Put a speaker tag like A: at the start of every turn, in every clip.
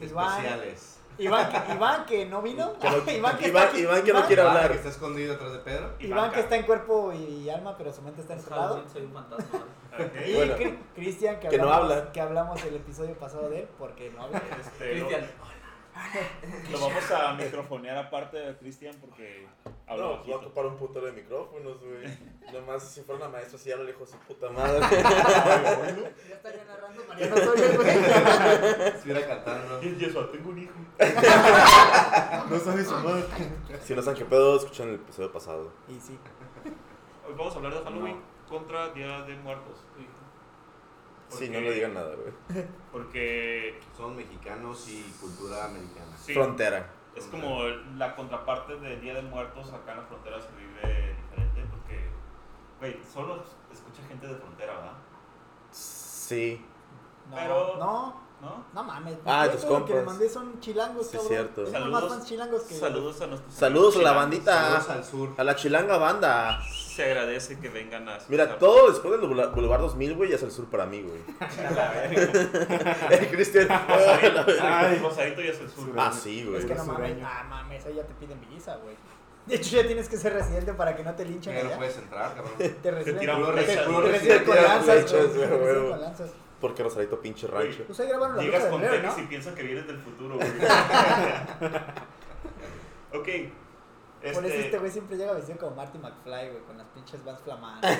A: Iván.
B: especiales.
A: Iván, que- Iván que no vino.
C: Que no-
A: Iván que
C: Iván-
A: está aquí-
C: Iván que no quiere
B: Ahora
C: hablar.
B: que está escondido atrás de Pedro.
A: Iván que está en cuerpo y alma, pero su mente está en
D: Es
A: su lado.
D: Halloween, soy un fantasma.
A: Y
C: Bueno.
A: Cri- Cristian, que,
C: Que no
A: hablamos-
C: habla.
A: Que hablamos el episodio pasado de él, porque no habla.
E: Este, lo,
D: Cristian,
E: lo vamos a microfonear aparte de Cristian porque habla
C: Ah, No, voy a
E: bajito.
C: ocupar un putero de micrófonos, güey. Nomás si fuera una maestra, si ya lo le dijo su puta madre.
A: Yo estaría narrando Mariano Soria, güey.
B: Estuviera cantando.
E: Y eso, tengo un hijo.
C: no sabe su madre. Si no saben qué pedo, escuchan el episodio pasado.
A: Y sí.
E: Hoy vamos a hablar de Halloween contra Día de Muertos.
C: Sí,
E: Porque-
C: no le digan nada, güey.
E: Porque
B: Son mexicanos y cultura americana.
E: sí,
C: Frontera.
E: es como la contraparte del Día de Muertos acá en la frontera se vive diferente porque, güey, solo escucha gente de frontera, ¿verdad?
C: Sí,
A: No,
E: Pero-
A: no,
E: ¿No?
A: no mames.
C: Ah,
A: Yo
C: tus
A: todo lo que
C: compas.
A: le mandé son chilangos,
C: Sí,
A: cabrón.
C: cierto.
A: Tengo más
E: Saludos.
A: fans chilangos que.
E: Saludos a nuestros
C: Saludos a la
E: amigos
C: bandita.
B: Saludos al sur.
C: a la chilanga banda.
E: chilenos. Se agradece que vengan a
C: Mira,
E: escuchar-
C: todo después del Boulevard Boulevard 2000, güey, ya es el sur para mí, güey.
E: A la verga.
C: Eh, Cristian.
E: Rosarito- Rosarito ya es el sur.
C: ah, sí, güey.
A: Es que no mames.
B: Sureño.
A: Ah, mames, ahí ya te piden visa, güey. De hecho, ya tienes que ser residente para que no te linchen
B: Ya no
A: allá.
B: puedes entrar, cabrón.
A: Te reciben,
E: tiran
A: te-
E: flechas,
A: te
E: güey.
A: reciben
C: Te
A: con
C: tiran
A: lanzas, güey.
C: flechas,
A: Te
C: güey,
A: reciben
C: güey.
A: con lanzas.
C: Porque Rosarito, pinche rancho.
A: Pues ahí grabaron la lucha
E: Llegas
A: de
E: con
A: Blair,
E: tenis y
A: ¿no?
E: piensas que vienes del futuro, güey. ok.
A: Por eso este
E: Este,
A: güey siempre llega vestido como Marty McFly, güey, con las pinches vans flamantes.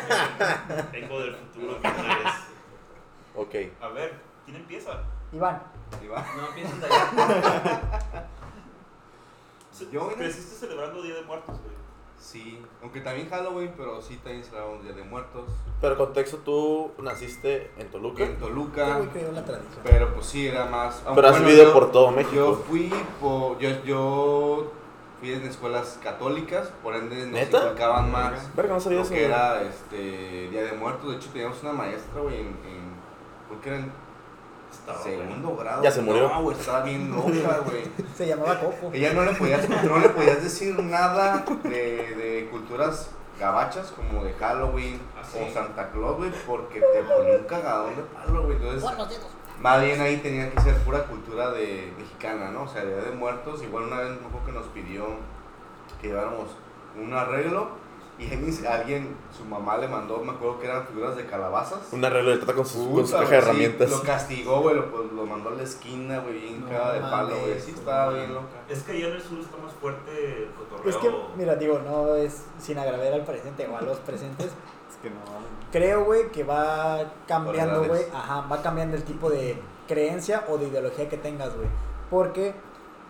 E: vengo del futuro, carnales.
C: Ok.
E: A ver, ¿quién empieza?
A: Iván, este
B: Y va.
D: no pienses allá.
B: Yo, güey.
E: Creciste celebrando Día de Muertos, güey.
B: Sí. Aunque también Halloween, pero sí también será un día de muertos.
C: Pero contexto, tú naciste en Toluca.
B: En
A: este
B: Toluca.
A: güey creó la tradición.
B: Pero pues sí, era más.
C: Pero has
B: bueno,
C: vivido
B: yo-
C: por todo
B: Yo
C: México.
B: fui por, yo, yo fui en escuelas católicas, por ende nos
C: ¿Neta?
B: inculcaban más
C: Verga, no sabía
B: lo
C: eso.
B: que
C: güey.
B: era este Día de Muertos. De hecho teníamos una maestra, güey, en, en creo que era en
E: Estaba
B: segundo grado.
C: Ya se murió.
B: No, güey, estaba bien loca, güey.
A: Se llamaba Coco.
B: Ella no le podías, no le podías decir nada de, de culturas gabachas como de Halloween
E: Ah, sí.
B: o Santa Claus, güey, porque te ponía un cagadón de palo, güey. Entonces,
A: Buenos dedos.
B: más bien ahí tenía que ser pura cultura de mexicana, ¿no? O sea, de Día de muertos. Igual una vez un poco que nos pidió que lleváramos un arreglo y alguien- alguien, su mamá le mandó, me acuerdo que eran figuras de calabazas.
C: Un arreglo de trata con su, con su caja
B: Puta,
C: de
B: güey, sí,
C: herramientas.
B: lo castigó, güey, lo, pues, lo mandó a la esquina, güey, bien
A: No
B: cada de palo, güey.
A: mames,
B: Sí,
A: no
B: estaba
A: mames.
B: bien loca.
E: Es que allá en el sur está más fuerte el cotorreo.
A: Es que, mira, digo, no es sin agravar al presente o a los presentes.
F: Es que no.
A: Creo, güey, que va cambiando, güey.
B: Tonalidades.
A: Ajá, va cambiando el tipo de creencia o de ideología que tengas, güey. Porque,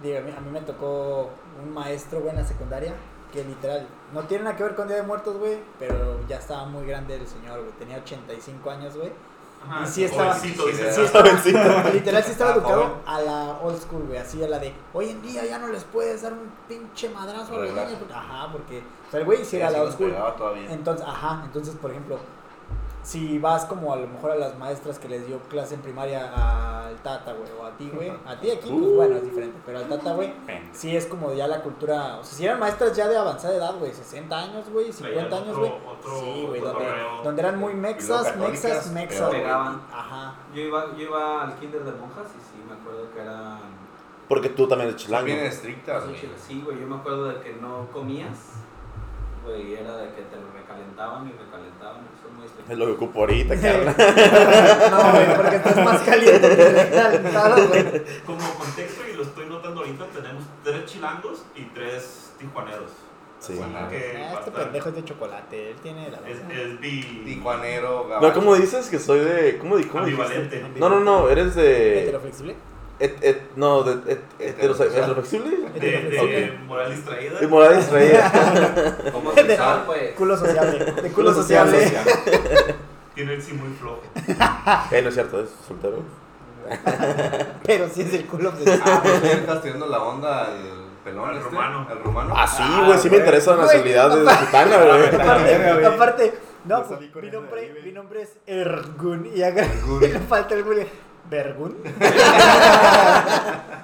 A: digo, a mí, a mí me tocó un maestro, güey, en la secundaria, que literal, no tiene nada que ver con Día de Muertos, güey, pero ya estaba muy grande el señor, güey. Tenía 85 años, güey.
E: Ajá,
A: y sí estaba-
E: jovencito,
B: sí,
E: dices,
B: sí,
E: ah,
A: Literal sí estaba
B: Ah,
A: educado
B: joven.
A: a la old school, güey, así a la de hoy en día ya no les puedes dar un pinche madrazo a los
B: Relaja.
A: niños. porque-". Ajá, porque o sea, el güey sí era
B: Así
A: la old
B: nos
A: school.
B: pegaba todavía.
A: Entonces, ajá, entonces, por ejemplo, si vas como a lo mejor a las maestras que les dio clase en primaria al Tata, güey, o a ti, güey, a ti aquí, pues
C: Uh.
A: bueno, es diferente, pero al Tata, güey, sí es como ya la cultura, o sea, si eran maestras ya de avanzada edad, güey, 60 años, güey,
E: traían
A: 50 años,
E: otro-
A: güey.
E: otro
A: Sí, güey, donde,
E: cotorreo.
A: donde eran muy mexas,
B: luego
A: mexas,
B: católicas,
A: mexas, güey.
D: pegaban.
A: Ajá.
D: Yo iba, yo iba al kinder de monjas y sí, me acuerdo que eran
C: Porque tú también eres
B: Están
C: chilango.
B: bien estrictas, güey.
D: Sí, güey, yo me acuerdo de que no comías, güey, era de que te lo recalentaban y recalentaban, eso es muy estricto.
C: Es lo que ocupo ahorita, carnal.
A: no, güey, porque estás más caliente que el recalentado, güey.
F: Eh,
E: Como contexto, y lo estoy notando ahorita, tenemos tres chilangos y tres tijuaneros.
C: Sí.
E: Así que
A: Ah,
E: va a
A: este
E: estar-
A: pendejo es de chocolate, él tiene la
E: Es,
A: verdad.
E: es bi-
B: Tijuanero,
C: No, ¿cómo
B: gabacho.
C: dices que soy de. ¿Cómo di- cómo dijiste?
E: ambivalente.
C: No, no, no, eres de.
A: ¿Heteroflexible?
C: et- et- no, de. et- heterose- ¿Heteroflexible?
E: De, de
C: Ok.
E: moral distraída.
C: De moral distraída.
D: ¿Cómo
A: De-
D: pensar, pues?
A: Culo sociable, de culo sociable.
E: Tiene el sí muy flojo.
C: Eh, no es cierto, es soltero.
A: Pero sí es el culo obsesivo.
B: Ah, pues, ¿sí le estás tirando la onda al pelón
E: Al
B: este?
E: rumano.
B: Al rumano.
C: Ah, sí, güey, sí me
F: güey.
C: interesa la
A: Güey,
C: nacionalidad de gitana, güey.
F: verga,
A: Aparte,
F: güey.
A: aparte, no,
F: Yo salí
A: mi
F: corriendo de
A: nombre,
F: ahí, güey.
A: mi nombre es Ergun y acá
B: Ergun.
A: le falta el güey. Vergún.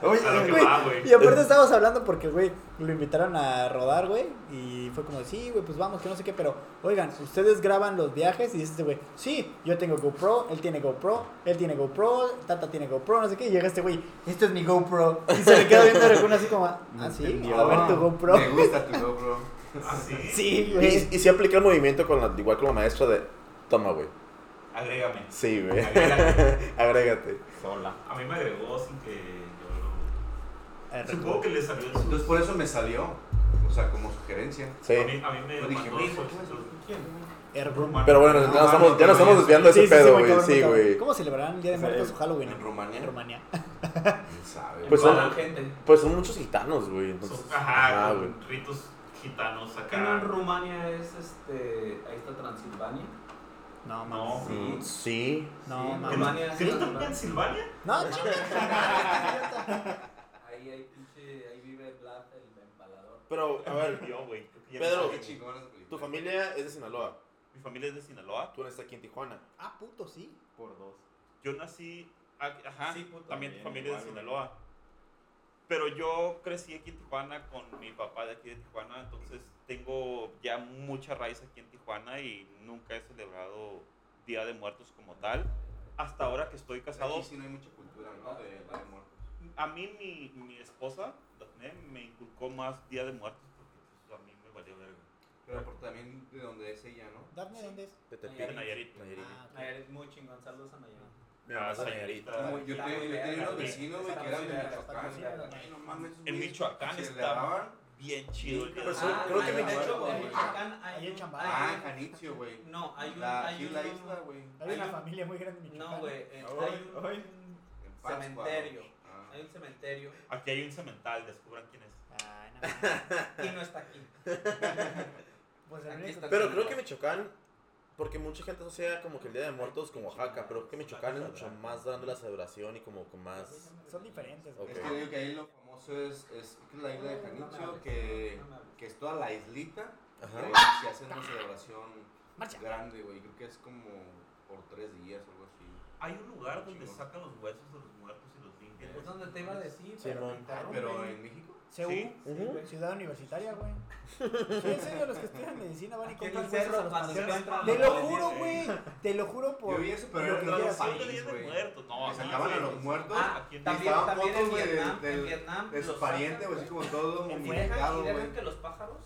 C: Oye,
E: A lo que
A: Güey,
E: va, güey.
A: Y
C: Eh.
A: aparte estábamos hablando porque, güey, lo invitaron a rodar, güey. Y fue como, sí, güey, pues vamos, que no sé qué. Pero, oigan, ustedes graban los viajes y dice este güey, sí, yo tengo GoPro, él tiene GoPro, él tiene GoPro, Tata tiene GoPro, no sé qué. Y llega este güey, esto es mi GoPro. Y se le queda viendo a alguno así como, ah, sí,
C: entendió.
A: a ver tu GoPro.
B: Me gusta tu GoPro.
E: Así.
A: Sí, güey.
C: Y, y sí aplica el movimiento con la, igual con la maestra de. Toma, güey.
E: Agrégame.
C: Sí, güey.
E: Agrégame.
C: Agrégate.
E: Sola. A mí me agregó sin que yo
A: A ver,
E: lo. Supongo que le salió su.
B: Entonces por eso me salió, o sea, como sugerencia.
C: Sí.
E: A mí, a mí me
B: Yo dije,
E: mandó
B: "Hijo,
E: su-
B: pues,
E: su-
A: Ergun.
E: Rumano.
C: Pero bueno, ya
B: No,
C: nos estamos, ya nos
B: no,
C: estamos
B: no,
C: desviando de
A: Sí,
C: ese
A: sí, sí,
C: pedo,
A: muy
C: güey.
A: cabrón, muy
C: Sí,
A: cabrón.
C: güey.
A: ¿Cómo celebrarán el Día de
C: O sea,
A: Muertos o Halloween?
B: pues, En Rumania.
A: En Rumania.
B: ¿Quién sabe?
C: Pues,
D: Pues toda
C: son-
D: la gente.
C: Pues son muchos gitanos, güey. Entonces,
E: su- Ajá,
C: Ah, güey.
E: con ritos gitanos
D: Acá en
E: acá.
D: Rumania es este. Ahí está Transilvania.
A: No,
E: No.
A: mames.
D: Sí.
C: Sí.
A: No,
D: Sí,
E: ¿Que no-
A: mames.
D: Rumania.
E: que no está en Pensilvania?
A: No, chinga.
D: Ahí hay pinche. Ahí vive Vlad el empalador.
C: Pero, a ver,
E: Yo, güey. creo que ya
C: Pedro.
E: no
B: Qué
E: sé.
B: chingón esa película.
C: tu familia es de Sinaloa.
E: Mi familia es de Sinaloa.
C: Tú eres aquí en Tijuana.
A: Ah, puto, sí.
G: Por dos.
E: Yo nací. ac- Ajá.
D: Sí, puto,
E: también tu
G: también,
E: familia es de
G: igual,
E: Sinaloa. Pero yo crecí aquí en Tijuana con mi papá de aquí de Tijuana. Entonces tengo ya mucha raíz aquí en Tijuana y nunca he celebrado Día de Muertos como tal. Hasta ahora que estoy casado.
B: Aquí sí no hay mucha cultura, ¿no? De, de muertos.
E: A mí mi, mi esposa, Daphne, me inculcó más Día de Muertos porque pues, a mí me valió verga.
B: Pero por también de donde es ella, ¿no?
A: Dafne, ¿dónde es?
C: De
D: Tepic.
E: De Nayarit.
C: Nayarit.
A: Ah, ok.
D: Nayarit muy chingón. Saludos a Nayarit.
C: Mi mamá es de
E: Ah,
C: Nayarit.
E: Nayarit.
B: Como yo
D: Está
B: tenía,
D: muy
B: yo tenía
D: verga,
B: unos
E: güey.
B: vecinos, güey,
D: Está
B: que eran
D: muy
B: de
D: verga,
B: Michoacán.
D: está muy verga.
B: Ay, no mames, esos
E: En
B: güeyes
E: Michoacán
B: se
E: está-
B: daban-
E: Bien chido. el día de
C: Pues,
E: muertos.
D: Ah,
C: creo que
D: de
C: me-
D: hecho, en
B: güey.
D: Michoacán hay
A: Hay
D: un-
A: chamba.
B: Ah, en
D: hay
B: Janitzio, güey.
D: un- No, hay un.
B: La,
D: hay
B: aquí
D: un-
B: la isla, güey.
A: Hay una
D: Hay un-
A: familia muy grande en Michoacán.
D: No, güey. eh,
G: Hoy,
D: Hay un.
G: hoy.
B: En Pátzcuaro.
D: Cementerio.
B: Ah.
D: Hay un cementerio
E: Aquí hay un cemental, descubran quién es.
A: Ah, no. mames.
D: y no está aquí.
A: Pues
D: Aquí
A: el único-
D: está.
C: Pero creo que Michoacán, porque mucha gente asocia como que el Día de Muertos con Oaxaca, pero creo que Michoacán es mucho más grande la celebración y como con más...
A: Son diferentes,
C: Ok.
A: güey.
B: Es que digo que ahí lo famoso es, es que es la isla de Janitzio, que, que es toda la islita. Y ahí
C: Ajá.
B: se hace una celebración
A: Marcha.
B: grande, güey. Creo que es como por tres días o algo así.
E: Hay un lugar donde
B: Chingón.
E: sacan los huesos de los muertos y los limpian.
D: Es donde te iba a decir,
C: Sí,
D: pero
C: mon.
D: me interrumpen.
B: Pero en México.
A: CU,
E: Sí.
A: güey, Ciudad Universitaria, güey. Sí, en serio, los que estudian medicina van y
D: Aquí en
A: compran
D: el cerro,
A: huesos a los
D: cuando se
A: pacientes.
D: encuentran
A: Te
D: los
A: lo
D: jóvenes,
A: juro,
E: eh.
A: güey. Te lo juro por.
B: Yo vi eso, pero
A: lo
B: era
A: que
B: en otro
A: quieras.
E: Santo
B: país,
E: Día de
B: güey.
E: Muertos. No,
B: Que
E: acá
B: sacaban a
E: sí.
B: los muertos.
D: Ah,
E: Aquí en
D: también,
B: Estaban
D: también en
B: fotos, güey,
D: Vietnam,
B: del-
D: en Vietnam
B: De sus
D: los sacan,
B: parientes, güey, así como
A: En
B: todo
D: y dejan,
B: mumificado,
D: y dejan
B: güey.
D: que los pájaros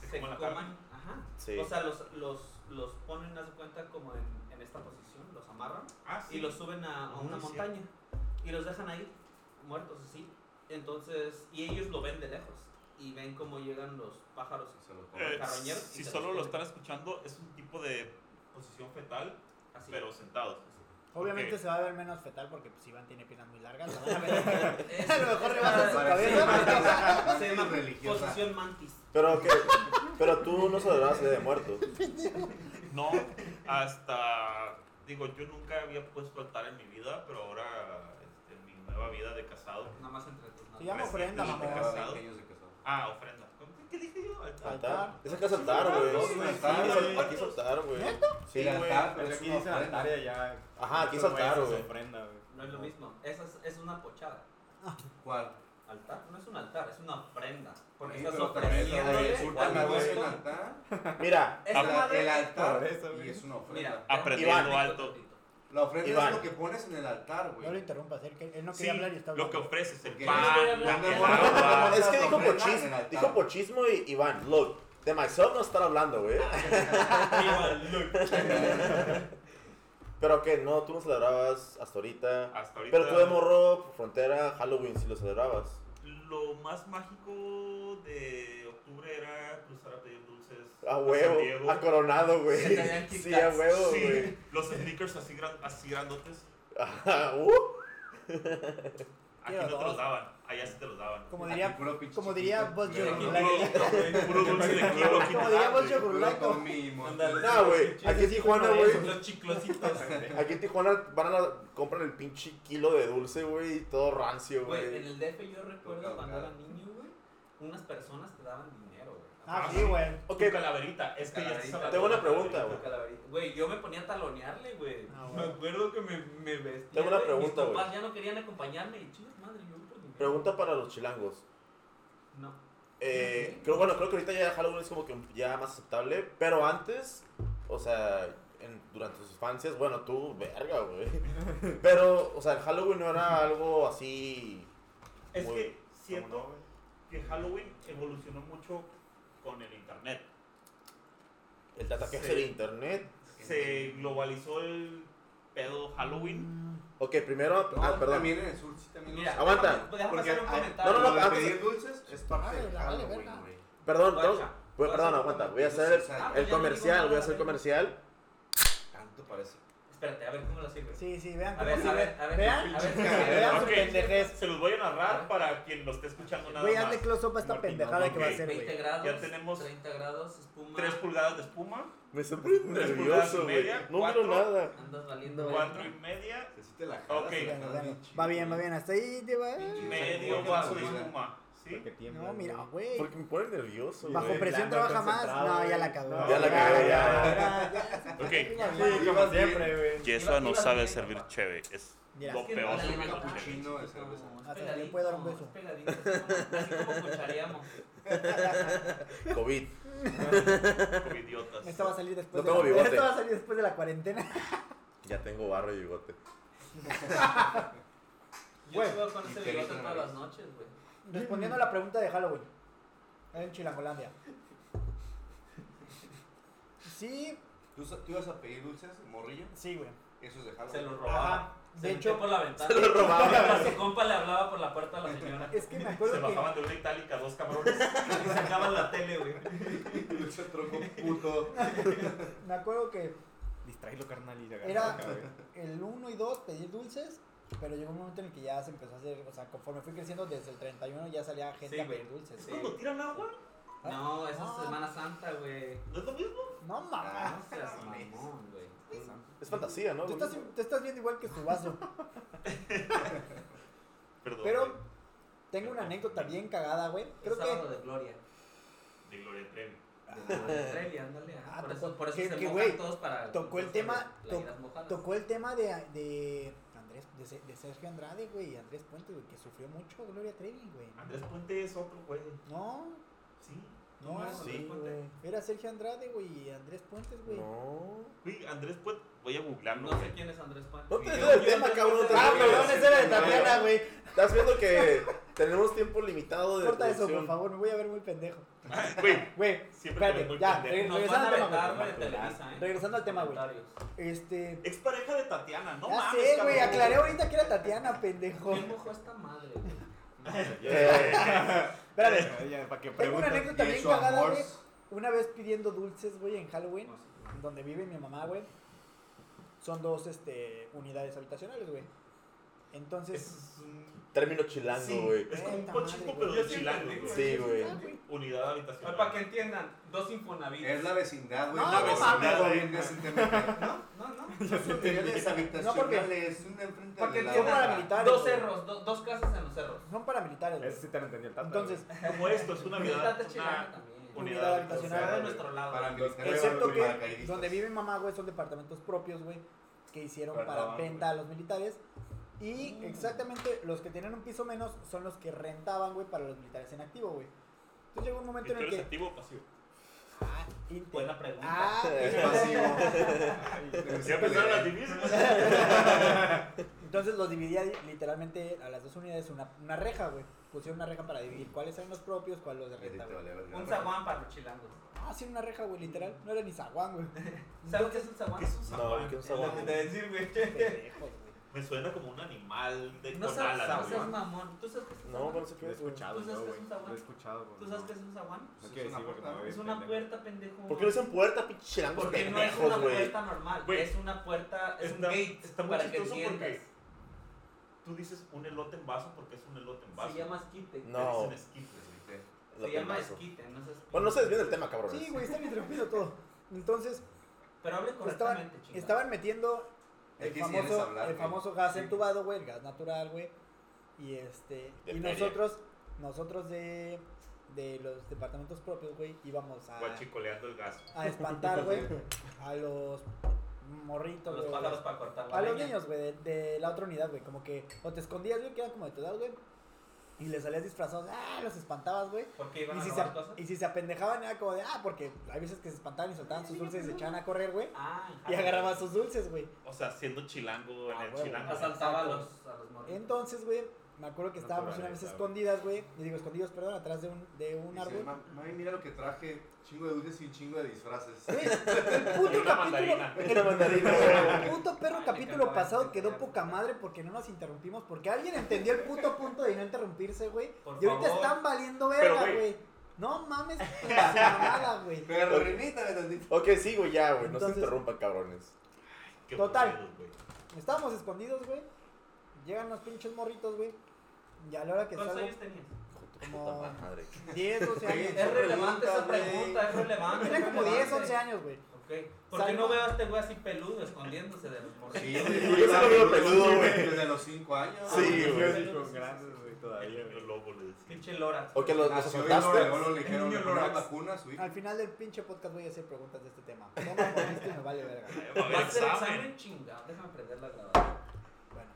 D: se
E: Se coman la
D: coman, ajá.
C: Sí.
D: O sea, los, los, los ponen, haz de cuenta, como en, en esta posición, los amarran
E: Ah, sí.
D: y los suben a, a
E: Ah,
D: una
E: sí.
D: montaña y los dejan ahí, muertos así. Entonces, y ellos lo ven de lejos y ven cómo llegan los pájaros.
B: Y se lo
E: Eh,
B: comen.
D: carroñeros y
E: si
D: se
E: solo
D: los
E: lo están
D: comen.
E: escuchando, es un tipo de posición fetal,
D: Así. Pues
E: pero sentados.
A: Obviamente
E: Ok.
A: se va a ver menos fetal porque pues, Iván tiene piernas muy largas. la van a ver.
D: Es-
A: A lo mejor rebasan su
D: Ah,
A: cabeza.
D: Se
B: Sí,
D: llama
B: religiosa.
D: posición mantis.
C: Pero que, pero tú no celebrabas el Día de Muertos.
E: No, hasta. Digo, yo nunca había puesto altar en mi vida, pero ahora, este, en mi nueva vida de casado.
D: Nada más entre tus manos.
A: Se llama ofrenda,
E: Recientemente
A: mamá.
E: casado.
B: Ellos se casaron.
E: Ah, ofrenda. ¿Cómo que- ¿Qué dije yo? Altar.
C: Altar. Es que es altar, güey.
B: Sí, güey, altar,
C: Aquí es-
E: güey.
C: Aquí es altar, güey. Sí,
B: El
C: güey.
B: altar,
G: Pero
B: es
G: aquí
B: una
G: dice la
B: ofrenda.
G: tarea ya.
C: Ajá, aquí es altar, güey.
G: ofrenda, güey.
D: No es lo mismo. Esa es, es una pochada.
B: ¿Cuál?
D: Altar no es un altar, es una ofrenda. Porque
B: Sí,
D: estás
B: pero también la
D: ofreciéndole
B: de-
D: al
B: también es un
D: muerto.
B: altar.
C: Mira,
D: Esa
B: El-
D: madre-
B: El altar.
G: Por eso, güey.
B: Y es una
D: Mira,
B: ofrenda.
E: Aprendiendo
D: tantito,
E: alto.
D: tantito.
B: La ofrenda
C: Iván.
B: es lo que pones en el altar, güey.
A: No lo interrumpas, él, que- él no
E: Sí,
A: quería hablar y está
E: lo que
A: hablando.
E: ofreces, el
B: Porque-
E: pan, la-
B: Porque-
E: el agua.
C: es que dijo
B: ofrenda
C: pochismo,
B: en el altar.
C: dijo pochismo y Iván, look, de myself no están hablando, güey. Pero que no, tú no celebrabas hasta ahorita.
E: Hasta ahorita.
C: Pero tú de morro, frontera, Halloween sí lo celebrabas.
E: Lo más mágico de octubre era cruzar a pedir dulces.
C: A
E: San Diego.
C: huevo, a coronado, güey.
D: Se traían Kit
C: Sí, a
D: Kats.
C: huevo,
E: Sí,
C: güey.
E: los sneakers así, gran- así grandotes.
C: Ajá, uh.
E: Aquí
A: Quiero
E: no te
A: dos.
E: los daban, allá sí te los daban.
A: Como
B: Aquí
A: diría,
B: puro pinche
A: como diría
B: chiquito,
A: Buzz
B: culero.
A: Lightyear.
E: Puro, puro dulce de kilo.
A: Como diría Bolcho
B: Lo
A: Burlaco.
B: comimos.
C: No, güey. Aquí en Tijuana, güey.
D: Los chiclositos.
C: Aquí en Tijuana van a la- compran el pinche kilo de dulce, güey, y todo rancio,
D: Güey, en
C: güey.
D: el DF yo recuerdo
B: Tocado,
D: cuando era
B: claro.
D: niño, güey. unas personas que daban dinero, güey.
A: Ah,
E: Ah,
A: sí,
E: sí.
A: güey.
E: Ok, calaverita. Es que ya estás
D: Calaverita,
E: hablando
C: Tengo
E: de
C: una pregunta,
E: calaverita.
C: güey.
D: Calaverita. Güey, yo me ponía a talonearle, güey.
A: Ah,
D: me
A: güey.
D: acuerdo que me, me vestía.
C: Tengo una
D: güey,
C: pregunta,
D: Mis
C: güey.
D: papás ya no querían acompañarme y chingas madre, yo voy por dinero.
C: Pregunta para los chilangos.
D: No.
C: Eh, creo, bueno, creo que ahorita ya Halloween es como que ya más aceptable, pero antes, o sea, en- durante sus infancias, bueno, tú, verga, güey. Pero, o sea, el Halloween no era algo así...
E: Es
C: Muy-
E: que
B: ¿Cómo no,
E: siento
B: güey?
E: que Halloween evolucionó mucho con el internet.
C: El te ataque
E: Sí.
C: el internet.
E: Se globalizó el pedo Halloween.
C: Ok, primero... ah,
B: No,
C: perdón.
B: También en el sur sí también.
D: Mira,
B: lo-
C: aguanta.
D: déjame- Déjame
B: Porque
D: hacer un
B: hay-
D: comentario.
C: No, no, no,
B: lo de
C: antes-
B: pedir dulces es
A: Ay,
B: parte de
A: la vale,
B: Halloween,
A: verga.
B: güey.
C: Perdón,
D: Guacha,
C: tengo-
D: voy a
C: perdón,
D: hacer-
C: aguanta. Voy a hacer
B: Ah,
C: el
D: pues ya no digo
C: comercial, voy a
D: nada,
C: hacer el
D: güey.
C: comercial.
B: Tanto parece.
D: Espérate, a ver cómo lo sirve.
A: Sí, sí, vean
D: A
A: cómo
D: ver,
A: sirve.
D: a ver, a ver,
A: vean,
D: a ver,
A: vean su
E: Ok.
A: pendejez.
E: Se los voy a narrar para quien lo esté escuchando nada
A: Güey, hazle
E: más.
A: close up a esta
E: Martín,
A: pendejada
E: no,
A: que va a
E: ok.
A: hacer,
D: 20
A: güey.
D: grados.
E: Ya tenemos
D: 30 grados, espuma.
E: 3 pulgadas de espuma,
C: Me siento nervioso,
E: pulgadas y
C: güey.
E: media,
C: No
E: cuatro.
C: miro nada.
D: Andas valiendo.
A: No.
E: cuatro y
D: verga.
E: media,
B: Que si te la jalas,
E: Ok.
B: te la
A: Vean,
B: jalas
A: vean.
B: bien chido.
A: Va bien, va bien. Hasta ahí, te va.
B: Pinche
E: medio
B: Porque
E: vaso de
B: tiembla.
E: espuma. ¿Sí?
A: No, mira, güey.
C: Porque me pone nervioso,
A: Bajo
C: güey.
A: presión trabaja más. No, ya la cagó.
C: Ya la cagó, ya.
A: ya.
E: Ok.
A: Ya, ya.
B: como siempre,
A: güey.
D: Yeshua no sabe servir
E: cheve. Es
A: Mira,
E: lo
D: Es que
E: peor.
D: no,
E: servir
D: la neta,
E: cheve.
B: Cappuccino de
D: es como-
B: cerveza.
D: es
A: Hasta le
D: pegadito,
A: puede dar un beso.
D: es pegadito, es como- así como cuchareamos.
C: COVID.
E: Como idiotas.
A: Esta va a salir después.
C: No
A: de la-
C: tengo bigote.
A: Esta va a salir después de la cuarentena.
C: Ya tengo barro y bigote.
D: Yo
A: Güey.
D: estuve con ese
B: Y te
D: bigote
B: dicen
D: todas
B: nariz.
D: las noches, güey.
A: Respondiendo a la pregunta de Halloween. En Chilangolandia. Sí,
B: ¿Tú, sa- ¿Tú ibas a pedir dulces, morrillo?
A: sí, güey.
B: Eso es de Halloween.
D: Se lo
A: Ajá.
D: robaba.
A: De
D: Se metió
A: hecho,
D: por la ventana.
C: se lo robaba.
D: Mientras su compa le hablaba por la puerta a la señora.
A: es que me
E: Se
A: acuerdo que.
E: bajaban de una itálica dos cabrones.
D: Y sacaban la tele, güey.
B: Dulce tronco puto.
A: Me acuerdo que
G: Distraerlo, carnal, y agarrar
A: Era-
G: la cabeza.
A: el 1 y 2 pedir dulces, pero llegó un momento en el que ya se empezó a hacer, o sea, conforme fui creciendo desde el 31 ya salía gente
D: Sí,
A: a pedir
D: güey.
A: dulces.
D: Sí.
E: Cuando tiran agua,
D: No, esa
A: No.
D: es Semana Santa, güey.
E: no es lo mismo.
A: No mames.
B: Ah.
D: No seas mamón, güey.
C: Es fantasía, ¿no?
A: Te estás, te estás viendo igual que tu vaso.
E: Perdón.
A: Pero tengo una anécdota bien cagada, güey. Creo
D: Es sábado
A: que.
D: de gloria.
E: De Gloria Trevi.
D: Trevi, ándale.
A: Ah,
D: por,
A: tocó-
D: eso, por eso
A: que-
D: se
A: que,
D: mojan
A: güey,
D: todos para.
A: tocó el tema-
D: playeras mojadas.
A: Tocó el tema de, de Andrés, de, Se- de Sergio Andrade, güey, y Andrés Puente, güey, que sufrió mucho Gloria Trevi, güey.
E: Andrés Puente es otro, güey.
A: No,
E: Sí.
A: no,
D: No,
A: sí,
D: Andrés Puente.
A: güey. Era Sergio Andrade, güey, y Andrés Puentes, güey.
C: No.
E: Güey, Andrés Puente. Voy a googlearlo,
D: No sé
E: güey.
D: quién es Andrés Pan.
C: No te
E: Yo-
C: des del
E: yo-
C: tema,
E: yo-
C: cabrón. te
A: Ah,
C: desvías.
A: perdón, ese era de
C: No,
A: Tatiana, güey.
C: Estás viendo que tenemos tiempo limitado de
A: Corta eso, por
C: producción.
A: favor, me voy a ver muy pendejo.
E: Güey,
A: Güey,
E: siempre te ves
A: Espérate,
E: muy
A: ya,
E: pendejo.
D: Nos van
A: regresando
D: a
A: al tema,
D: vetar,
A: güey.
D: güey, de Televisa, eh.
A: Regresando al tema, güey.
D: Comentarios.
A: este.
E: Ex pareja de Tatiana, no
A: ya
E: mames.
A: sé, güey,
E: cabrón.
A: aclaré ahorita que era Tatiana, pendejo.
D: ¿Quién mojó esta madre, güey?
A: Eh, Espérate,
G: Ya, para que
A: tengo una
G: pregunten.
A: anécdota
B: Y
A: bien
B: eso,
A: cagada,
B: amor,
A: güey. Una vez pidiendo dulces, güey, en Halloween, donde vive mi mamá, güey. Son dos este, unidades habitacionales, güey. Entonces,
E: Es un-
C: Término
E: sí,
C: chilango, güey.
E: Es como un
A: Puta
E: pochingo,
A: madre,
E: pero
A: güey.
E: de chilango. güey.
C: Sí, güey.
E: Unidad habitacional.
D: Para que entiendan, dos Infonavit.
B: Es la vecindad, güey.
A: No,
B: la
A: no
B: vecindad,
A: mames,
B: güey. de ese tema.
D: No, no, no.
B: Son niveles
A: No, porque-
B: habitacionales, una enfrente
D: Para que
B: de la
A: Son
D: entiendan,
B: otra.
A: paramilitares,
D: Dos
A: güey.
D: cerros, do- dos casas en los cerros.
A: son paramilitares,
G: Ese
A: güey.
G: sí te lo entendí el tata.
A: Entonces,
E: Como esto, es una
D: Mi
E: unidad.
D: tata es chilanga
E: una-
D: también.
A: un-
E: Unidad
A: habitacional.
D: Está de
E: habitacional.
D: nuestro lado.
B: Paramilitares,
A: excepto que
B: paracaidistas.
A: donde vive mi mamá, güey, son departamentos propios, güey, que hicieron
B: Perdón,
A: para
B: güey.
A: venta a los militares. Y exactamente los que tenían un piso menos son los que rentaban, güey, para los militares en activo, güey. Entonces llegó un
E: ¿Y
A: momento
E: ¿Tú
A: en el
E: eres
A: que.
E: activo o pasivo?
A: Ah, inter-
D: Buena pregunta.
A: Ah,
B: Es pasivo.
E: Ya empezaron las divisas.
A: Entonces los dividía literalmente a las dos unidades una, una reja, güey. Pusieron una reja para dividir cuáles eran los propios, cuáles los de renta, güey.
D: Un zaguán para los chilangos.
A: Ah, sí, una reja, güey, literal. No era ni zaguán, güey.
D: ¿Sabes qué es un
E: ¿Qué
D: zaguán?
E: es un
C: No,
E: zaguán?
C: que no
D: Es lo que te
C: sabemos.
D: voy a decir, güey.
A: Pendejos, güey.
E: Me suena como un animal de
D: No
E: con
D: sabes,
E: alas,
D: no
E: güey.
D: seas mamón. ¿Tú sabes qué es un
C: No,
D: zaguán?
C: bueno, se
G: Lo he
C: puede, güey.
G: escuchado,
D: ¿Tú sabes
G: ¿no,
D: qué es un
G: güey?
D: zaguán?
G: Lo he escuchado, güey.
D: ¿Tú sabes qué es un zaguán?
G: No
B: Es
G: quiero
B: una
G: decir porque
B: puerta,
G: me voy a
D: Es una
G: entender.
D: puerta, pendejo.
C: ¿Por qué no dicen puerta, pinche chilangos
D: Porque no es una
C: pendejos, güey?
D: puerta normal,
E: Güey.
D: es una puerta, es un
E: Está-
D: gate
E: está muy
D: para que
E: chistoso porque
D: entiendas.
E: Tú dices un elote en vaso porque es un elote en vaso.
D: Se llama esquite.
E: Te
C: No.
E: dicen esquite.
C: La
D: Se llama
C: pelmazo.
D: esquite, no sé.
C: Bueno, no se desvíen del tema, cabrón.
A: Sí, güey, están interrumpiendo todo. Entonces,
D: Pero hable
A: Estaban,
D: correctamente, chingada.
A: estaban metiendo
B: Hay
A: el
B: que enseñarles a
A: famoso,
B: hablar,
A: el
B: güey.
A: famoso gas
B: Sí.
A: entubado, güey, el gas natural, güey. Y este
C: De
A: y
C: feria.
A: nosotros nosotros de de departamentos propios, güey, íbamos a,
H: Guachicoleando el gas.
A: a espantar, güey, a los morritos,
D: Los
A: güey,
D: pájaros para cortar la
A: a los
D: leña.
A: niños, güey, de, de la otra unidad, güey, como que o te escondías, güey, que eran como de tu edad, güey, y les salías disfrazados, ah, los espantabas, güey.
D: ¿Por qué iban
A: Y
D: a
A: si,
D: robar
A: se,
D: cosas?
A: y si se apendejaban era como de, ah, porque hay veces que se espantaban y soltaban sus dulces y se echaban a correr, güey.
D: Ah,
A: Y agarraban sus dulces, güey.
H: O sea, siendo chilango
A: Ah,
H: en el
A: huevo.
H: chilango.
D: Asaltaba a los, a los morritos.
A: Entonces, güey, me acuerdo que
C: No
A: estábamos
C: cobraron,
A: una vez
C: claro.
A: escondidas, güey. Y digo, escondidos, perdón, atrás de un, de un
B: Dice,
A: árbol.
B: "Ma- mami, mira lo que traje, chingo de dulces y chingo de disfraces.
A: Güey, el puto
H: Y una
A: capítulo.
H: mandarina.
A: el-
C: Una mandarina.
A: el puto
D: Ah,
A: perro
D: le
A: capítulo
D: cantaba
A: pasado
D: antes,
A: quedó
D: ya.
A: poca madre porque no nos interrumpimos. Porque alguien entendió el puto punto de no interrumpirse, güey.
D: Por
A: Y ahorita
D: favor.
A: están valiendo
H: Pero,
A: verga,
H: güey.
A: güey. No mames, con su mamada, güey.
B: Pero Renita me tantito.
C: Ok, sigo ya, güey. No se
A: Entonces-
C: interrumpan, cabrones.
H: Qué
A: Total.
H: aburridos, güey.
A: Estábamos escondidos, güey. Llegan los pinches morritos, güey. Y a la hora que
D: ¿Cuántos
A: salgo,
D: años tenías?
C: Hijo de tu
A: Como-
C: puta madre.
A: 10, 12 años.
D: Es relevante esa
B: güey.
D: pregunta, es relevante.
A: Tenía
D: es
A: como 10,
D: relevante.
A: 11 años, güey.
D: Ok. ¿Por qué
A: Salgo.
D: no veo a este güey así peludo escondiéndose de los morritos?
B: Sí,
C: Yo se lo veo peludo, güey.
B: Desde los 5 años.
C: Sí,
D: Ah,
C: güey.
D: peludo,
G: Con
D: sí,
G: grandes, güey, todavía,
H: El
G: güey.
H: lobo le decía.
D: Pinche Lora.
C: Ok, los, los
B: Nació y luego- luego
C: asaltaste.
B: le dijeron,
D: niño
B: le ponen
D: Lorax.
B: vacuna a su hijo.
A: Al final del pinche podcast voy a hacer preguntas de este tema. Ya me moriste y me vale verga.
H: Ay, va a
D: Va
H: haber
D: a ser
H: examen.
D: examen chingado. Déjame prender la grabadora.
A: Bueno,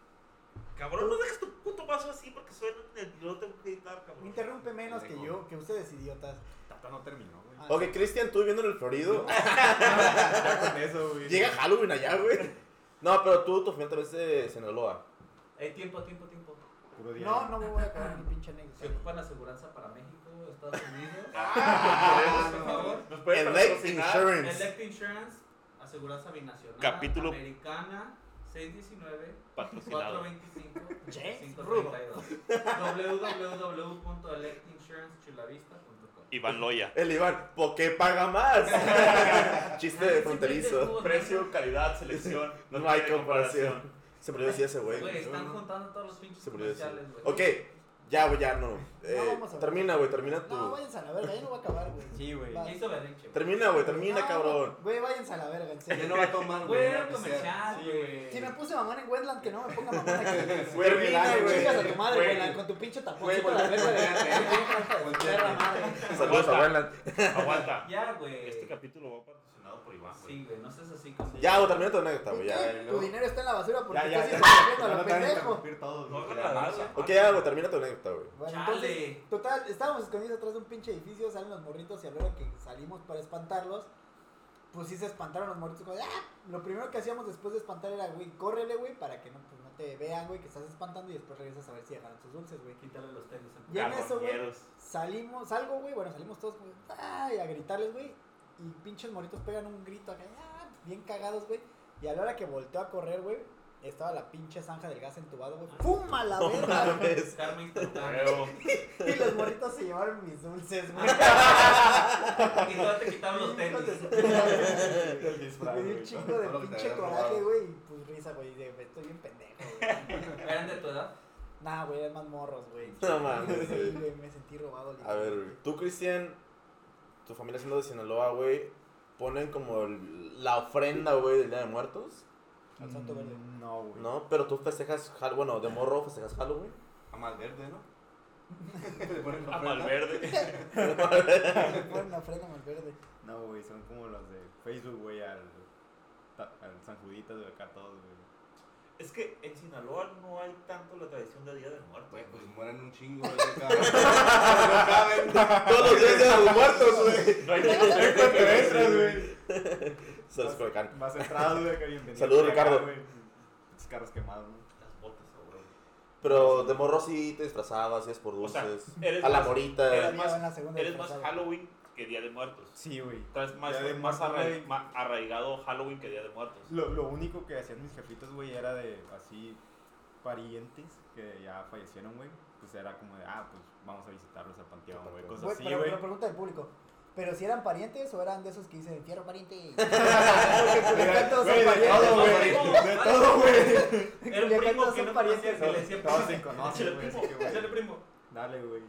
H: Cabrón, no dejes tu puto vaso así porque suena en el no tengo que editar, cabrón.
A: interrumpe menos que yo, que ustedes idiotas.
G: Tata no terminó, güey.
A: Ah,
C: Ok, Cristian, tú viviendo en el Florido.
G: Ya con eso, güey.
C: Llega Halloween allá, güey. No, pero tú, tu final también es de Sinaloa.
D: Eh, tiempo, tiempo, tiempo.
G: Puro día.
A: No, no me voy a acabar mi pinche
D: Se
A: anécdota.
D: ocupan la aseguranza para México, Estados Unidos.
B: Ah,
D: por
B: no.
D: favor.
H: Nos pueden
C: Elect
H: patrocinar.
C: Insurance.
D: Elect Insurance, aseguranza binacional.
H: Capítulo-
D: Americana, 619.
H: Patrocinado.
D: 425
A: Rudo.
D: 532 www.electinsurancechulavista.com
H: Iván Loya.
C: El Iván, ¿por qué paga más? Chiste de fronterizo.
H: Precio, calidad, selección.
C: No hay
H: tiene
C: comparación. Se murió así ese güey.
D: Güey, están juntando todos los pinches
C: Se murió así.
D: comerciales, güey.
C: Ok, ya, güey, ya no. Eh,
A: vamos a-
C: termina, güey, termina
A: No,
C: tu.
A: váyanse a la verga, ya no voy a acabar, güey.
G: Sí, güey.
A: Va.
D: Ya hizo berrinche, güey.
C: Termina, güey, termina,
A: No,
C: cabrón.
A: Güey, váyanse a la verga, en
B: Ya
A: serio.
B: no va a tomar,
D: Güey,
B: ya
D: era un
B: que sea.
D: comercial,
G: Sí,
D: güey.
G: güey.
A: Si me puse mamón en Wetland, que no me ponga mamón aquí.
B: Fue
C: Termina,
B: Ay,
A: Güey,
B: güey.
A: Chingas a tu madre,
H: Güey.
A: Wetland, con tu pinche tapón
B: Güey,
A: con la verga.
B: volteate.
A: de- Perra madre.
C: Saludos a Wendland.
H: Aguanta.
D: Ya, güey.
H: Este capítulo va patrocinado por Iván, güey.
D: Sí, güey, no seas así como.
C: Ya, güey, termina tu anécdota,
A: ¿Por
C: güey, ya.
A: qué?
B: ya,
A: Tu
B: ya.
A: dinero está en la basura porque
G: Ya, ya,
A: estás
G: ya.
A: interrumpiendo a
G: Ya
A: lo
G: no te van a
A: pendejo.
G: interrumpir todos,
H: No
G: güey.
H: hagan la nada.
C: Ok, ya, güey, termina tu anécdota, güey.
A: Bueno,
D: Chale.
A: entonces, total, estábamos escondidos atrás de un pinche edificio, salen los morritos y a la hora que salimos para espantarlos, pues sí se espantaron los morritos. como, ¡ah! Lo primero que hacíamos después de espantar era, güey, córrele, güey, para que no, pues, no te vean, güey, que estás espantando y después regresas a ver si dejaron sus dulces, güey.
D: Quítale los tenis. al-
A: Ya en eso, güey,
H: Carroñeros.
A: salimos, salgo, güey, bueno, salimos todos como, ay, a gritarles, güey, y pinches moritos pegan un grito acá, ¡ah! bien cagados, güey, y a la hora que volteó a correr, güey, estaba la pinche zanja del gas entubado, güey, ¡fuma la
C: No
A: verga! güey!
C: mames.
D: Carmen Trujillo.
H: Huevo.
A: Y los morritos se llevaron mis dulces, güey.
D: Y todavía te quitaron los tenis.
A: Hijos de su-
G: El disfraz,
A: Me dio
G: güey.
A: un chingo de
B: Todo lo que te
A: pinche
B: habían
A: coraje,
B: robado.
A: güey, y pues risa, güey, de, estoy bien pendejo, güey.
D: ¿Eran de tu edad?
A: Nah, güey, eran más morros, güey.
C: No mames,
A: Sí,
C: güey.
A: güey, me sentí robado.
C: A
A: literal, güey.
C: ver, tú, Cristian, tu familia siendo de Sinaloa, güey, ponen como el- la ofrenda, güey, del Día de Muertos,
A: Al santo verde.
G: Mm, No, güey.
C: ¿no? Pero tú festejas, Hal- bueno, de morro festejas Halloween.
B: A Malverde, ¿no? Le ponen
H: A
B: ofrenda.
H: Malverde.
A: Me ponen la frena más verde.
G: No, güey, son como los de Facebook, güey, al, ta- al San Juditas, güey, acá todos, güey.
H: Es que en Sinaloa no hay tanto la tradición de Día del Muerto.
B: Güey, pues mueren un chingo, güey, acá. No caben.
C: Todos los días de los muertos, güey.
H: No hay tanto
G: güey.
C: Saludos, Colacán.
G: Más entrados, güey, que bienvenido.
C: Saludos,
G: acá,
C: Ricardo.
G: güey. Pinches carros quemados, güey.
H: Las botas, güey.
C: Pero de morro sí te disfrazabas, hacías por
H: O sea,
C: dulces.
H: eres
C: a la
H: más-
C: morita.
H: eres-
A: Todavía
H: más-
A: van a segunda
H: Eres más
A: disfrazada.
H: Halloween que Día de Muertos.
G: Sí, güey.
H: Estás más,
G: Día de
H: más
G: Muertos,
H: arra-
G: güey.
H: ma- arraigado Halloween que Día de Muertos.
G: Lo, lo único que hacían mis jefitos, güey, era de así parientes que ya fallecieron, güey. Pues era como de, ah, pues vamos a visitarlos al panteón, güey. Cosas
A: Güey,
G: así,
A: pero,
G: güey.
A: pero pregunta del público. ¿Pero si eran parientes o eran de esos que dicen, entierro pariente?
G: Güey,
A: Culiacán todos son
G: de
A: parientes.
G: todo, güey. De todo, güey.
D: Era un
A: Culiacán
D: primo
A: todos
D: que
A: son
D: no
A: parientes.
D: conocía que le decía
G: Todos
D: primo.
G: se conocen, güey. así que,
D: Échale,
G: güey,
D: primo.
G: Dale, güey.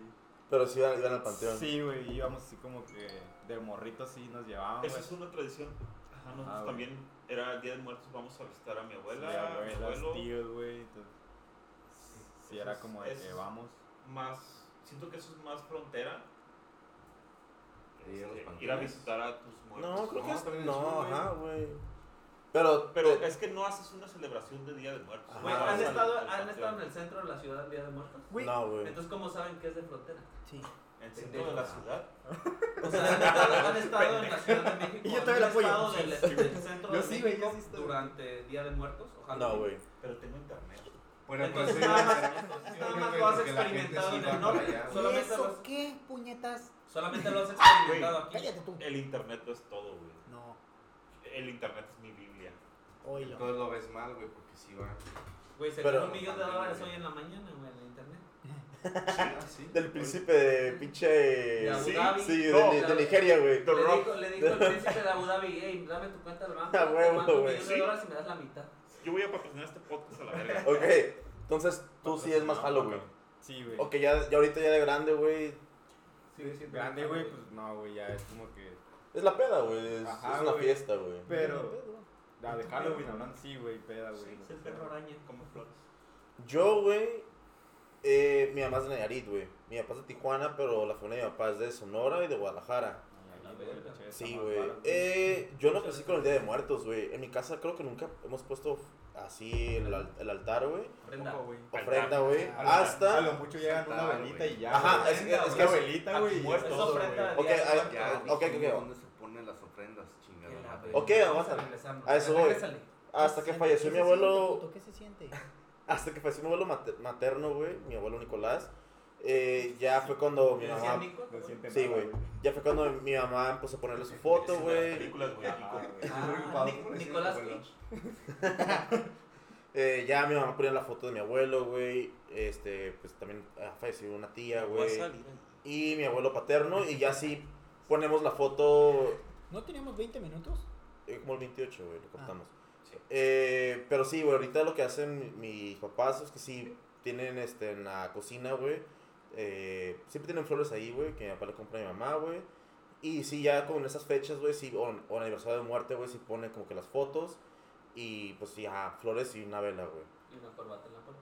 C: Pero sí iban, iban al panteón.
G: Sí, güey, íbamos así como que de morritos sí nos llevaban,
H: Esa
G: Ah, güey.
H: es una tradición. Ajá, nosotros
G: Ah, güey.
H: también era el Día de Muertos, vamos a visitar a mi
G: Sí,
H: abuela, a mi
G: abuelas,
H: abuelo.
G: tíos, güey. entonces, Sí,
H: Eso
G: era
H: es-
G: como de que
H: eso es-
G: vamos.
H: Más, siento que eso es más frontera
B: no
H: Este, ir a
B: tienes.
H: visitar a tus muertos.
C: No, creo que
B: No,
C: es.
B: también es
C: No,
B: uno, güey.
C: ajá, güey. Pero,
H: Pero es que no haces una celebración de Día de Muertos.
C: Ajá.
D: Güey,
C: Ah,
D: ¿han,
C: sí.
D: estado,
E: pues,
D: ¿han estado en el centro de la ciudad el Día de Muertos?
A: Güey,
C: No, güey.
D: Entonces, ¿cómo saben que es de frontera?
H: el centro de la ciudad.
D: O sea, han estado, han estado en la Ciudad de México.
A: Y yo todavía
D: han
A: lo apoyo.
D: estado del, del centro
G: Yo
D: de
G: sí, güey, yo
D: México
G: sí estoy.
D: durante Día de Muertos. Ojalá.
C: No, güey.
H: Pero tengo internet.
B: Bueno,
D: Entonces,
B: pues,
D: nada más,
B: sí,
D: entonces,
B: yo
D: nada
B: creo
D: más
B: que-
D: lo has
B: que la gente
D: experimentado
B: sí
D: en
B: va
D: el
B: para
D: norte.
B: allá.
A: ¿Y
D: Solamente lo,
A: eso
D: has,
A: qué, puñetas?
D: solamente lo has experimentado aquí.
A: Cállate tú.
E: Eh.
H: El internet lo es todo, güey.
A: No,
H: El internet es mi Biblia.
A: oílo.
B: Entonces lo ves mal, güey, porque sí va.
D: Güey, se
C: Pero-
D: ganó un millón de dólares hoy en la mañana, güey, en el internet.
B: Ah, sí.
C: Del príncipe de pinche.
D: De Abu
C: Eh, Sí,
D: Dhabi.
C: sí, de,
D: No,
C: de
D: claro.
C: Nigeria, güey.
D: Le dijo, le dijo al príncipe de Abu Dhabi, hey, dame tu cuenta del banco,
C: A
D: te
C: huevo,
D: mando un
C: güey.
D: millón de
H: Sí.
D: dólares y me das la mitad.
H: Yo voy a patrocinar este podcast a la verga.
C: Ok, entonces tú sí es más Halloween.
G: Sí, güey.
C: Ok, ya, ya ahorita ya de grande, güey.
D: Sigue siendo
G: Grande,
D: caro,
G: güey, pues no, güey, ya es como que.
C: Es la peda, güey. Es,
G: Ajá,
C: es una
G: güey.
C: fiesta, güey.
G: Pero. La Ah, de Halloween hablando, sí, güey, peda, güey.
H: Sí,
D: Es el perro araña.
H: Como flores.
C: Yo, güey. Eh, mi mamá es de Nayarit, güey. Mi papá es de Tijuana, pero la familia de mi papá es de Sonora y de Guadalajara.
G: Y ahí, güey, la chela
C: Sí,
G: está más
C: güey.
G: barata.
C: Eh, yo no crecí con el Día de Muertos, güey. En mi casa creo que nunca hemos puesto así el, al- el altar, güey.
D: Prenda.
G: Tampoco, güey.
C: Ofrenda,
H: Eh,
C: güey.
G: A lo- A
C: Hasta...
G: lo mucho llegan una
B: Claro,
G: velita
B: güey.
G: y ya.
C: Ajá,
G: güey.
C: es, es- es que...
G: Una velita,
H: a
G: güey.
H: tus
G: y es
H: muertos,
D: Es
G: todo,
D: ofrenda
G: güey.
D: de
C: Ok,
D: Día de
C: ahí-
D: Muertos.
B: Ya,
C: ok,
B: dijimos
C: ok.
B: dónde se ponen las ofrendas, chingada.
D: Que la
B: madre.
D: verga.
C: Ok, vamos a-
D: regresarnos.
C: a eso voy.
D: Regrésale.
C: Ah, Hasta que falleció mi abuelo...
A: ¿Qué se siente?
C: Hasta que falleció mi abuelo mater- materno, güey, mi abuelo Nicolás, eh, ya fue cuando mi
D: ¿Le decían
C: mamá...
D: Nico?
G: No siente
C: Sí,
G: nada,
C: güey. Ya fue cuando mi mamá empezó a ponerle su foto,
H: Es una de las
C: güey.
H: películas, güey.
G: Ajá,
H: Nico.
G: güey.
D: Ah,
B: preocupado
D: Nic-
B: por ese
D: Nicolás
B: abuelo.
D: Cage.
C: Eh, ya mi mamá ponía la foto de mi abuelo, güey. Este, pues también ha fallecido una tía,
H: Voy a
C: güey.
H: salir ahí.
C: Y mi abuelo paterno, y ya sí ponemos la foto
A: ¿No teníamos 20 minutos?
C: eh, como el 28, güey, lo cortamos.
H: sí.
C: Eh, pero sí, güey, ahorita lo que hacen mi- mis papás es que sí tienen este, en la cocina, güey. eh, siempre tienen flores ahí, güey, que mi papá le compra a mi mamá, güey. Y sí, ya con esas fechas, güey, sí, o, o en aniversario de muerte, güey, sí pone como que las fotos. Y pues sí, ajá, flores y una vela, güey.
D: Y una corbata en la puerta.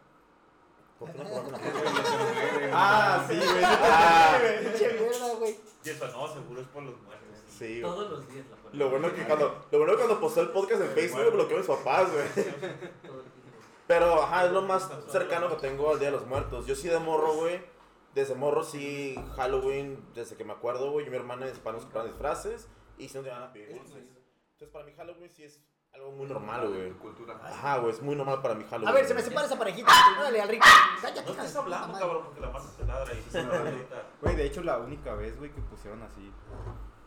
C: ¿Por qué no ponemos una foto?
G: Ah, sí, güey.
C: Ah,
A: Pinche mierda, güey.
H: Y eso no, seguro es por los muertos.
C: sí, güey.
D: Todos los días la ponen.
C: Lo bueno que cuando, lo bueno que cuando posteo el podcast en Facebook, bloqueo a mis papás, güey.
D: Todo el tiempo.
C: Pero, ajá, es lo más cercano que tengo al Día de los Muertos. Yo sí de morro, güey. Desde morro sí, Halloween, desde que me acuerdo, güey. Yo y mi hermana mis panos compraban disfraces y si no te van a pedir dulces. Entonces, para mí Halloween sí es algo muy normal, güey.
B: Tu Cultura.
C: Ajá, güey, es muy normal para mí Halloween.
A: A ver, se me
C: güey.
A: separa esa parejita. Órale, al rico. Cállate,
H: No
A: hija de
H: estés
A: tu puta
H: hablando,
A: madre.
H: cabrón, porque la masa te ladra y se ladra ahorita.
G: Güey, de hecho, la única vez, güey, que pusieron así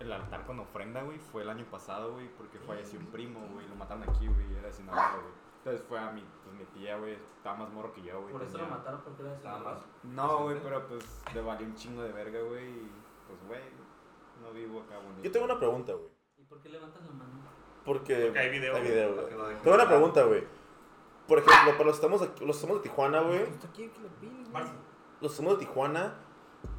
G: el altar con ofrenda, güey, fue el año pasado, güey, porque falleció un primo, güey, lo mataron aquí, güey, era de Sinaloa, güey. Entonces fue a mi, pues, mi tía, güey, estaba más morro que yo, güey.
D: Por eso lo
G: tenía-
D: mataron porque era de
B: Nada más.
G: No, güey, pero pues le valió un chingo de verga, güey, y pues, güey, no vivo acá bonito.
C: Yo tengo una pregunta, güey.
D: ¿Y por qué levantas la mano?
C: Porque,
H: Porque hay video, güey.
C: video,
B: Para que
C: güey.
B: lo dejen
C: Tengo una
B: hablar.
C: pregunta, güey. Por ejemplo, para los que estamos aquí- los que somos de Tijuana, güey.
A: Esto quiere que lo piden, güey.
H: Marzo.
C: los somos de Tijuana,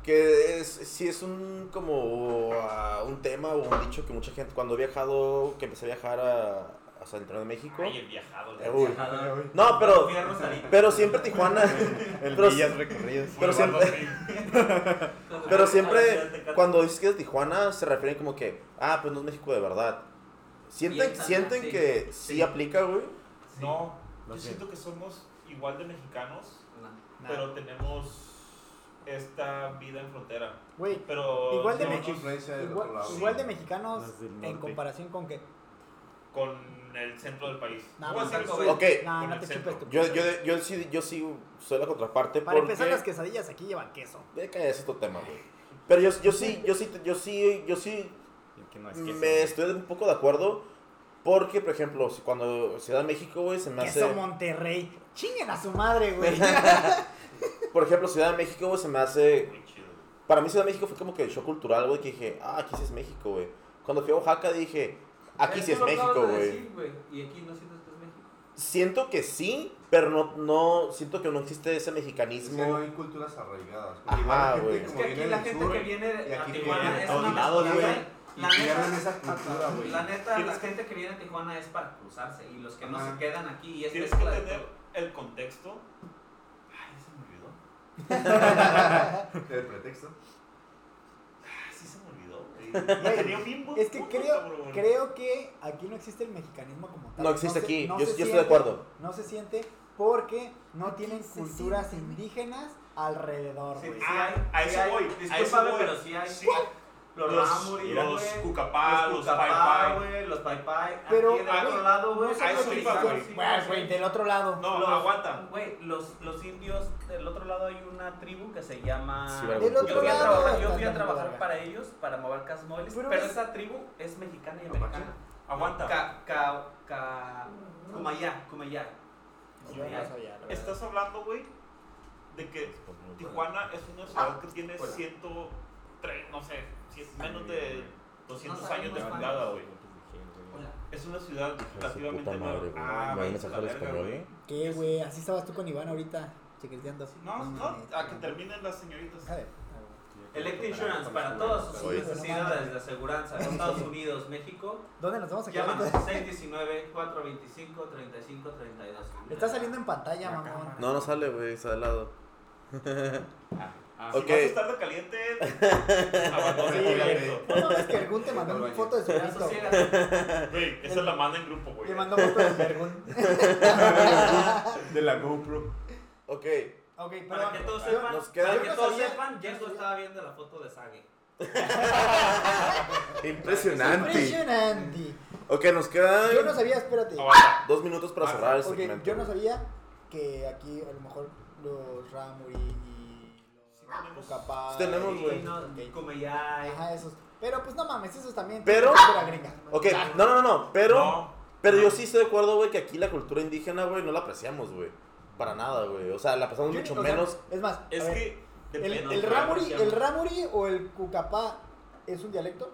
C: que es, sí es un como ah, un tema o un dicho que mucha gente, cuando he viajado, que empecé a viajar a, a San Antonio de México.
H: Ay, el viajado. la
C: Eh,
H: neta.
C: uy.
D: Cada-
C: No, pero,
D: Fui a Rosarito.
C: pero siempre Tijuana,
G: El
C: Pero-
G: Villas recorridos.
C: pero
H: Muy
C: siempre-
H: barro, sí.
C: pero siempre cuando dices que es de Tijuana se refieren como que, ah, pues no es México de verdad. ¿Sienten,
D: Piensan,
C: ¿sienten
D: sí,
C: que sí,
D: sí.
C: aplica, güey?
D: Sí.
H: No,
G: Lo
H: yo
G: sé.
H: siento que somos igual de mexicanos,
D: No.
H: pero tenemos esta vida en frontera.
A: Güey,
H: Pero
A: Igual de
H: no
B: Mucha
A: México.
H: nos-
B: influencia del otro
A: igual,
B: lado.
A: igual de mexicanos
G: Los del
A: en
G: norte.
A: comparación con que...
H: con el centro del país.
A: Nah,
H: Voy a
D: pues,
H: decir
D: algo,
H: sur,
D: güey.
C: Ok,
A: Nah,
H: con
A: no
H: el
A: te
H: centro.
A: chupes tu-
C: yo, yo, yo, sí, yo sí soy la contraparte.
A: Para empezar,
C: porque-
A: las quesadillas aquí llevan queso.
C: Ve que es otro tema, güey. Pero yo, yo sí, yo sí, yo sí, yo sí
G: Y que no Ah, es queso,
C: me
G: güey.
C: estoy un poco de acuerdo. Porque, por ejemplo, si cuando Ciudad de México, güey, se me hace.
A: Queso Monterrey. Chinguen a su madre, güey.
C: Por ejemplo, Ciudad de México, güey, se me hace.
H: Muy chido. güey.
C: Para mí, Ciudad de México fue como que el show cultural, güey, que dije, ah, aquí sí es México, güey. Cuando fui a Oaxaca dije, aquí
D: Eh,
C: sí es
D: tú lo acabas
C: México,
D: de
C: güey.
D: decir, güey. Y aquí no sientes que es México.
C: Siento que sí, pero no, no, siento que no existe ese
B: Es que no
C: mexicanismo.
B: hay culturas arraigadas.
C: Ajá,
B: Igual la gente
C: güey.
D: Es
B: como
D: que aquí
B: viene
D: la
B: del
D: gente
B: sur,
D: que viene
B: y
D: a
B: aquí
D: Tijuana
B: vienen
D: es
B: todos
D: una
G: lados,
D: mezcla,
G: güey.
D: La
B: y pierden
D: neta,
B: esa cultura, güey.
D: la neta, la
H: Tienes-
D: gente que viene a Tijuana es para cruzarse y los que no
B: Ajá.
D: se quedan aquí y es
H: Tienes que
D: mezcla de
H: tener
D: todo.
H: el contexto. Ay, se me olvidó.
B: El pretexto.
H: Ah, sí se me olvidó. güey.
E: Tenía bien buen
A: Es que
E: punto,
A: creo,
E: cabrón.
A: creo que aquí no existe el mexicanismo como tal.
C: No existe
A: se-
C: aquí,
A: no
C: yo-
A: se
C: yo estoy de
A: siente-
C: acuerdo.
A: No se siente porque no
I: Aquí
A: tienen
I: se
A: culturas
I: siente.
A: indígenas alrededor,
D: Sí,
A: güey.
D: sí
E: Ah,
D: hay-
E: a
D: sí
E: eso
D: hay-
E: voy, a
D: Discúlpame,
E: eso voy.
D: pero sí hay.
E: Sí.
D: Los
E: Los-
D: Ramuri,
E: los
D: güey,
E: cucapá, los
D: cucapá,
E: pai pai.
D: güey, Los pai pai.
A: Pero-
D: Aquí del
E: Ah,
D: otro
E: güey,
D: lado, güey.
E: a eso iba,
D: los
E: güey.
D: mexicanos,
A: Güey, güey, del otro lado.
E: No,
D: Los-
E: aguanta.
D: Güey, los, los indios, del otro lado hay una tribu que se llama...
C: Sí, güey.
A: Del
D: yo,
A: otro
D: fui a
A: lado.
D: trabajar, yo
A: está
D: fui a
A: la
D: trabajar
A: verga.
D: para ellos, para mover casmoles,
A: Pero
D: pero,
A: es-
D: esa tribu es mexicana y
E: Apache.
D: americana.
E: Aguanta.
D: Ca, ca, ca, Cumayá, Cumayá.
A: Yo no sabía, la verdad.
E: Estás hablando, güey, de
C: Pues,
E: que Tijuana es una ciudad que tiene
D: Hola.
E: 103, no sé, cien- menos de 200
D: No
E: años
D: sabemos
E: de
D: más.
E: fundada, güey.
D: Hola.
E: Es una
C: Hija
E: ciudad
C: de su puta
E: relativamente nueva.
C: madre, güey.
E: Ah,
C: ¿Me
E: váyanse
C: vienes a
E: a la
C: hablar
E: verga,
C: español,
E: güey.
C: eh?
A: ¿Qué, güey? Así estabas tú con Iván ahorita, chequeteando.
E: No, no,
A: mames,
E: a que
A: no.
E: terminen las señoritas.
A: A ver,
D: Electric Insurance para todas sus
C: Oye.
D: necesidades de aseguranza en Estados Unidos, México.
A: ¿Dónde nos vamos a quedar?
D: Llámanos 619-425-3532.
A: Está saliendo en pantalla,
G: Acá.
A: mamón.
C: No, no sale, güey, está al lado.
G: Ah,
E: Si
C: Ok.
E: vas a estar de caliente, abandona el
B: Sí,
E: proyecto.
A: No mames que Ergun te mandó una foto de su
D: Ya
A: grito.
D: sosiégate.
E: Güey, esa la manda en grupo, güey.
A: Le mandó foto de su Ergun.
G: De la GoPro.
C: Ok,
A: Ok,
D: Para que
A: perdón.
D: todos sepan,
C: Nos queda-
D: para
A: yo
D: que
A: no
D: todos
A: sabía-
D: sepan, Jess no estaba viendo la foto de Sage.
C: impresionante.
A: Impresionante.
C: Ok, nos
A: Yo no
C: quedan
A: sabía, espérate.
E: Aguanta.
C: dos minutos para cerrar el
A: Porque
C: Ah, segmento.
A: yo no sabía que aquí a lo mejor los Ramuri y los Capaz.
C: Sí tenemos,
D: Sí,
C: güey.
D: no, Como ya. hay-
A: Ajá, esos. Pero pues no mames, esos también.
C: Pero-
A: tienen cultura gringa.
C: Ok, no, no, no, no, pero,
E: No,
C: pero yo sí estoy de acuerdo, güey, que aquí la cultura indígena, güey, no la apreciamos, güey. Para nada, güey. O sea, la pasamos
A: Yo ni-
C: mucho
A: o sea,
C: menos.
A: es más, a
E: es
A: ver,
E: que
A: el,
E: depende.
A: el
E: güey.
A: Ramuri, el Ramuri o el Cucapá es un dialecto.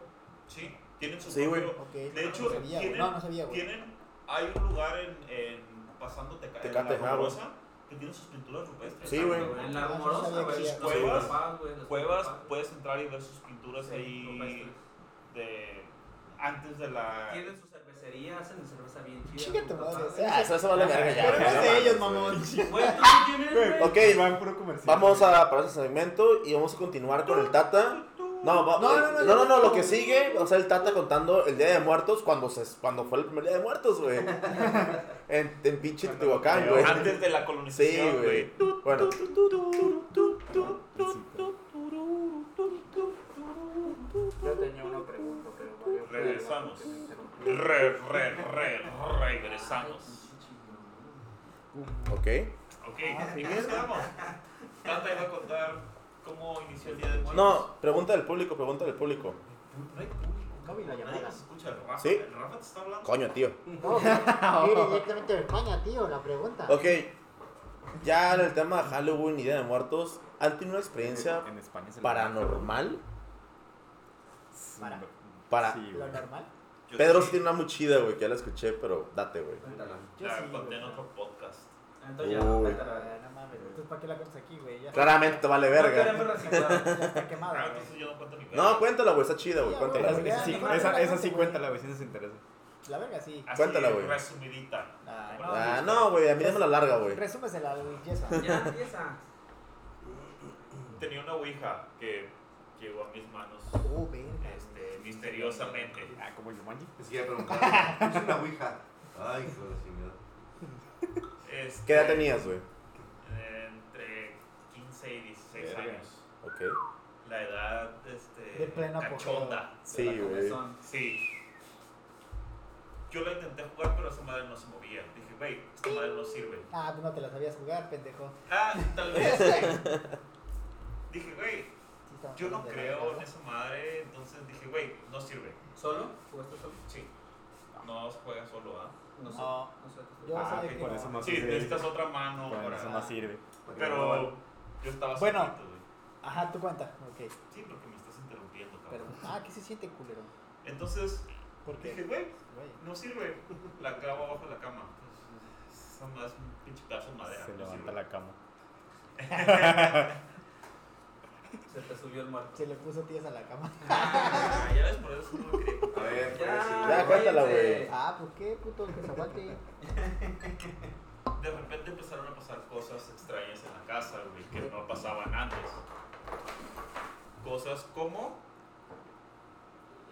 E: Sí, tienen su
C: Sí, güey.
E: propio-
A: Ok, no,
E: hecho,
A: no sabía, güey.
E: tienen-
A: no, no sabía, güey.
E: Tienen, hay un lugar en, en pasando Teca- en
C: Tecate,
E: la
C: ah, güey.
E: Rosa que tiene sus pinturas rupestres.
C: Sí, güey.
D: En la
A: Ah, no
D: rumorosa,
A: sabía
D: güey.
A: que
D: los
A: había-
E: Cuevas-
D: papás, güey, los
E: Cuevas,
D: papás.
E: puedes entrar y ver sus pinturas
D: Sí,
E: ahí
D: rupestres.
E: de antes de la
D: Tienen su cervecería, hacen cerveza bien chida.
A: Chinga tu
D: puta
A: madre,
D: madre.
A: o sea,
C: Ah, eso, eso vale verga ya.
A: Pero no
C: güey,
A: es de
C: mames,
A: ellos,
C: güey.
A: mamón.
D: Güey, ¿tú no tienes, güey?
C: Ok,
G: Iván, puro comercial.
C: vamos a parar ese segmento y vamos a continuar con el Tata. No, va-
A: No, no,
C: eh,
A: no, no,
C: no, no,
A: no.
C: lo que sigue, o sea, el Tata contando el Día de Muertos cuando se cuando fue el primer Día de Muertos, güey. En, en pinche Teotihuacán, güey.
E: antes de la
C: Sí,
E: colonización,
C: güey. Bueno.
J: Yo tenía una pregunta, pero valió
E: Regresamos.
J: verga porque me interrumpí.
E: Re, re, re, regresamos.
C: Ok.
E: Ok,
D: Ah,
E: ¿en qué estamos? Tata iba a contar cómo inició el día de muertos.
C: No, pregunta del público, pregunta del público.
E: No hay público,
J: No vi la
E: Nadie
J: llamada.
E: nos escucha, el Rafa.
C: Sí.
E: El Rafa te está hablando.
C: Coño, tío.
I: Viene directamente de España, tío, la pregunta.
C: Oh. Ok. Ya en el tema de Halloween y Día de Muertos, ¿han tenido una experiencia
G: En España se le-
C: paranormal?
G: Sí,
I: Para.
G: güey.
C: Para-
G: Sí,
I: Lo
G: güey.
I: normal.
E: Yo
C: Pedro sí
E: sí,
C: tiene una muy chida, güey, que ya la escuché, pero date, güey.
I: Yo
E: la
I: sí,
E: conté en
I: güey.
E: otro podcast.
D: Entonces ya,
C: Uy.
D: vete a la verga.
I: Ah, No mames, güey.
A: Entonces, ¿para qué la cortas aquí, güey? Ya,
C: Claramente te vale
D: No queremos
C: verga.
D: reciclar.
A: ya está
E: Ah,
A: quemada, güey.
E: entonces yo no cuento ni
C: No,
E: verga.
C: cuéntala, güey, está chida, güey,
A: Ya,
C: cuéntala.
A: güey,
C: güey.
A: ya.
G: Esa sí, esa, esa sí cuenta, la vecina se interesa.
A: La verga, sí.
E: Así,
C: Cuéntala, güey.
E: Resumidita.
A: Ah, no.
C: Ah, no, güey, a mí dame la larga, güey.
A: Resúmesela, güey, Yesa.
D: Ya empieza.
E: Tenía una ouija que llegó a mis manos
A: Oh, verga.
E: este, misteriosamente.
B: Eh,
G: Ah, como el Yumanji.
B: Es que ya preguntaron. Es una ouija. Ay, hijo de la chingada.
E: Este,
C: ¿Qué edad tenías, güey?
E: Entre 15 y 16
G: Verga.
E: años.
C: Ok.
E: La edad este,
A: De pleno apogeo.
E: cachonda.
C: Sí, güey.
D: Son.
E: Sí. Yo la intenté jugar, pero esa madre no se movía. Dije, güey, esta madre no sirve.
A: Ah, tú no te la sabías jugar, pendejo.
E: Ah, tal vez. güey. Dije, güey,
A: Sí, estamos
E: yo no
A: hablando de
E: creo en
A: verga.
E: esa madre. Entonces dije, güey, no sirve.
D: ¿Solo? ¿Jugaste solo?
E: Sí. No se juega solo, ¿ah?
D: No sé.
A: No.
D: No sé.
A: Yo
G: Ah,
A: sabía
G: que
A: que
G: con
A: no.
G: eso no
E: Sí,
G: sirve.
E: necesitas otra mano.
G: Con
E: para-
G: eso no sirve.
E: Pero yo estaba
A: Bueno.
E: solito, güey.
A: Ajá, tú cuenta. Ok,
E: Sí, porque me estás interrumpiendo,
A: pero.
E: cabrón.
A: Ah, ¿qué se siente culero?
E: Entonces dije,
A: Porque,
E: güey,
A: güey.
E: no sirve. La clavo abajo de la cama. Esa madre es un pinche pedazo de madera.
G: Se
E: no
G: levanta
E: sirve.
G: la cama.
D: Se te subió el muerto.
A: Se le puso tías a la cama.
E: Ah, ya ves, por eso no lo quería.
B: A ver,
C: Ya, cuéntala,
D: cállense.
A: Ah, pues qué puto que se aguante.
E: De repente empezaron a pasar cosas extrañas en la casa, güey, que no pasaban antes. Cosas como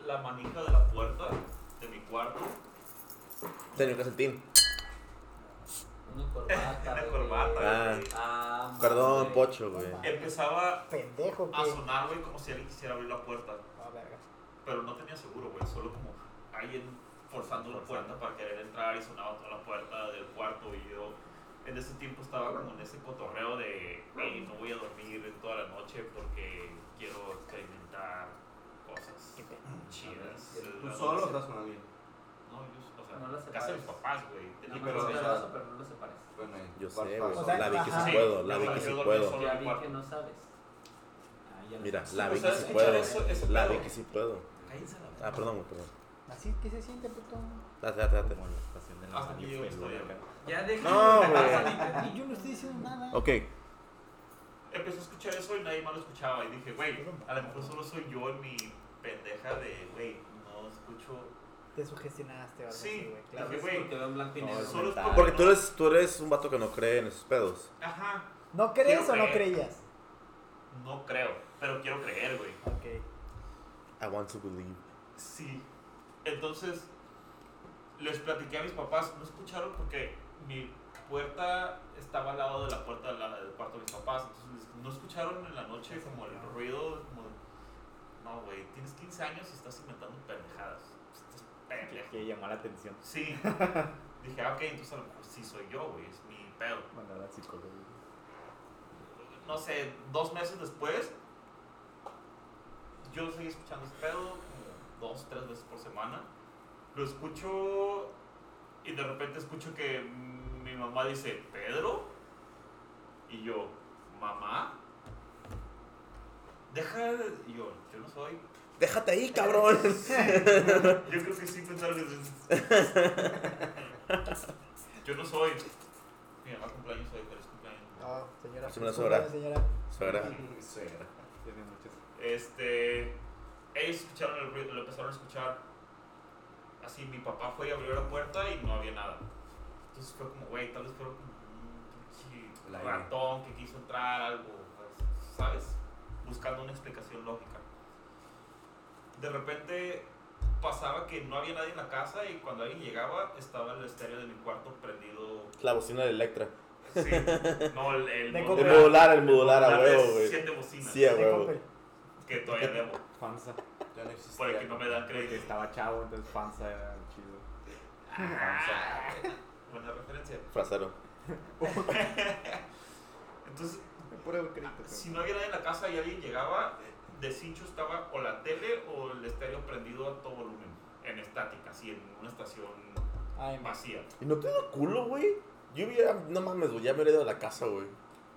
E: la manija de la puerta de mi cuarto.
C: Tenía un calcetín.
D: Una corbata.
E: Una
D: güey.
E: corbata. güey.
D: Ah,
C: Perdón,
D: madre.
C: pocho, güey.
E: Empezaba
A: Pendejo, que.
E: a sonar, güey, como si alguien quisiera abrir la puerta.
A: Ah, verga.
E: Pero no tenía seguro, güey. Solo como alguien forzando la puerta para querer entrar y sonaba toda la puerta del cuarto. Y yo en ese tiempo estaba como en ese cotorreo de, güey, no voy a dormir toda la noche porque quiero experimentar cosas
A: Qué pena.
E: chidas.
B: ¿Tú
E: La
B: solo o
E: adolescencia.
B: estás con alguien?
E: No, yo, o sea,
D: No las
E: casa de
D: separes.
E: mis papás, güey.
D: Nada
E: Y
D: más
B: pero,
D: es
B: o sea,
D: peligroso, pero no lo separes.
B: Bueno, ahí.
C: Yo
B: Vas
C: sé,
B: para
C: güey.
A: O sea,
C: La vi que
A: ajá.
C: sí puedo, la vi que
E: Yo
C: sí
E: dormí
C: puedo.
E: solo.
D: Ya
E: el
D: vi
E: cuarto.
D: que no sabes. Ah, ya
C: Mira,
D: no-
C: la vi
E: O sea,
C: que sí
E: escuchar
C: puedo.
E: eso- eso
C: La
E: pedo.
C: vi que sí puedo.
E: Cállense la
C: Ah, perdón, güey, perdón.
A: Así que se siente, puto.
C: Date, date, date.
G: Como la estación de la
E: Hasta aquí llego,
G: peluda,
E: Ah, estoy
G: acá.
D: Ya deja.
C: No,
D: que
C: güey.
D: pasa, Dieter.
A: Yo no estoy diciendo nada.
G: Ok,
E: Empecé a escuchar eso y nadie más lo escuchaba. Y dije, güey, a lo mejor solo soy yo en mi pendeja de, güey, no escucho.
A: Te sugestionaste, ¿verdad?
E: Sí,
A: güey.
D: Tal
A: Claro.
E: dije,
D: vez
E: güey,
D: porque veo en blanco y
G: No,
D: negro.
E: solo
G: mental.
E: escucho.
C: Porque tú eres, tú eres un vato que no cree en esos pedos.
E: Ajá,
A: ¿No crees
E: Quiero
A: o no
E: creer.
A: creías?
E: no creo, pero quiero creer, güey.
A: Ok.
C: I want to believe.
E: Sí. Entonces, les platiqué a mis papás, no escucharon porque mi puerta estaba al lado de la puerta de la- del cuarto de mis papás. Entonces, no escucharon en la noche como el ruido, como, no, güey, tienes 15 años y estás inventando pendejadas. Estás pendejo.
G: que llamar la atención.
E: Sí. Dije, ah, ok, entonces a lo mejor sí soy yo, güey, es mi pedo.
G: Mandar al psicólogo.
E: No sé, dos meses después, yo seguí escuchando ese pedo como dos, tres veces por semana. Lo escucho y de repente escucho que mi mamá dice, Pedro. Y yo, mamá. Deja, de-". y yo, yo no soy.
C: Déjate ahí, cabrón.
E: Yo creo que sí pensaron que Yo no soy. Mi mamá cumpleaños hoy, feliz cumpleaños.
A: No, señora.
C: Hazme una
A: pues,
C: sobra.
A: disculpe, señora. Ah.
C: Suegra.
B: Suegra.
G: Tiene muchas.
E: Este, ellos escucharon el ruido, lo empezaron a escuchar. Así, mi papá fue y abrió la puerta y no había nada. Entonces fue como, güey, tal vez fue como un pinche
B: El aire.
E: ratón que quiso entrar, algo, pues, ¿sabes? Buscando una explicación lógica. De repente pasaba que no había nadie en la casa y cuando alguien llegaba estaba el estéreo de mi cuarto prendido.
C: La bocina de Electra.
E: Sí, no, el, el
A: De
C: El
A: Pero-
C: modular, el modular a
E: modular de
C: huevo, güey.
E: Siete bocinas
C: Sí, a
A: De
C: huevo.
A: Coppel.
E: que todavía debo,
G: Fansa.
B: Ya no existe.
E: por el que no me dan
G: Porque
E: crédito.
G: estaba chavo, entonces Fansa era el chido.
E: Buena referencia.
C: Frasero.
E: Entonces,
G: Me pruebo crédito.
E: si no había nadie en la casa y alguien llegaba, de cincho estaba o la tele o el estéreo prendido a todo volumen, en estática, así en una estación
A: Ay, más.
E: vacía.
C: ¿Y no te da culo, güey? Yo hubiera, no mames, güey, ya me hubiera ido a la casa, güey.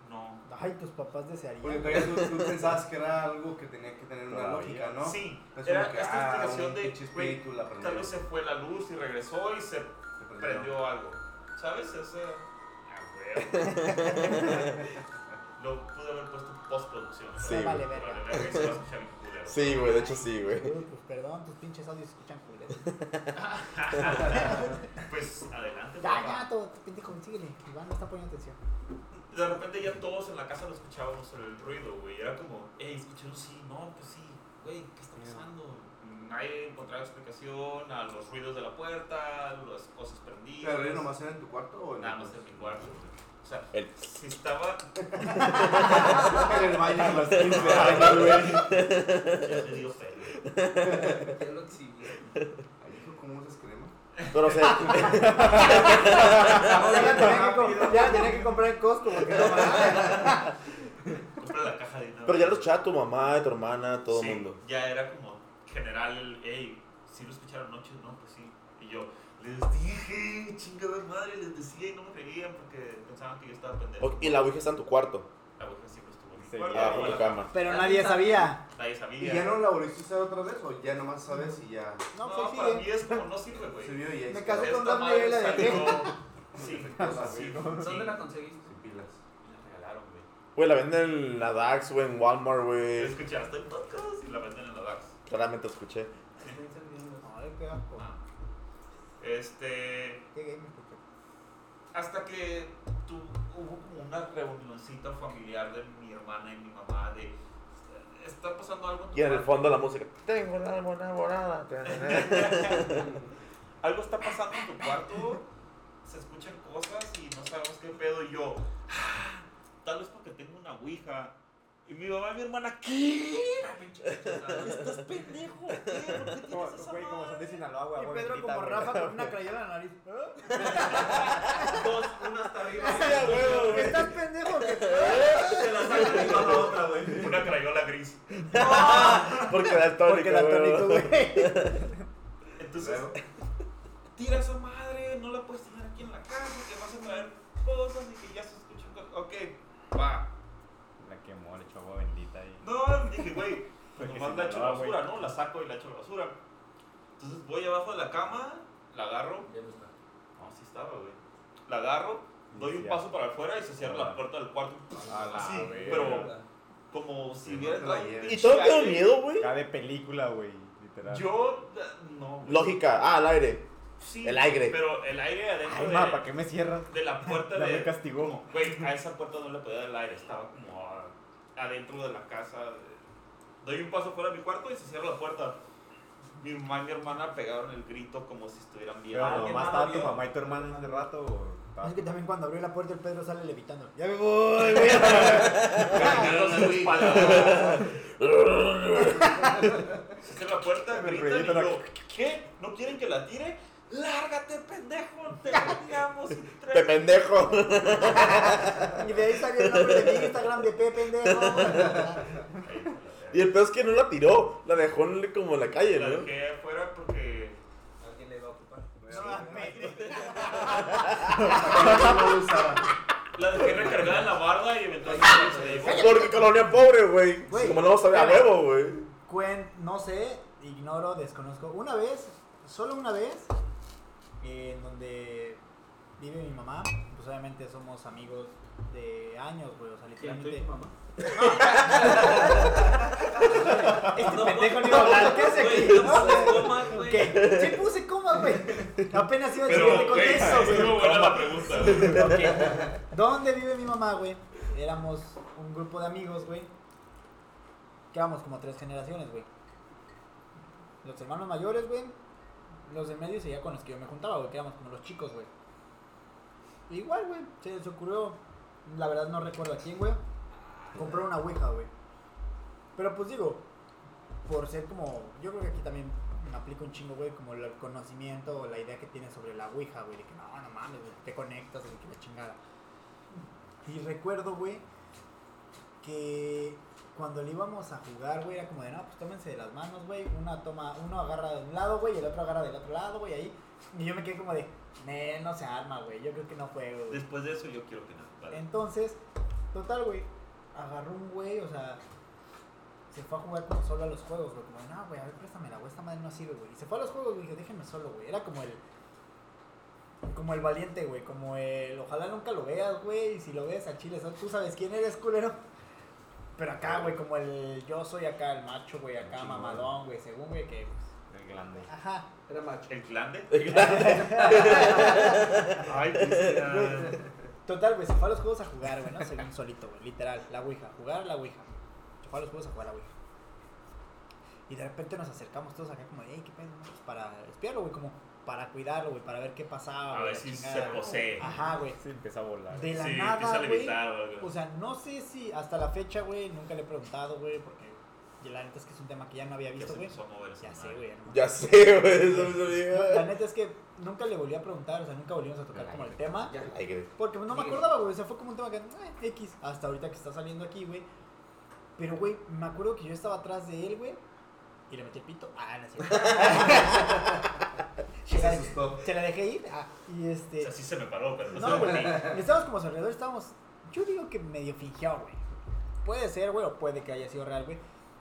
E: No.
A: Ay, tus papás
B: Porque
A: desearían.
B: todavía tú, tú pensabas que era algo que tenía que tener una
G: Todavía.
B: lógica, ¿no?
E: Sí,
B: Es
E: era
B: como que,
E: esta
B: ah,
E: explicación
B: un
E: de,
B: pinche
E: güey,
B: espíritu la prendió.
E: tal vez se fue la luz y regresó y se
B: Se prendió.
E: prendió algo. ¿Sabes? Ese... Ah, güey. Lo pude haber puesto en postproducción.
C: Sí,
E: ¿verdad?
A: güey. Vale, verga.
E: verga, y se va a escuchar bien culero.
C: Sí, güey, de hecho sí, güey.
A: Uy, pues perdón, tus pinches audios se escuchan culeros.
E: Pues adelante.
A: Ya,
E: papá.
A: ya, todo, pendejo, síguele. Iván no está poniendo atención.
E: De repente ya todos en la casa lo escuchábamos el ruido, güey. Era como, hey, escucharon sí, no, pues sí, güey, ¿qué está pasando? Nadie encontraba explicación a los ruidos de la puerta, las cosas prendidas.
B: ¿Pero nomás era en tu cuarto o en
E: Nada
B: el-
E: más en mi cuarto. güey. O sea,
C: El-
E: si estaba.
B: En el baño.
E: Ya le digo fe, güey.
D: Ya lo exhibí.
B: Ay, hijo, ¿Cómo usas crema?
C: Pero, o sea,
G: Ah,
A: Ya la tenía que com- ya la tenía que comprar en Costco porque no mames.
E: Compré la caja de nada.
C: pero ya lo escuchaba tu mamá, tu hermana, todo el
E: Sí,
C: mundo.
E: Ya era como general el, hey, si lo escucharon anoche, no, pues sí. Y yo, les dije, chingada madre, les decía y no me creían porque pensaban que yo estaba pendejo.
C: Ok, y la Ouija está en tu cuarto,
E: La Ouija siempre estuvo en mi
G: Sí,
E: cuarto,
G: ya,
E: en
C: abajo de
E: la
C: tu cama.
A: Pero nadie sabía.
E: Nadie
B: ¿Y
E: sabía.
B: ya no la volviste a usar otra vez o ya nomás sabes y ya
A: No,
E: No,
A: pues
E: para
A: sigue.
E: mí es como no sirve, güey.
B: se vio y ahí
A: Me
B: se
A: casé
B: quedó?
A: con-
E: Esta
A: Dafne y
E: madre
A: la dejé.
E: salió sin cosas,
B: Ah, Sí,
E: sin-
D: ¿Dónde
E: sin-
D: la conseguiste?
B: Sin pilas.
E: Me la regalaron, güey.
C: Güey, la venden en la DAX, güey, en Walmart, güey.
E: Escuchaste el podcast y la venden en la DAX.
C: Claramente escuché.
D: Se está encendiendo.
A: Ay, qué asco.
E: Ah. Este.
A: pues, Qué gay me escuché.
E: Hasta que tu- hubo como una reunioncita familiar de mi hermana y mi mamá de está pasando algo en tu
C: Y en el
E: cuarto.
C: fondo la música. Tengo la alma enamorada.
E: Algo está pasando en tu cuarto, se escuchan cosas y no sabemos qué pedo. Y yo, "Ah, tal vez porque tengo una ouija. Y mi mamá y mi hermana, ¿qué? Pinche chingada. Estás pendejo, ¿qué? ¿Por qué tienes
G: Como,
E: esa
G: güey, como son de
E: madre?"
G: Sinaloa, güey.
A: Y
G: agua
A: Pedro
G: bendita,
A: como
G: güey.
A: Rafa con una crayola en la nariz. ¿Ah?
E: Dos, una hasta arriba.
C: huevo, güey.
A: ¿Estás pendejo? que-
E: Se la sacan y con la otra, güey. Una crayola gris.
C: Porque da
A: Porque la tónico, güey.
E: Entonces,
B: Luego.
E: tira esa madre, no la puedes tener aquí en la casa, que vas a traer cosas y que ya se escuchan cosas. Ok, va.
G: La quemó, le echó agua bendita y.
E: No, dije, güey, pues
G: Porque
E: nomás
G: si
E: la
G: no,
E: echo a la
G: güey.
E: basura, ¿no? La saco y la echo a la basura. Entonces voy abajo de la cama, la agarro.
D: Ya no está.
E: No, sí estaba, güey. La agarro, doy un
G: Ya.
E: paso para afuera y se cierra la puerta del cuarto.
G: A la
E: Así,
G: verga.
E: Ah, pero como si
B: Sí,
E: hubiera
B: no te la
E: entrado un
B: lleves.
E: pinche
C: Y todo quedó
E: aire.
C: miedo, güey.
G: Cada película, güey. Literal.
E: Yo, eh, no. güey.
C: Lógica. Ah, al aire.
E: Sí,
C: El aire.
E: Pero el aire adentro
G: Ay,
E: de,
G: ma, ¿para qué me cierras?
E: de la puerta
G: Ya
E: de...
G: me castigó.
E: Güey, a esa puerta no le podía dar el aire, estaba como a- adentro de la casa. de- Doy un paso fuera de mi cuarto y se cierra la puerta. Mi mamá y mi hermana pegaron el grito como si estuvieran bien.
G: Pero
E: Ah,
G: nomás
D: más
G: estaba tu
D: vio.
G: mamá y tu hermana en ese rato. o estaba-
A: Es que también cuando abrió la puerta el Pedro sale levitando.
G: Ya me voy, güey.
C: Ah,
E: entonces, espalda. Se cierra la puerta,
G: Me
E: gritan y
G: proyectan
E: yo, ¿qué? ¿No quieren que la tire? ¡Lárgate, pendejo! ¡Te teníamos
C: Te pendejo.
A: Y de ahí salió el nombre de mi Instagram de Pepe, pendejo.
C: Y el peor es que no la tiró. La dejó en el- como en la calle,
E: La
C: ¿no?
E: dejé afuera porque...
D: Alguien le va a ocupar.
E: La dejé recargada en la barda y eventualmente se la llevó.
C: Porque colonia pobre, güey.
A: Güey,
C: Como no vamos a ver a
A: espera.
C: huevo, güey.
A: Cuen, no sé, ignoro, desconozco. Una vez, solo una vez, eh, en donde vive mi mamá, pues obviamente somos amigos de años, güey. O sea, literalmente.
D: mamá.
A: Este
D: Este No,
A: pendejo no
D: güey,
A: iba a hablar. ¿Qué hace
D: güey,
A: aquí?
D: no pongas comas, güey.
A: ¿Qué? Sí puse coma, güey. Apenas iba a
E: Pero,
A: decirte con
E: güey,
A: eso, güey.
E: estuvo buena la pregunta. güey.
A: Ok. ¿Dónde vive mi mamá, güey? Éramos un grupo de amigos, güey. Que éramos como tres generaciones, güey. Los hermanos mayores, güey. Los de medio sería con los que yo me juntaba, güey. Que éramos como los chicos, güey. Igual, güey. Se les ocurrió. La verdad no recuerdo a quién, güey. Comprar una ouija, güey. Pero pues digo, por ser como. Yo creo que aquí también me aplica un chingo, güey, como el conocimiento o la idea que tienes sobre la Ouija, güey, de que no, no mames, güey, te conectas, de que la chingada. Y recuerdo, güey, que cuando le íbamos a jugar, güey, era como de, no, pues tómense de las manos, güey, una toma, uno agarra de un lado, güey, y el otro agarra del otro lado, güey, ahí. Y yo me quedé como de, "Nee, no se arma, güey, yo creo que no juego, güey.
E: Después de eso yo quiero que nada. vale.
A: Entonces, total, güey, agarró un güey, o sea, se fue a jugar como solo a los juegos, güey. Como, no, güey, a ver, préstamela, güey, esta madre no sirve, güey. Y se fue a los juegos, güey, dije, déjenme solo, güey. Era como el. Como el valiente, güey. Como el. Ojalá nunca lo veas, güey. Y si lo ves a Chile, so- tú sabes quién eres, culero. Pero acá, güey, como el. Yo soy acá el macho, güey, acá
G: Chingón.
A: mamadón, güey, según, güey, que. pues,
G: El grande.
A: Ajá.
D: Era macho.
E: ¿El clan de?
H: Ay, Cristian.
A: Total, güey, se fue a los juegos a jugar, güey, ¿no? Según solito, güey, literal. La Ouija, jugar la Ouija. Se fue a los juegos a jugar la Ouija. Y de repente nos acercamos todos acá como, hey, qué pedo, no? Pues para espiarlo, güey, como para cuidarlo, güey, para ver qué pasaba.
E: A
A: güey,
E: ver
A: la
E: si se
A: chingada, güey.
E: posee.
A: Ajá, güey.
G: Sí, empieza a volar.
A: De la
E: sí, empieza a
A: nada, güey. Pues,
E: levitar o algo.
A: O sea, no sé si hasta la fecha, güey, nunca le he preguntado, güey, porque y la neta es que es un tema que ya no había
E: Ya
A: visto,
E: se
A: güey.
E: empezó a mover esa
A: Ya sé,
E: madre.
A: güey. ya no me
C: Ya sé, güey. Eso me
A: acuerdo. La
C: olvidó.
A: neta es que nunca le volví a preguntar, o sea, nunca volvimos a tocar como el tema.
D: Ya.
C: Ay, güey.
A: Porque no me
D: Sigue.
A: acordaba, güey. O sea, fue como un tema que. eh, X. Hasta ahorita que está saliendo aquí, güey. Pero, güey, me acuerdo que yo estaba atrás de él, güey. Y le metí el pito. Ah, no es cierto. se,
B: Se
A: la,
B: asustó.
A: se la dejé ir. ah, y
E: O
A: este.
E: sea, sí se me paró, pero no,
A: No,
E: se me
A: güey.
E: metí.
A: Estábamos como a su alrededor. Estábamos. Yo digo que medio fingió, güey. Puede ser, güey. O puede que haya sido real, güey.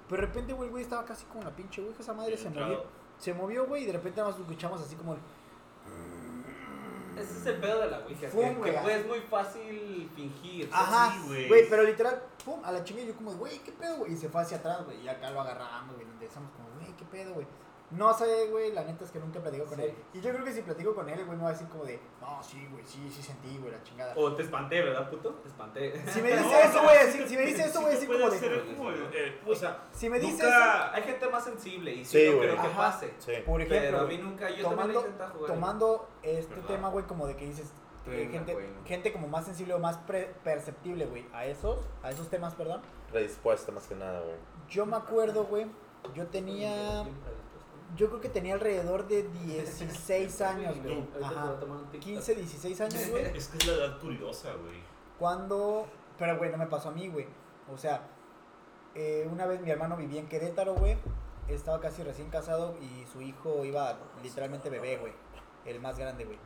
A: Pero de repente, güey, el güey estaba casi como una pinche, güey. que Esa madre se movió.
E: Entrado.
A: Se movió, güey. Y de repente nada más escuchamos así como. el-
D: Ese es el pedo de la Ouija.
A: Fue,
D: Que,
A: güey.
D: que fue- es muy fácil fingir.
A: Ajá,
E: Pues sí, güey.
A: güey, pero literal, pum, a la chinga yo como, güey, ¿qué pedo, güey? Y se fue hacia atrás, güey, y acá lo agarramos, güey, nos empezamos como, güey, ¿qué pedo, güey? No sé, güey, la neta es que nunca platico con
D: Sí.
A: él. Y yo creo que si platico con él, güey, me va a decir como de, no, sí, güey, sí, sí sentí, güey, la chingada.
E: Oh.
D: O te espanté, ¿verdad, puto? Te espanté.
A: Si me dice eso, güey, si, si me dice eso,
E: Sí
A: güey,
E: te
A: así
E: puede
A: como de,
E: hacer como el- eh,
H: pues,
E: o sea,
A: si me dice eso,
E: nunca-
D: Hay gente más sensible y sí,
C: Sí,
D: no
C: güey.
D: creo que
A: Ajá.
D: pase.
C: Sí.
A: por
D: Pero a
A: ejemplo,
D: mí
A: güey,
D: nunca, yo también lo
A: tomando,
D: he intentado jugar.
A: tomando este
E: ¿Verdad?
A: tema, güey, como de que dices, eh,
B: Trena,
A: gente,
B: güey.
A: gente como más sensible o más pre- perceptible, güey, a esos, a esos temas, perdón.
C: Redispuesta más que nada, güey.
A: Yo me acuerdo, güey, yo tenía, yo creo que tenía alrededor de 16 años, güey. Ajá. 15, 16 años, güey.
E: es que es la edad curiosa, güey.
A: Cuando. Pero, güey, no me pasó a mí, güey. O sea, eh, una vez mi hermano vivía en Querétaro, güey. Estaba casi recién casado y su hijo iba literalmente bebé, güey. El más grande, güey.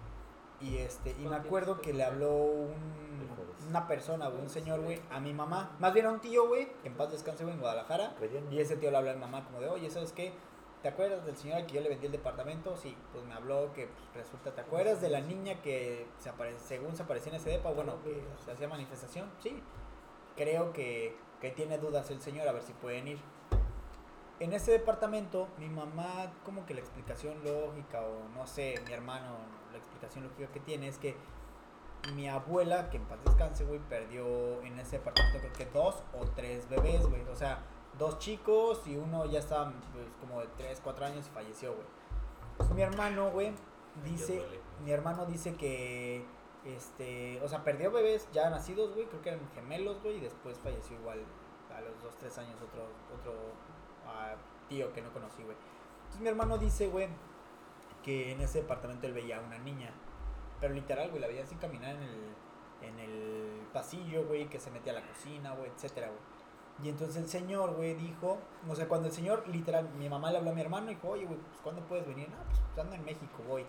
A: Y este, y me acuerdo que le habló un- una persona, güey, un señor, güey, a mi mamá. Más bien a un tío, güey, que en paz descanse, güey, en Guadalajara.
C: Relleno.
A: Y ese tío le habló a mi mamá como de, oye, ¿sabes qué? ¿Te acuerdas del señor al que yo le vendí el departamento? Sí, pues me habló que pues, resulta, ¿te acuerdas de la niña que se apare- según se aparecía en ese depa? Bueno, que se hacía manifestación, sí. Creo que, que tiene dudas el señor, a ver si pueden ir. En ese departamento, mi mamá, como que la explicación lógica, o no sé, mi hermano, la explicación lógica que tiene es que mi abuela, que en paz descanse, güey, perdió en ese departamento creo que dos o tres bebés, güey. O sea, dos chicos y uno ya estaba pues, como de 3, 4 años y falleció, güey. Pues, mi hermano, güey, dice,
E: duele.
A: mi hermano dice que, este, o sea, perdió bebés ya nacidos, güey, creo que eran gemelos, güey, y después falleció igual a los 2, 3 años otro, otro ah, tío que no conocí, güey. Entonces mi hermano dice, güey, que en ese departamento él veía a una niña. Pero literal, güey, la veía así caminar en el, en el pasillo, güey, que se metía a la cocina, güey, etcétera, güey. Y entonces el señor, güey, dijo, o sea, cuando el señor, literal, mi mamá le habló a mi hermano y dijo, oye, güey, pues ¿cuándo puedes venir? No, pues ando en México, voy.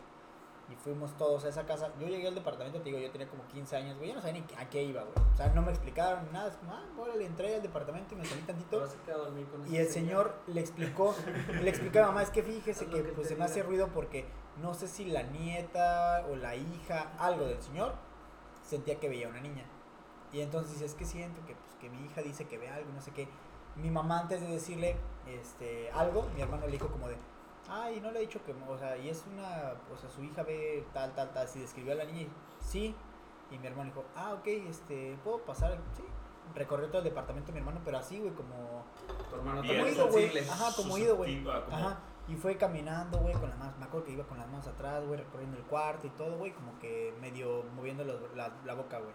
A: Y fuimos todos a esa casa. Yo llegué al departamento, te digo, yo tenía como 15 años, güey, yo no sabía ni a qué iba, güey. O sea, no me explicaron ni nada, es como, ah, órale, entré al departamento y me salí tantito. Y el señor le explicó, le explicó a mamá, es que fíjese
D: Haz
A: que
D: lo que
A: pues,
D: te
A: se me hace
D: diga".
A: ruido porque no sé si la nieta o la hija, algo del señor, sentía que veía a una niña. Y entonces dice, es que siento que, pues, que mi hija dice que ve algo, no sé qué. Mi mamá antes de decirle este, algo, mi hermano le dijo como de, ay, no le he dicho que, o sea, y es una, o sea, su hija ve tal, tal, tal, si describió a la niña, y, sí. Y mi hermano dijo, ah, ok, este, ¿puedo pasar? Sí. Recorrió todo el departamento mi hermano, pero así, güey, como
D: Tu hermano
A: como
E: Y es
D: también
A: ido, güey.
D: sensible.
A: Ajá, como ido, güey.
D: ah,
E: Susceptible, como-
A: Ajá. Y fue caminando, güey, con las manos. Me acuerdo que iba con las manos atrás, güey, recorriendo el cuarto y todo, güey, como que medio moviendo los- la, la boca, güey.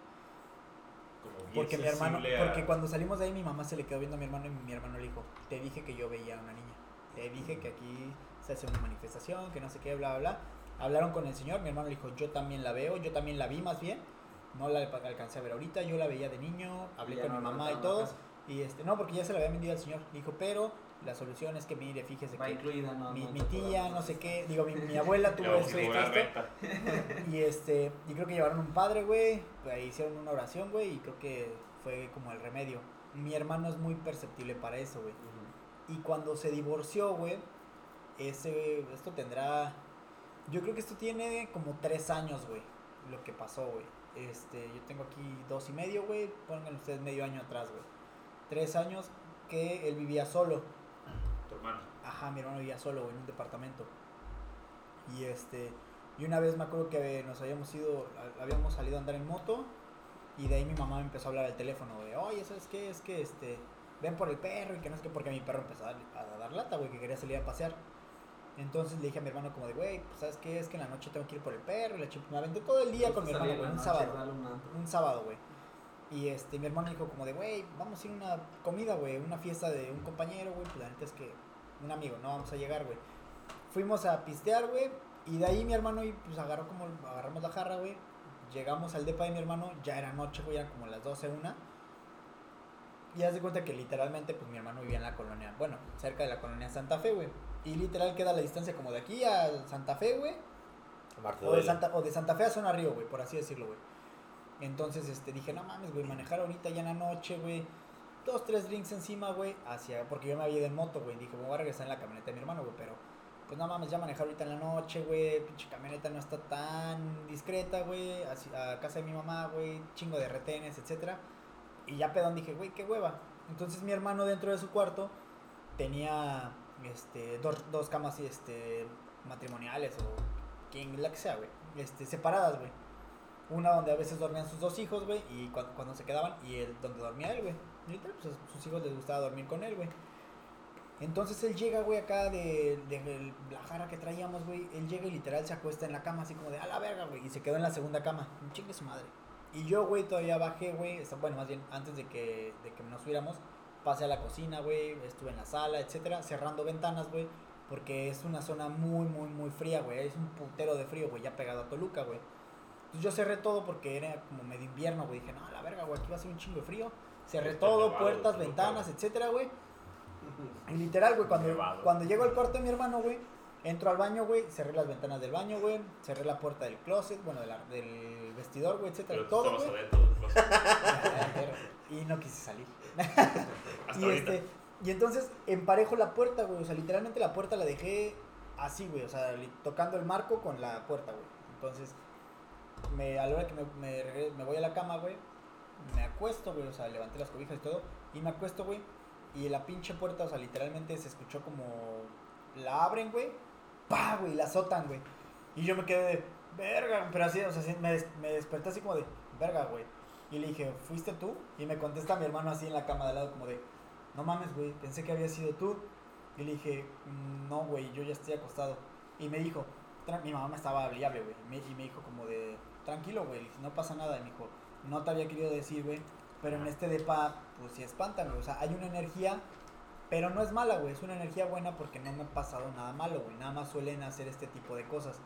E: como bien
A: Porque mi hermano,
E: sensible a-
A: porque cuando salimos de ahí, mi mamá se le quedó viendo a mi hermano y mi hermano le dijo: Te dije que yo veía a una niña. Te dije que aquí se hace una manifestación, que no sé qué, bla, bla, bla. Hablaron con el señor, mi hermano le dijo: Yo también la veo, yo también la vi más bien. No la alca- alcancé a ver ahorita, yo la veía de niño, hablé
D: Ya
A: con
D: no
A: mi mamá y
D: rentaron la
A: todo.
D: casa.
A: Y este, no, porque ya se la había vendido al señor. Dijo, pero la solución es que mire, fíjese
D: Va
A: que
D: incluida, no.
A: mi,
D: no
A: mi
D: te
A: tía,
D: cobramos.
A: no sé qué, digo, mi, mi abuela tuvo
E: Luego,
A: esto,
E: si
A: esto,
E: cobra
A: esto.
E: renta.
A: Y este, y creo que llevaron un padre, güey, pues, ahí hicieron una oración, güey, y creo que fue como el remedio. Mi hermano es muy perceptible para eso, güey. Y cuando se divorció, güey, ese, esto tendrá, yo creo que esto tiene como tres años, güey, lo que pasó, güey. Este, yo tengo aquí dos y medio, güey, pongan ustedes medio año atrás, güey. Tres años que él vivía solo.
E: Tu hermano.
A: Ajá, mi hermano vivía solo, güey, en un departamento. Y este, y una vez me acuerdo que eh, nos habíamos ido, a- habíamos salido a andar en moto y de ahí mi mamá me empezó a hablar al teléfono de, oye, ¿sabes qué? Es que este, ven por el perro y que no es que porque mi perro empezó a, dar- a dar lata, güey, que quería salir a pasear. Entonces le dije a mi hermano como de, güey, pues, ¿sabes qué? Es que en la noche tengo que ir por el perro y la chup- Me aventé todo el día
D: Pues
A: con mi
D: salí
A: hermano,
D: en
A: güey,
D: la
A: un
D: noche,
A: sábado
D: dale un antro.
A: un sábado, güey. Y este, mi hermano dijo como de, güey, vamos a ir a una comida, güey, una fiesta de un compañero, güey, pues la neta es que un amigo, no vamos a llegar, güey. Fuimos a pistear, güey, y de ahí mi hermano y pues agarró como, agarramos la jarra, güey. Llegamos al depa de mi hermano, ya era noche, güey, eran como las 12, una. Y haz de cuenta que literalmente, pues mi hermano vivía en la colonia, bueno, cerca de la colonia Santa Fe, güey. Y literal queda la distancia como de aquí a Santa Fe, güey.
C: Marte
A: O de,
C: duele.
A: Santa, o de Santa Fe a Zona Río, güey, por así decirlo, güey. Entonces, este, dije, no mames, güey, manejar ahorita ya en la noche, güey. Dos, tres drinks encima, güey, hacia... Porque yo me había ido en moto, güey. Dije, me voy a regresar en la camioneta de mi hermano, güey, pero... Pues no mames, ya manejar ahorita en la noche, güey. Pinche camioneta no está tan discreta, güey. así- A casa de mi mamá, güey. Chingo de retenes, etcétera. Y ya pedón dije, güey, qué hueva. Entonces mi hermano dentro de su cuarto tenía este, dos, dos camas este, matrimoniales o quien la que sea, güey, este, separadas, güey. Una donde a veces dormían sus dos hijos, güey, y cua- cuando se quedaban, y el donde dormía él, güey. Y literal, pues, a sus hijos les gustaba dormir con él, güey. Entonces él llega, güey, acá de, de el- la jara que traíamos, güey. Él llega y literal se acuesta en la cama, así como de a la verga, güey. Y se quedó en la segunda cama. Un chingue su madre. Y yo, güey, todavía bajé, güey. o sea, Bueno, más bien, antes de que, de que nos fuéramos, pasé a la cocina, güey. Estuve en la sala, etcétera, cerrando ventanas, güey. Porque es una zona muy, muy, muy fría, güey. Es un puntero de frío, güey, ya pegado a Toluca, güey. Entonces yo cerré todo porque era como medio invierno, güey. Dije, no, a la verga, güey, aquí va a ser un chingo de frío. Cerré
H: Está Este
A: todo,
H: nevado,
A: puertas,
H: Toluca,
A: ventanas, etcétera, güey. Y literal, güey, cuando,
G: Nevado.
A: cuando llego al cuarto de mi hermano, güey, entro al baño, güey, cerré las ventanas del baño, güey, cerré la puerta del closet, bueno, de la- del vestidor, güey, etcétera,
H: Pero tú
A: todo,
H: estabas
A: güey.
H: adentro del closet.
A: Y no quise salir.
H: Hasta
A: Y,
H: ahorita.
A: este, y entonces emparejo la puerta, güey. O sea, literalmente la puerta la dejé así, güey. O sea, li- tocando el marco con la puerta, güey. Entonces, me, a la hora que me, me, regre- me voy a la cama, güey, me acuesto, güey. O sea, levanté las cobijas y todo. Y me acuesto, güey. Y la pinche puerta, o sea, literalmente se escuchó como. La abren, güey. ¡Pa, güey! La azotan, güey. Y yo me quedé de. Verga, pero así, o sea, así me, des- me desperté así como de. Verga, güey. Y le dije, ¿fuiste tú? Y me contesta mi hermano así en la cama de al lado, como de, no mames, güey, pensé que había sido tú. Y le dije, "Mm, no, güey, yo ya estoy acostado. Y me dijo, "Tran-" mi mamá me estaba hablable, güey. y me- Y me dijo como de, tranquilo, güey, le dije, no pasa nada. Y me dijo, no te había querido decir, güey, pero en este depa, pues sí espantan, güey. O sea, hay una energía, pero no es mala, güey. Es una energía buena porque no me ha pasado nada malo, güey. Nada más suelen hacer este tipo de cosas.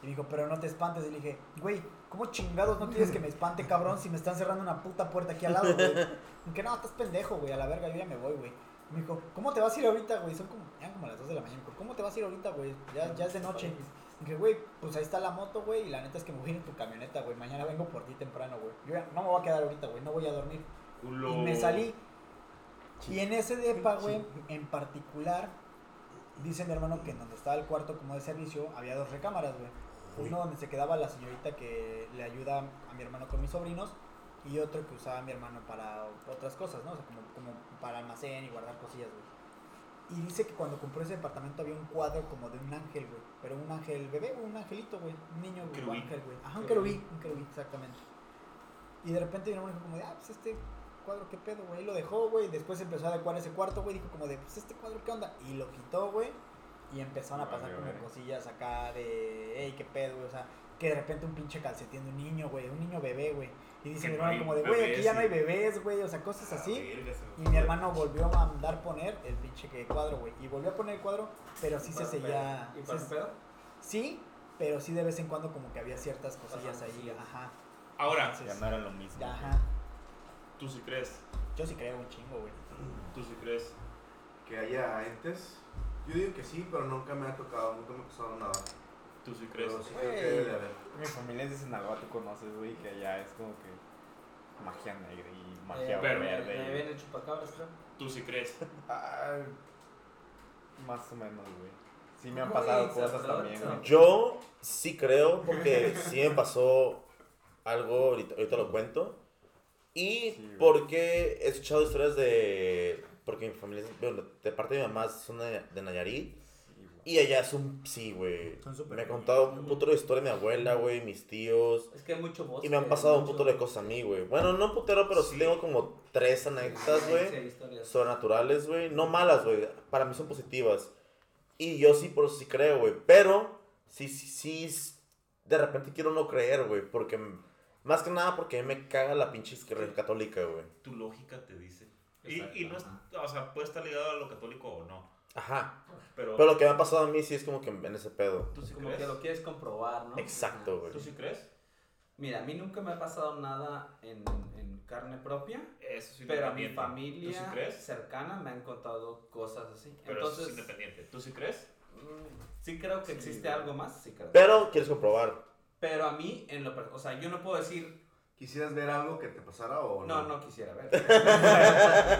A: Y me dijo, pero no te espantes. Y le dije, güey, ¿cómo chingados no quieres que me espante, cabrón, si me están cerrando una puta puerta aquí al lado, güey? Y Que no, estás pendejo, güey, a la verga, yo ya me voy, güey. Y Me dijo, ¿cómo te vas a ir ahorita, güey? Son como, eran como las 2 de la mañana. Me dijo, ¿Cómo te vas a ir ahorita, güey? Ya, ya es de noche. Y Dije, güey, pues ahí está la moto, güey, y la neta es que me voy a ir en tu camioneta, güey. Mañana vengo por ti temprano, güey. Yo ya no me voy a quedar ahorita, güey, no voy a dormir.
H: Culo.
A: Y me salí. Y en ese depa, güey, en particular, dice mi hermano que en donde estaba el cuarto como de servicio había dos recámaras, güey. Uno donde se quedaba la señorita que le ayuda a mi hermano con mis sobrinos y otro que usaba mi hermano para otras cosas, ¿no? O sea, como, como para almacén y guardar cosillas, güey. Y dice que cuando compró ese departamento había un cuadro como de un ángel, güey. Pero un ángel bebé, un angelito, güey. Un niño, güey. Un
E: Querubín.
A: ángel, güey. Ajá, un querubí, un querubí, exactamente. Y de repente mi hermano dijo como de, ah, pues este cuadro, qué pedo, güey. Y Lo dejó, güey. Después empezó a adecuar ese cuarto, güey. Dijo como de, pues este cuadro, ¿qué onda? Y lo quitó, güey. Y empezaron a
G: Vale,
A: pasar como
G: vale.
A: cosillas acá de, hey, qué pedo, güey. O sea, que de repente un pinche calcetín de un niño, güey. Un niño bebé, güey. Y dice
H: Que
A: mi
H: no
A: hermano
H: hay
A: como de, güey, aquí
H: bebés,
A: ya no hay
H: sí.
A: bebés, güey. O sea,
E: Ah,
A: cosas así.
H: Ah, Verga, se me
A: Y
H: fue.
A: mi hermano volvió a mandar poner el pinche que cuadro, güey. Y volvió a poner el cuadro, pero sí se
D: Para un
A: seguía.
D: pedo. ¿Y para
A: se-
D: un pedo?
A: sí, pero sí de vez en cuando como que había ciertas cosillas
D: Pasaban
A: ahí.
D: cosillas.
A: Ajá.
E: Ah,
H: Ahora,
A: Entonces,
G: Ya no era lo mismo.
A: ya, ajá.
H: tú si crees,
A: Yo sí creo un chingo, güey.
H: tú si crees.
B: Que haya entes. Yo digo que sí, pero nunca me ha tocado, nunca me ha pasado nada.
H: Tú si crees.
B: Pero sí creo que debe de haber.
G: Mi familia es de Sinaloa, tú conoces, güey, que allá es como que magia negra y magia
D: Eh,
H: pero-
D: me- Me ven
G: verde.
D: el chupacabras, creo.
H: Tú si crees.
G: y- Ah, más o menos, güey. Sí me han
D: Güey,
G: pasado
D: se
G: cosas
D: aprovecha.
G: también, güey.
C: Yo sí creo, porque sí me pasó algo, ahorita, ahorita lo cuento. Y
G: Sí, güey.
C: porque he escuchado historias de. Porque mi familia, es- bueno, de parte de mi mamá, son de, de Nayarit.
G: Sí, güey.
C: Y allá es un. Sí, güey.
A: Son súper
C: Me ha
A: buenos.
C: contado un putero de historia mi abuela, güey, mis tíos.
D: Es que hay mucho voz.
C: Y me han pasado un putero de cosas a mí, güey. Bueno, no un putero, pero sí tengo como tres anécdotas, güey sobrenaturales, güey. No malas, güey. Para mí son positivas. Y yo sí, por eso sí creo, güey. Pero, sí, sí, sí. s- De repente quiero no creer, güey. Porque, m- más que nada, porque me caga la pinche izquierda católica, güey.
H: Tu lógica te dice. Y, y no es, o sea, puede estar ligado a lo católico o no.
C: Ajá.
H: Pero,
C: Pero lo que me ha pasado a mí sí es como que en ese pedo.
H: tú si
D: Como
H: crees.
D: que lo quieres comprobar, ¿no?
C: Exacto,
D: Ajá.
C: güey.
H: ¿Tú si crees?
D: Mira, a mí nunca me ha pasado nada en, en carne propia,
H: Eso es
D: pero a mi
H: independiente. ¿Tú sí
D: familia
H: crees?
D: cercana me han contado cosas así.
H: Pero eso
D: Entonces,
H: es independiente. ¿Tú si crees?
D: mm, sí creo que existe algo más, sí creo.
C: Pero quieres comprobar.
D: Pero a mí, en lo per- o sea, yo no puedo decir,
B: ¿Quisieras ver algo que te pasara o
D: no,
B: no?
D: no quisiera ver.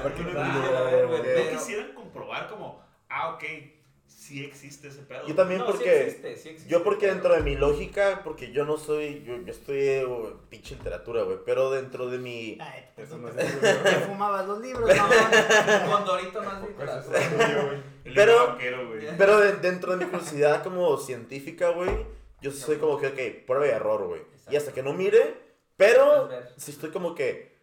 D: Porque no quisiera
K: Ah,
D: ver, güey,
B: No
H: No
D: pero-
H: quisieran comprobar como, ah, ok, sí existe ese pedo.
C: Yo también
D: No, sí
C: porque...
D: existe, sí existe,
C: Yo porque
D: pero-
C: dentro de mi lógica, porque yo no soy, yo, yo estudié güey, pinche literatura, güey, pero dentro de mi...
A: Ay,
G: Eso
A: eso
G: no
A: no
G: es
A: te fumabas los libros, mamá.
D: Condorito más
G: Tampoco Pues eso
D: literal.
G: es tuyo, güey.
E: El
C: Pero-
E: libro vaquero, güey.
C: Pero de- dentro de mi curiosidad como científica, güey, yo sí soy como que, ok, prueba y error, güey. Y hasta que no mire, pero
D: Ver.
C: sí estoy como que,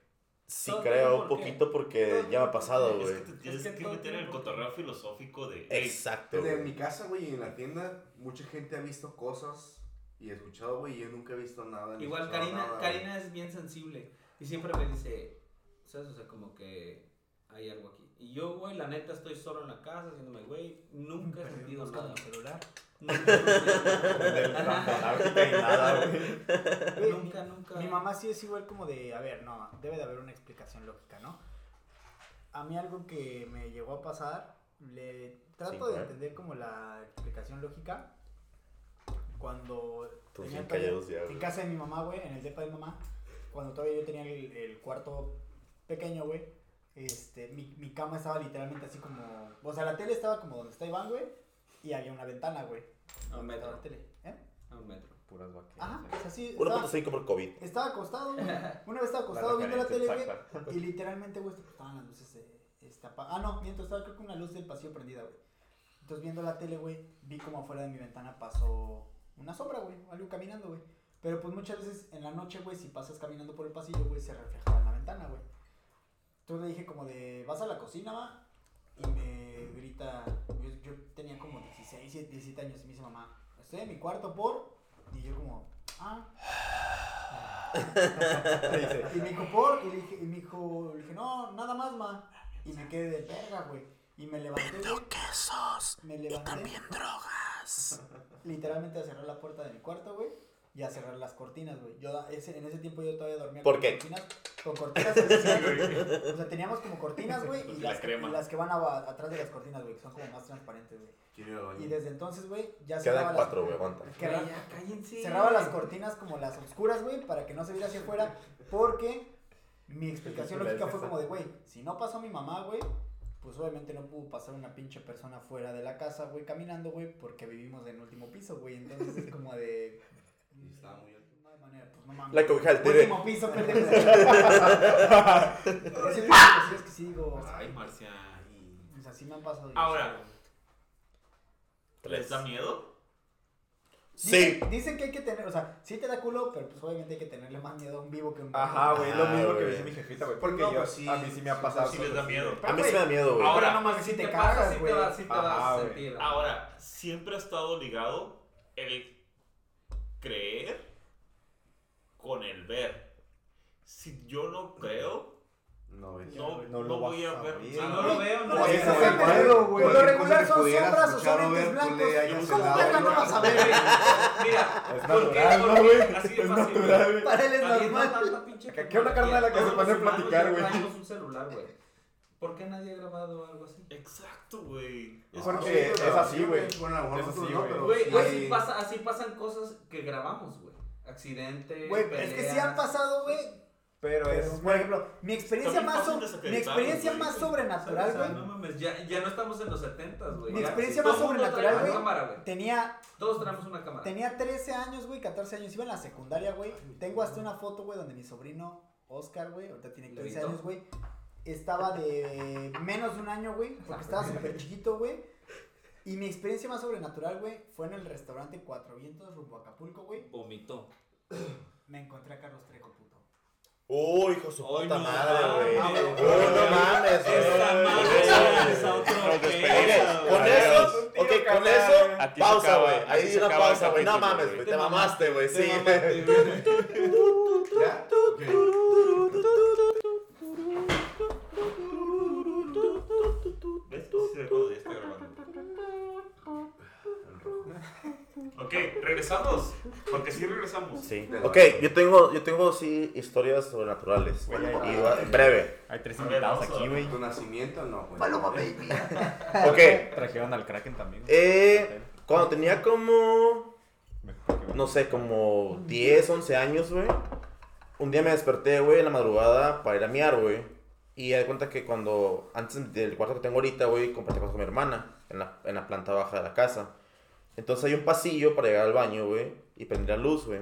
C: sí
K: Todo
C: creo
K: tiene
C: un
K: por qué.
C: poquito porque
K: Todo
C: ya me ha
K: tiene por qué.
C: pasado,
E: Es
C: güey.
E: que te
K: Es
E: tienes
K: que
E: que
K: todo
E: meter en el
K: tiene-
E: cotorreo filosófico de. "Ey,
C: Exacto,
B: Desde mi
C: güey.
B: casa, güey, y en la tienda, mucha gente ha visto cosas y escuchado, güey, y yo nunca he visto nada. ni
K: Igual
B: escuchado
K: Karina,
B: nada, güey.
K: Karina es bien sensible y siempre me dice, ¿sabes? O sea, como que hay algo aquí. Y yo, güey, la neta estoy solo en la casa haciéndome, güey, nunca he sentido nada.
A: celular.
K: Nunca, he sentido
G: Del
K: nada.
G: transportarte y nada, güey.
A: Güey,
K: nunca, nunca.
A: Mi mamá sí es igual como de, a ver, no, debe de haber una explicación lógica, ¿no? A mí algo que me llegó a pasar, le
C: Sí,
A: trato
C: claro.
A: de entender como la explicación lógica cuando
C: Tú
A: tenía
C: bien
A: todavía-
C: callados ya,
A: en
C: güey.
A: casa de mi mamá, güey, en el depa de mi mamá, cuando todavía yo tenía el, el cuarto pequeño, güey, este, mi, mi cama estaba literalmente así como, o sea, la tele estaba como donde está Iván, güey, y había una ventana, güey,
K: A un
A: donde
K: metro.
A: estaba la tele, ¿eh?
K: A un metro.
G: Puras vaqueras.
A: Ajá,
G: eh.
A: o sea, sí, estaba-
C: 1.5 por COVID.
A: estaba acostado, güey. Una vez estaba
G: La
A: acostado viendo la tele,
G: referencia
A: güey.
G: exacta.
A: Y literalmente, güey, estaban las luces eh, este, apa- Ah, no, mientras estaba creo que una luz del pasillo prendida, güey. Entonces viendo la tele, güey, vi como afuera de mi ventana pasó una sombra, güey. Algo caminando, güey. Pero pues muchas veces en la noche, güey, si pasas caminando por el pasillo, güey, se reflejaba en la ventana, güey. Entonces le dije como de, vas a la cocina, va. Y me grita, yo, yo tenía como 16, 17 años y me dice mamá, estoy en mi cuarto por... Y yo como, ah, y me dijo, ¿por? Y, le dije, y me dijo, le dije, no, nada más, ma. Y me quedé de verga, güey. Y me levanté. güey. Me levanté.
C: drogas.
A: Literalmente a cerrar la puerta de mi cuarto, güey. Y a cerrar las cortinas, güey. Yo da- ese- en ese tiempo yo todavía dormía
C: ¿Por
A: con
C: qué?
A: cortinas. Con cortinas. güey. o sea, teníamos como cortinas, güey. Y,
E: La
A: las,
E: crema.
A: y las que van a- atrás de las cortinas, güey. Que son como más transparentes, güey.
B: Quiero ir al baño.
A: Y desde entonces, güey, ya cerraba
C: Quedan
A: las-
C: 4, güey, aguanta.
A: que
K: Güey,
A: era-
K: ya, cállense.
A: Cerraba las cortinas como las oscuras, güey, para que no se viera hacia afuera, porque mi explicación lógica fue como de, güey, si no pasó mi mamá, güey, pues obviamente no pudo pasar una pinche persona fuera de la casa, güey, caminando, güey, porque vivimos en el último piso, güey, entonces es como de...
B: Y estaba muy alto.
A: No hay manera, pues no mames.
C: La cobija del tigre.
A: Último piso, pendejo. Ese tipo de cosillas que sí digo,
E: Ay, Marcia. y-
A: o sea, sí me han pasado. yo
E: Ahora.
A: sé,
E: ¿Les da miedo?
C: Sí.
A: Dicen, dicen que hay que tener, o sea, sí te da culo, pero pues obviamente hay que tenerle más miedo a un vivo que a un muerto.
G: Ajá, güey, lo
C: Ah,
G: mismo que me
C: güey.
G: dice mi jefita, güey. Porque
B: No,
G: yo,
B: pues sí,
G: a mí sí me ha
B: sí,
G: pasado.
E: sí les da miedo.
C: A mí sí me da miedo, güey.
E: Ahora,
A: no mames, si
K: Si
A: te
K: te pasa,
A: cagas,
K: sí te
A: güey.
K: vas, sí te vas
G: Ajá,
K: a
G: güey.
K: sentir.
E: Ahora, siempre ha estado ligado el creer con el ver. Si yo no creo,
B: No ves.
E: no,
G: no
E: no,
G: lo vas
E: voy a
G: a
E: ver.
G: ver.
E: Si
K: Si
E: no
K: no
E: lo
K: lo veo, no
A: Por
K: lo
A: eso
K: veo.
A: se me dio, güey. Lo
B: Por cualquier cosa
A: regular
B: que
A: son
B: pudieras
A: sombras o
B: escuchar
A: son
B: o
A: entes
B: ver, tú
A: blancos.
B: le hayas
A: ¿Cómo
B: helado,
A: verga no
B: güey.
A: vas a ver?
D: Mira,
G: Es
E: ¿Por qué?
G: natural, ¿no,
E: Porque
G: güey?
E: Así de
G: Es
E: fácil.
G: natural, güey.
A: Para él es
K: También no
A: normal.
K: tanta pinche
G: Que- que una
K: tecnología.
G: carnala que se
K: Todos
G: pone a
K: los humanos
G: platicar,
K: ya
G: güey.
K: traemos un celular, güey. ¿Por qué nadie ha grabado algo así?
E: Exacto, güey. Es
G: Porque
E: como-
G: es así, güey.
B: Bueno, a lo mejor
G: Es así,
B: nosotros no,
G: güey.
B: pero
K: Güey,
B: sí
K: así,
B: hay-
K: pasa, así pasan cosas que grabamos, güey. Accidentes,
A: Güey, es que sí han
K: peleas.
A: pasado, güey.
G: Pero
A: Pero,
G: es,
A: por ejemplo, mi experiencia
E: También
A: más,
E: pasan
A: so- mi
E: desacreditados,
A: experiencia
E: güey.
A: más
K: O sea,
A: sobrenatural,
K: No
A: güey.
K: mames, ya, ya no estamos en los 70, güey.
A: Mi
K: Ya,
A: experiencia
K: todo
A: más
K: el mundo
A: sobrenatural,
K: trae una
A: güey.
K: cámara, güey.
A: Tenía,
K: Todos tenemos una cámara.
A: tenía 13 años, güey, 14 años. Iba en la secundaria, güey. Tengo hasta una foto, güey, donde mi sobrino Oscar, güey, ahorita tiene 15
K: Levito.
A: años, güey. Estaba de menos de un año, güey, porque estaba
E: Ah,
A: súper chiquito, güey. Y mi experiencia más sobrenatural, güey, fue en el restaurante Cuatro Vientos rumbo a Acapulco, güey.
K: Vomitó.
A: Me encontré a Carlos Trejo, puto.
C: Uy, hijo de su
E: Ay,
C: puta
E: no
C: madre, güey.
E: mames.
C: Uy, no mames,
E: Esa madre es
C: güey.
E: otro
C: Oye,
E: pedo,
C: Con
E: güey.
C: eso,
G: Un tiro,
C: ok, con
G: cabrón.
C: eso,
H: Aquí se
C: pausa,
H: acaba,
C: güey.
H: aquí
C: Ahí
H: se
C: una
H: acaba el
C: pausa, güey. No
H: capítulo,
C: mames,
H: güey.
C: güey. Te mamaste, güey. Sí,
B: ¿Ya? Ok.
E: ¿Ves? Sí se ve cuando ya está grabando. Ok, regresamos. Porque sí regresamos.
C: Sí. Ok, yo tengo, yo tengo sí historias sobrenaturales.
G: Güey, ahí va.
C: Y va- en breve.
G: Hay tres
E: A ver,
G: invitados
E: vamos a
G: aquí,
E: ver.
G: güey.
B: ¿Tu nacimiento no, güey?
C: Ok.
G: Trajeron al Kraken también. güey.
C: Eh, cuando tenía como
G: Porque, güey,
C: no sé, como 10, 11 años, güey. Un día me desperté, güey, en la madrugada para ir a miar, güey. Y me di cuenta que cuando, antes del cuarto que tengo ahorita, güey, compartí cuarto con mi hermana en la, en la planta baja de la casa. Entonces hay un pasillo para llegar al baño, güey, y prendí la luz, güey.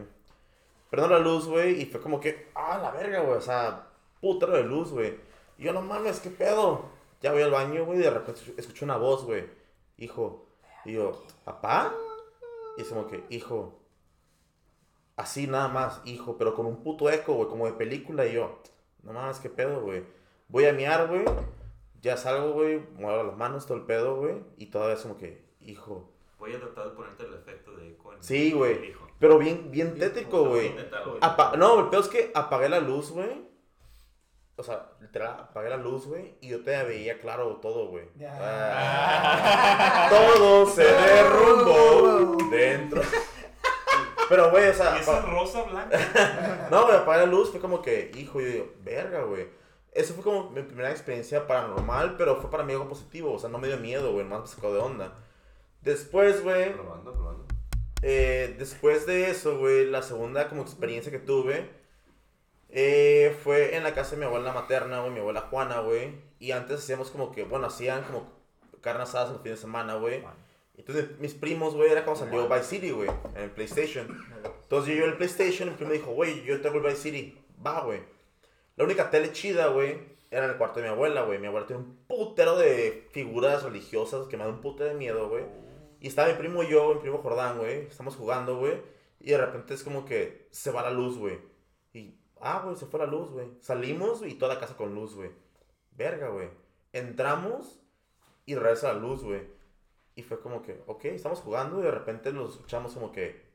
C: Prendo la luz, güey, y fue como que, ah, la verga, güey, o sea, putero de luz, güey. Y yo, no mames, qué pedo. Ya voy al baño, güey, y de repente escucho- escucho una voz, güey. hijo. Y yo, ¿papá? Y es como que, hijo. Así nada más, hijo, pero con un puto eco, güey, como de película. Y yo, no mames, qué pedo, güey. Voy a miar, güey. Ya salgo, güey, muevo las manos, todo el pedo, güey. Y todavía es como que, hijo.
E: Voy a tratar de ponerte el efecto de eco en
C: Sí,
E: el
C: güey.
E: hijo.
C: Pero bien, bien tétrico,
E: Lo voy a
C: güey.
E: intentar, güey.
C: Apa- no, el peor es que apagué la luz, güey. O sea, literal, apagué la luz, güey. Y yo te veía claro todo, güey.
A: Ya.
C: Ah, todo se derrumbó dentro. Pero, güey, o sea.
E: Y esa
C: apa-
E: rosa blanca.
C: No, güey, apagué la luz. Fue como que, hijo, yo digo, verga, güey. Eso fue como mi primera experiencia paranormal, pero fue para mí algo positivo. O sea, no me dio miedo, güey. Más me sacó de onda. Después, güey.
B: Probando, probando.
C: Eh, después de eso, güey, la segunda como experiencia que tuve eh, fue en la casa de mi abuela materna, güey, mi abuela Juana, güey. Y antes hacíamos como que, bueno, hacían como carne asadas en los fines de semana, güey. Entonces mis primos, güey, era como salió Vice City, güey, en el PlayStation. Entonces yo yo el PlayStation y mi primo dijo, güey, yo tengo el Vice City. Va, güey. La única tele chida, güey, era en el cuarto de mi abuela, güey. Mi abuela tiene un putero de figuras religiosas que me da un putero de miedo, güey. Y estaba mi primo y yo, mi primo Jordán, güey. Estamos jugando, güey. Y de repente es como que se va la luz, güey. Y, ah, güey, se fue la luz, güey. Salimos y toda la casa con luz, güey. Verga, güey. Entramos y regresa la luz, güey. Y fue como que, ok, estamos jugando y de repente nos escuchamos como que,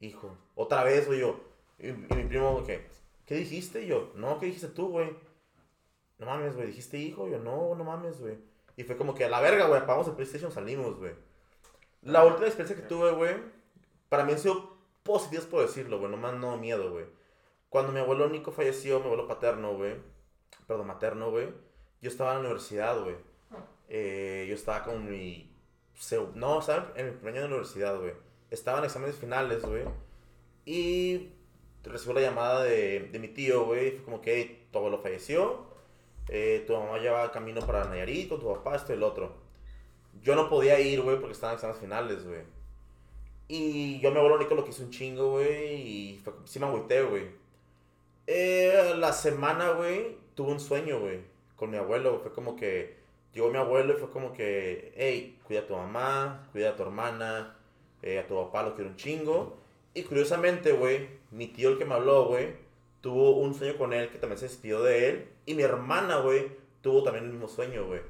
C: hijo, otra vez, güey, yo. Y, y mi primo, como que, ¿qué dijiste? Y yo, no, ¿qué dijiste tú, güey? No mames, güey, dijiste hijo, Y yo, no, no mames, güey. Y fue como que a la verga, güey, apagamos el PlayStation, salimos, güey. La última experiencia que tuve, güey, para mí han sido positivas por decirlo, güey, no me han dado miedo, güey. Cuando mi abuelo Nico falleció, mi abuelo paterno, güey, perdón, materno, güey, yo estaba en la universidad, güey. Eh, yo estaba con mi... seg- No, estaba en el primer año de la universidad, güey. Estaba en exámenes finales, güey. Y recibo la llamada de, de mi tío, güey. Fue como que "Hey, tu abuelo falleció. eh, tu mamá ya va camino para Nayarit con tu papá, esto y el otro. Yo no podía ir, güey, porque estaban en exámenes finales, güey. Y yo a mi abuelo Nico lo quise un chingo, güey. Y fue, sí me agüité, güey. Eh, la semana, güey, tuve un sueño, güey, con mi abuelo. Fue como que llegó mi abuelo y fue como que, hey, cuida a tu mamá, cuida a tu hermana, eh, a tu papá lo quiero un chingo. Y curiosamente, güey, mi tío el que me habló, güey, tuvo un sueño con él que también se despidió de él. Y mi hermana, güey, tuvo también el mismo sueño, güey.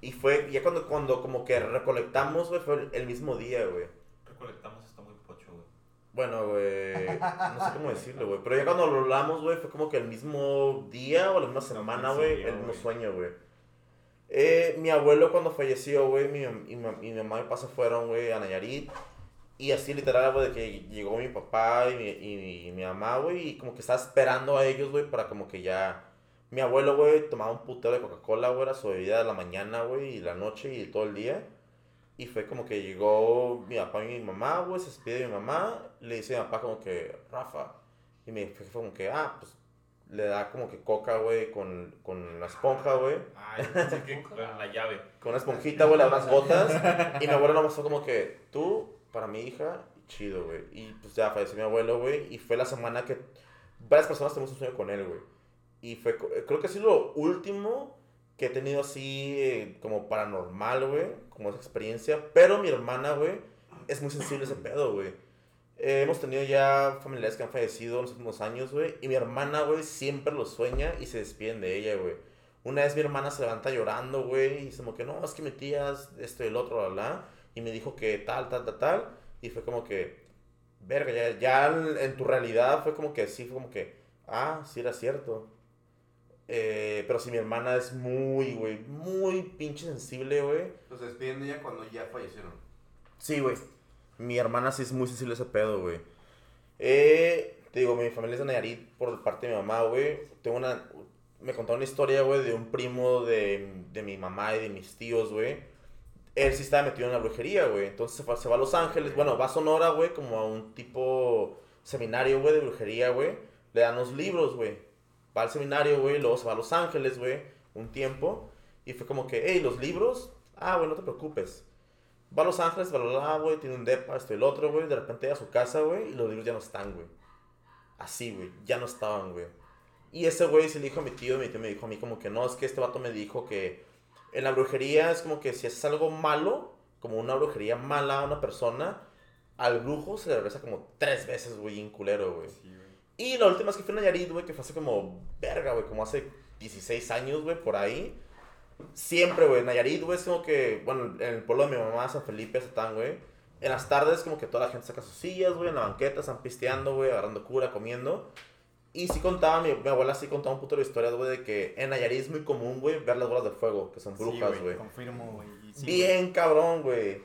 C: Y fue, ya cuando, cuando como que recolectamos, güey, fue el- el mismo día, güey.
E: Recolectamos esto muy pocho, güey.
C: Bueno, güey, no sé cómo decirlo, güey. Pero ya cuando lo hablamos, güey, fue como que el mismo día o la misma semana, güey,
G: coincidió,
C: el mismo
G: güey.
C: sueño, güey. Eh, mi abuelo cuando falleció, güey, mi, mam- y mam- y mi mamá y mi papá se fueron, güey, a Nayarit. Y así literal, güey, de que llegó mi papá y mi, y, y mi mamá, güey, y como que estaba esperando a ellos, güey, para como que ya... Mi abuelo, güey, tomaba un putero de Coca-Cola, güey, era su bebida de la mañana, güey, y la noche y todo el día. Y fue como que llegó mi papá y mi mamá, güey, se despide de mi mamá, le dice a mi papá como que, Rafa. Y me fue como que, ah, pues le da como que coca, güey, con, con la esponja, güey.
H: Ay,
E: Así que con la llave.
C: Con una esponjita, güey, le da unas gotas. Y mi abuelo nomás fue como que, tú, para mi hija, chido, güey. Y pues ya falleció mi abuelo, güey. Y fue la semana que varias personas tuvimos un sueño con él, güey. Y fue, co- creo que ha sido lo último que he tenido así eh, como paranormal, güey. Como esa experiencia. Pero mi hermana, güey, es muy sensible a ese pedo, güey. Eh, hemos tenido ya familiares que han fallecido en los últimos años, güey. Y mi hermana, güey, siempre lo sueña y se despiden de ella, güey. Una vez mi hermana se levanta llorando, güey, y dice como que no, es que mi tía, es esto y el otro, bla, bla, y me dijo que tal, tal, tal, tal, y fue como que, verga, ya, ya en- en tu realidad fue como que sí, fue como que, ah, sí era cierto. Eh, pero si mi hermana es muy, güey, muy pinche sensible, güey.
B: Los despiden de ella cuando ya fallecieron.
C: Sí, güey. Mi hermana sí es muy sensible a ese pedo, güey. Eh, te digo, mi familia es de Nayarit por parte de mi mamá, güey. Tengo una... Me contó una historia, güey, de un primo de, de mi mamá y de mis tíos, güey. Él sí estaba metido en la brujería, güey. Entonces se, fue- se va a Los Ángeles, bueno, va a Sonora, güey, como a un tipo seminario, güey, de brujería, güey. Le dan los libros, güey. Va al seminario, güey, luego se va a Los Ángeles, güey, un tiempo. Y fue como que, hey, los libros, ah, güey, no te preocupes. Va a Los Ángeles, bla, bla, bla, güey, tiene un depa, esto y el otro, güey. De repente llega a su casa, güey, y los libros ya no están, güey. Así, güey, ya no estaban, güey. Y ese güey se le dijo a mi tío, y mi tío me dijo a mí como que no, es que este vato me dijo que en la brujería es como que si haces algo malo, como una brujería mala a una persona, al brujo se le regresa como tres veces, güey, en culero, güey.
G: Sí, güey.
C: Y la última es que fui a Nayarit, güey, que fue hace como verga, güey, como hace 16 años, güey, por ahí. Siempre, güey, Nayarit, güey, es como que, bueno, en el pueblo de mi mamá, San Felipe, Satán, güey. En las tardes, como que toda la gente saca sus sillas, güey, en la banqueta, están pisteando, güey, agarrando cura, comiendo. Y sí contaba, mi, mi abuela sí contaba un puto de historias, güey, de que en Nayarit es muy común, güey, ver las bolas de fuego, que son
G: Sí,
C: brujas, güey.
G: Confirmo, güey. Y sí, güey.
C: Bien cabrón, güey.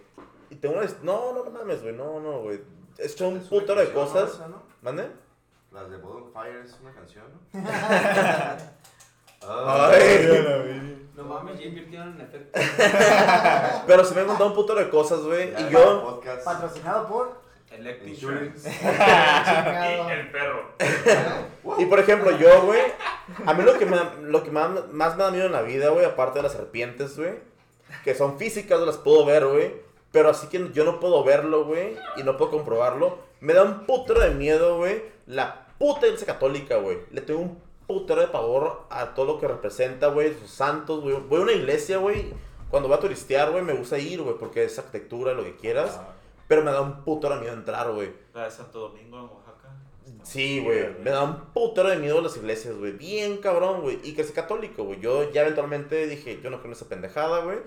C: Y tengo una... his- No, no, no mames, güey, no, no, güey. Es que un
B: Es una
C: puto de
B: canción, ¿no?
C: cosas.
B: Esa, ¿no?
C: ¿Mande?
B: Las de Bottom Fire es una canción, ¿no? Ah,
G: Ah,
K: No mames, ya invirtieron en efecto.
C: Pero se me han contado un puto de cosas, güey.
B: Ya
C: Y
B: era
C: yo.
B: Podcast.
A: Patrocinado por.
K: Electric
B: Insurance.
E: Y
A: Chingado.
E: el perro.
C: Y por ejemplo, yo, güey. A mí lo que, me, lo que más, más me da miedo en la vida, güey, aparte de las serpientes, güey. Que son físicas, las puedo ver, güey. Pero así que yo no puedo verlo, güey. Y no puedo comprobarlo. Me da un putero de miedo, güey. La puta iglesia católica, güey. Le tengo un putero de pavor a todo lo que representa, güey. Sus santos, güey. Voy a una iglesia, güey. Cuando voy a turistear, güey, me gusta ir, güey. Porque es arquitectura, lo que quieras.
G: Ah,
C: Pero me da un putero de miedo entrar, güey.
E: La de Santo Domingo en Oaxaca.
C: Sí, güey. Me da un putero de miedo las iglesias, güey. Bien cabrón, güey. Y que sea católico, güey. Yo ya eventualmente dije, yo no creo en esa pendejada, güey.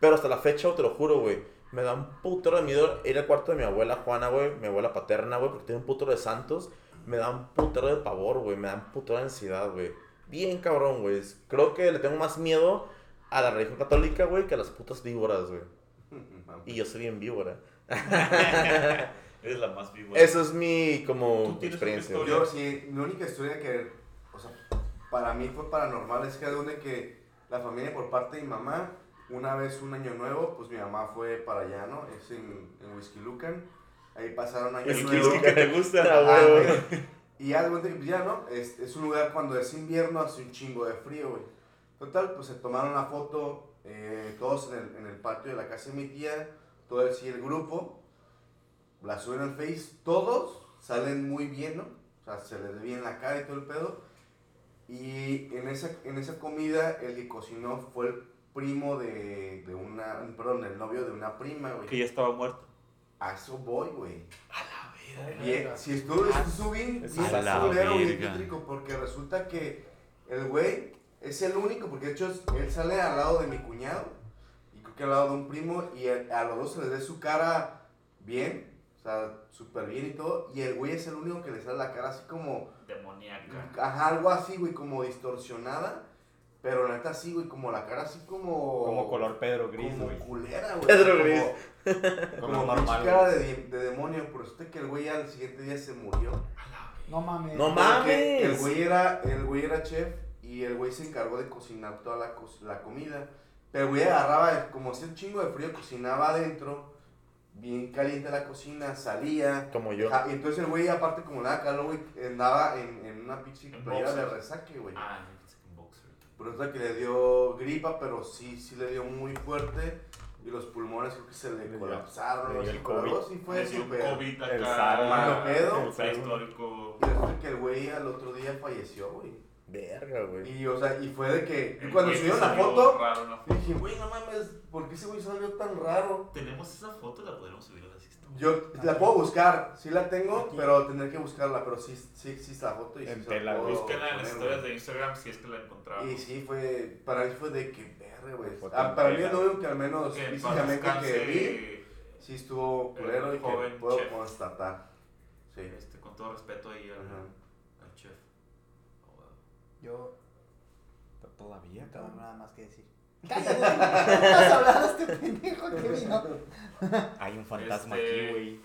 C: Pero hasta la fecha, te lo juro, güey. Me da un putero de miedo ir al cuarto de mi abuela Juana, güey. Mi abuela paterna, güey. Porque tiene un putero de santos. Me da un putero de pavor, güey. Me da un putero de ansiedad, güey. Bien cabrón, güey. Creo que le tengo más miedo a la religión católica, güey, que a las putas víboras, güey. Y yo soy bien víbora.
E: Eres la más viva.
C: Eso es mi, como,
E: Tú tienes
C: experiencia.
E: una
C: güey.
B: Yo, sí, mi única historia que, o sea, para mí fue paranormal es que donde que la familia por parte de mi mamá, una vez un año nuevo, pues mi mamá fue para allá, ¿no? Es en, en Whisky Lucan. Ahí pasaron año
E: El
B: nuevo.
E: whisky que te gusta.
B: Ah,
C: huevo.
B: güey. Y ya, de cuenta que, pues, ya, ¿no? Es, es un lugar cuando es invierno, hace un chingo de frío, güey. Total, pues se tomaron la foto eh, todos en el, en el patio de la casa de mi tía, todo el, sí, el grupo. La suben al Face, todos salen muy bien, ¿no? O sea, se les ve bien la cara y todo el pedo. Y en esa, en esa comida, el que cocinó fue el primo de, de una, perdón, el novio de una prima, güey.
H: Que ya estaba muerto.
B: A eso voy, güey. A la verga. Si estuvo, estuvo bien,
C: Eso
B: bien
H: Ah, es a la
B: culero, bien
H: verga.
B: tétrico, porque resulta que el güey es el único, porque de hecho es- él sale al lado de mi cuñado, y creo que al lado de un primo, y a, a los dos se les ve su cara bien, o sea, súper bien y todo, y el güey es el único que le sale la cara así como,
E: Demoníaca.
B: ajá, algo así, güey, como distorsionada, pero la neta sí, güey, como la cara así como...
G: Como color Pedro Gris,
B: Como
G: güey.
B: culera, güey.
C: Pedro
B: como-
C: Gris.
G: Como
B: como pinche
G: normal.
B: cara
G: güey.
B: de, di- de demonio, por eso que el güey al siguiente día se murió.
E: Ah,
A: No mames.
C: No
B: Porque El
C: mames.
B: güey era, el güey era chef y el güey se encargó de cocinar toda la, cos- la comida. Pero el güey agarraba, como hacía un chingo de frío, cocinaba adentro, bien caliente la cocina, salía.
C: Como yo.
B: Ja- Y entonces el güey, aparte como nada calor, güey, andaba en, en una pinche
E: En
B: playera de
E: boxer.
B: resaque, güey.
E: Ah, yo pensé que un boxer.
B: Por eso que le dio gripa, pero sí, sí le dio muy fuerte. Y los pulmones creo que se le,
G: Le dio-
B: colapsaron.
G: le dio
B: así,
G: el
B: pero
G: COVID.
B: algo así fue
E: Le dio un
B: súper-
E: COVID acá. Ah,
G: El zar,
B: malo pedo.
G: el zar.
E: Prehistórico.
B: Y resulta que el güey al otro día falleció, güey.
C: Verga, güey.
B: Y, o sea, y fue de que. y
E: El
B: cuando
E: güey
B: subieron
E: que
B: la
E: salió
B: foto,
E: raro, ¿no?
B: dije, güey, no mames, ¿por qué ese güey salió tan raro?
E: Tenemos esa foto, la podremos subir a las historias.
B: Yo la puedo buscar, sí la tengo, pero tendré que buscarla, pero sí, sí, sí está la foto y sí
G: En
B: se la
G: tela,
B: puedo
E: Búsquenla en
B: poner,
E: las historias
B: güey.
E: de Instagram si es que la encontramos.
B: Y sí, fue, para mí fue de que verga, güey.
G: Foto
B: Ah,
G: en
B: para mí
G: tela.
B: es lo único que al menos
E: Que en paz
B: físicamente que
E: descanse,
B: vi, sí estuvo
E: el
B: culero y que
E: joven
B: puedo
E: chef.
B: constatar. Sí.
E: este, con todo respeto ahí al,
B: Ajá.
E: al chef. Oh, wow.
A: Yo
G: Todavía,
A: no tengo
G: cabrón.
A: nada más que decir. Cállate. No has hablado este pendejo que vino.
G: Hay un fantasma
E: Este-
G: aquí, güey.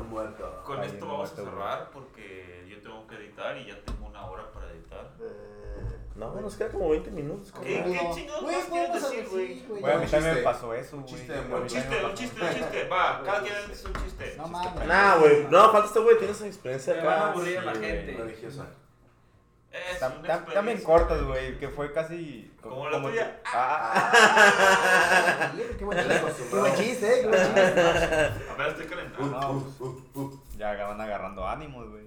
B: Un muerto.
E: Con
G: Ay,
E: esto
G: no,
E: vamos a
G: este güey.
E: cerrar porque yo tengo que editar y ya tengo una hora para editar.
G: Eh,
C: No, nos queda como 20 minutos.
E: ¿Qué,
C: cabrón.
E: qué
A: Güey,
E: chingados
A: Güey,
E: más
A: podemos
E: quieres decir, güey?
A: decir, güey.
G: Güey, a
B: un
G: mí también me
B: chiste.
G: pasó eso,
B: Un
G: güey.
B: chiste de
G: A mí
B: muerto.
E: Un
G: también me
E: chiste, un
G: pasó.
E: chiste, un chiste. Va, cada quien es un chiste.
A: No mames.
C: Nah, güey. No, falta este güey. Tienes experiencia
K: Te van a
C: acá.
K: aburrir a la
G: sí, güey.
K: gente.
B: Religiosa.
E: Es
G: Tam-
E: una
G: tam- También
E: experiencia.
G: cortas, güey, que fue casi.
E: Como la tuya.
G: Ah,
A: Qué buen
B: Estoy
A: chiste. Qué
B: acostumbrado.
A: buen chiste, eh, qué buen chiste.
E: A ver, estoy
B: Uh,
E: calentando.
B: uh, uh, uh.
G: ya van agarrando ánimos, güey.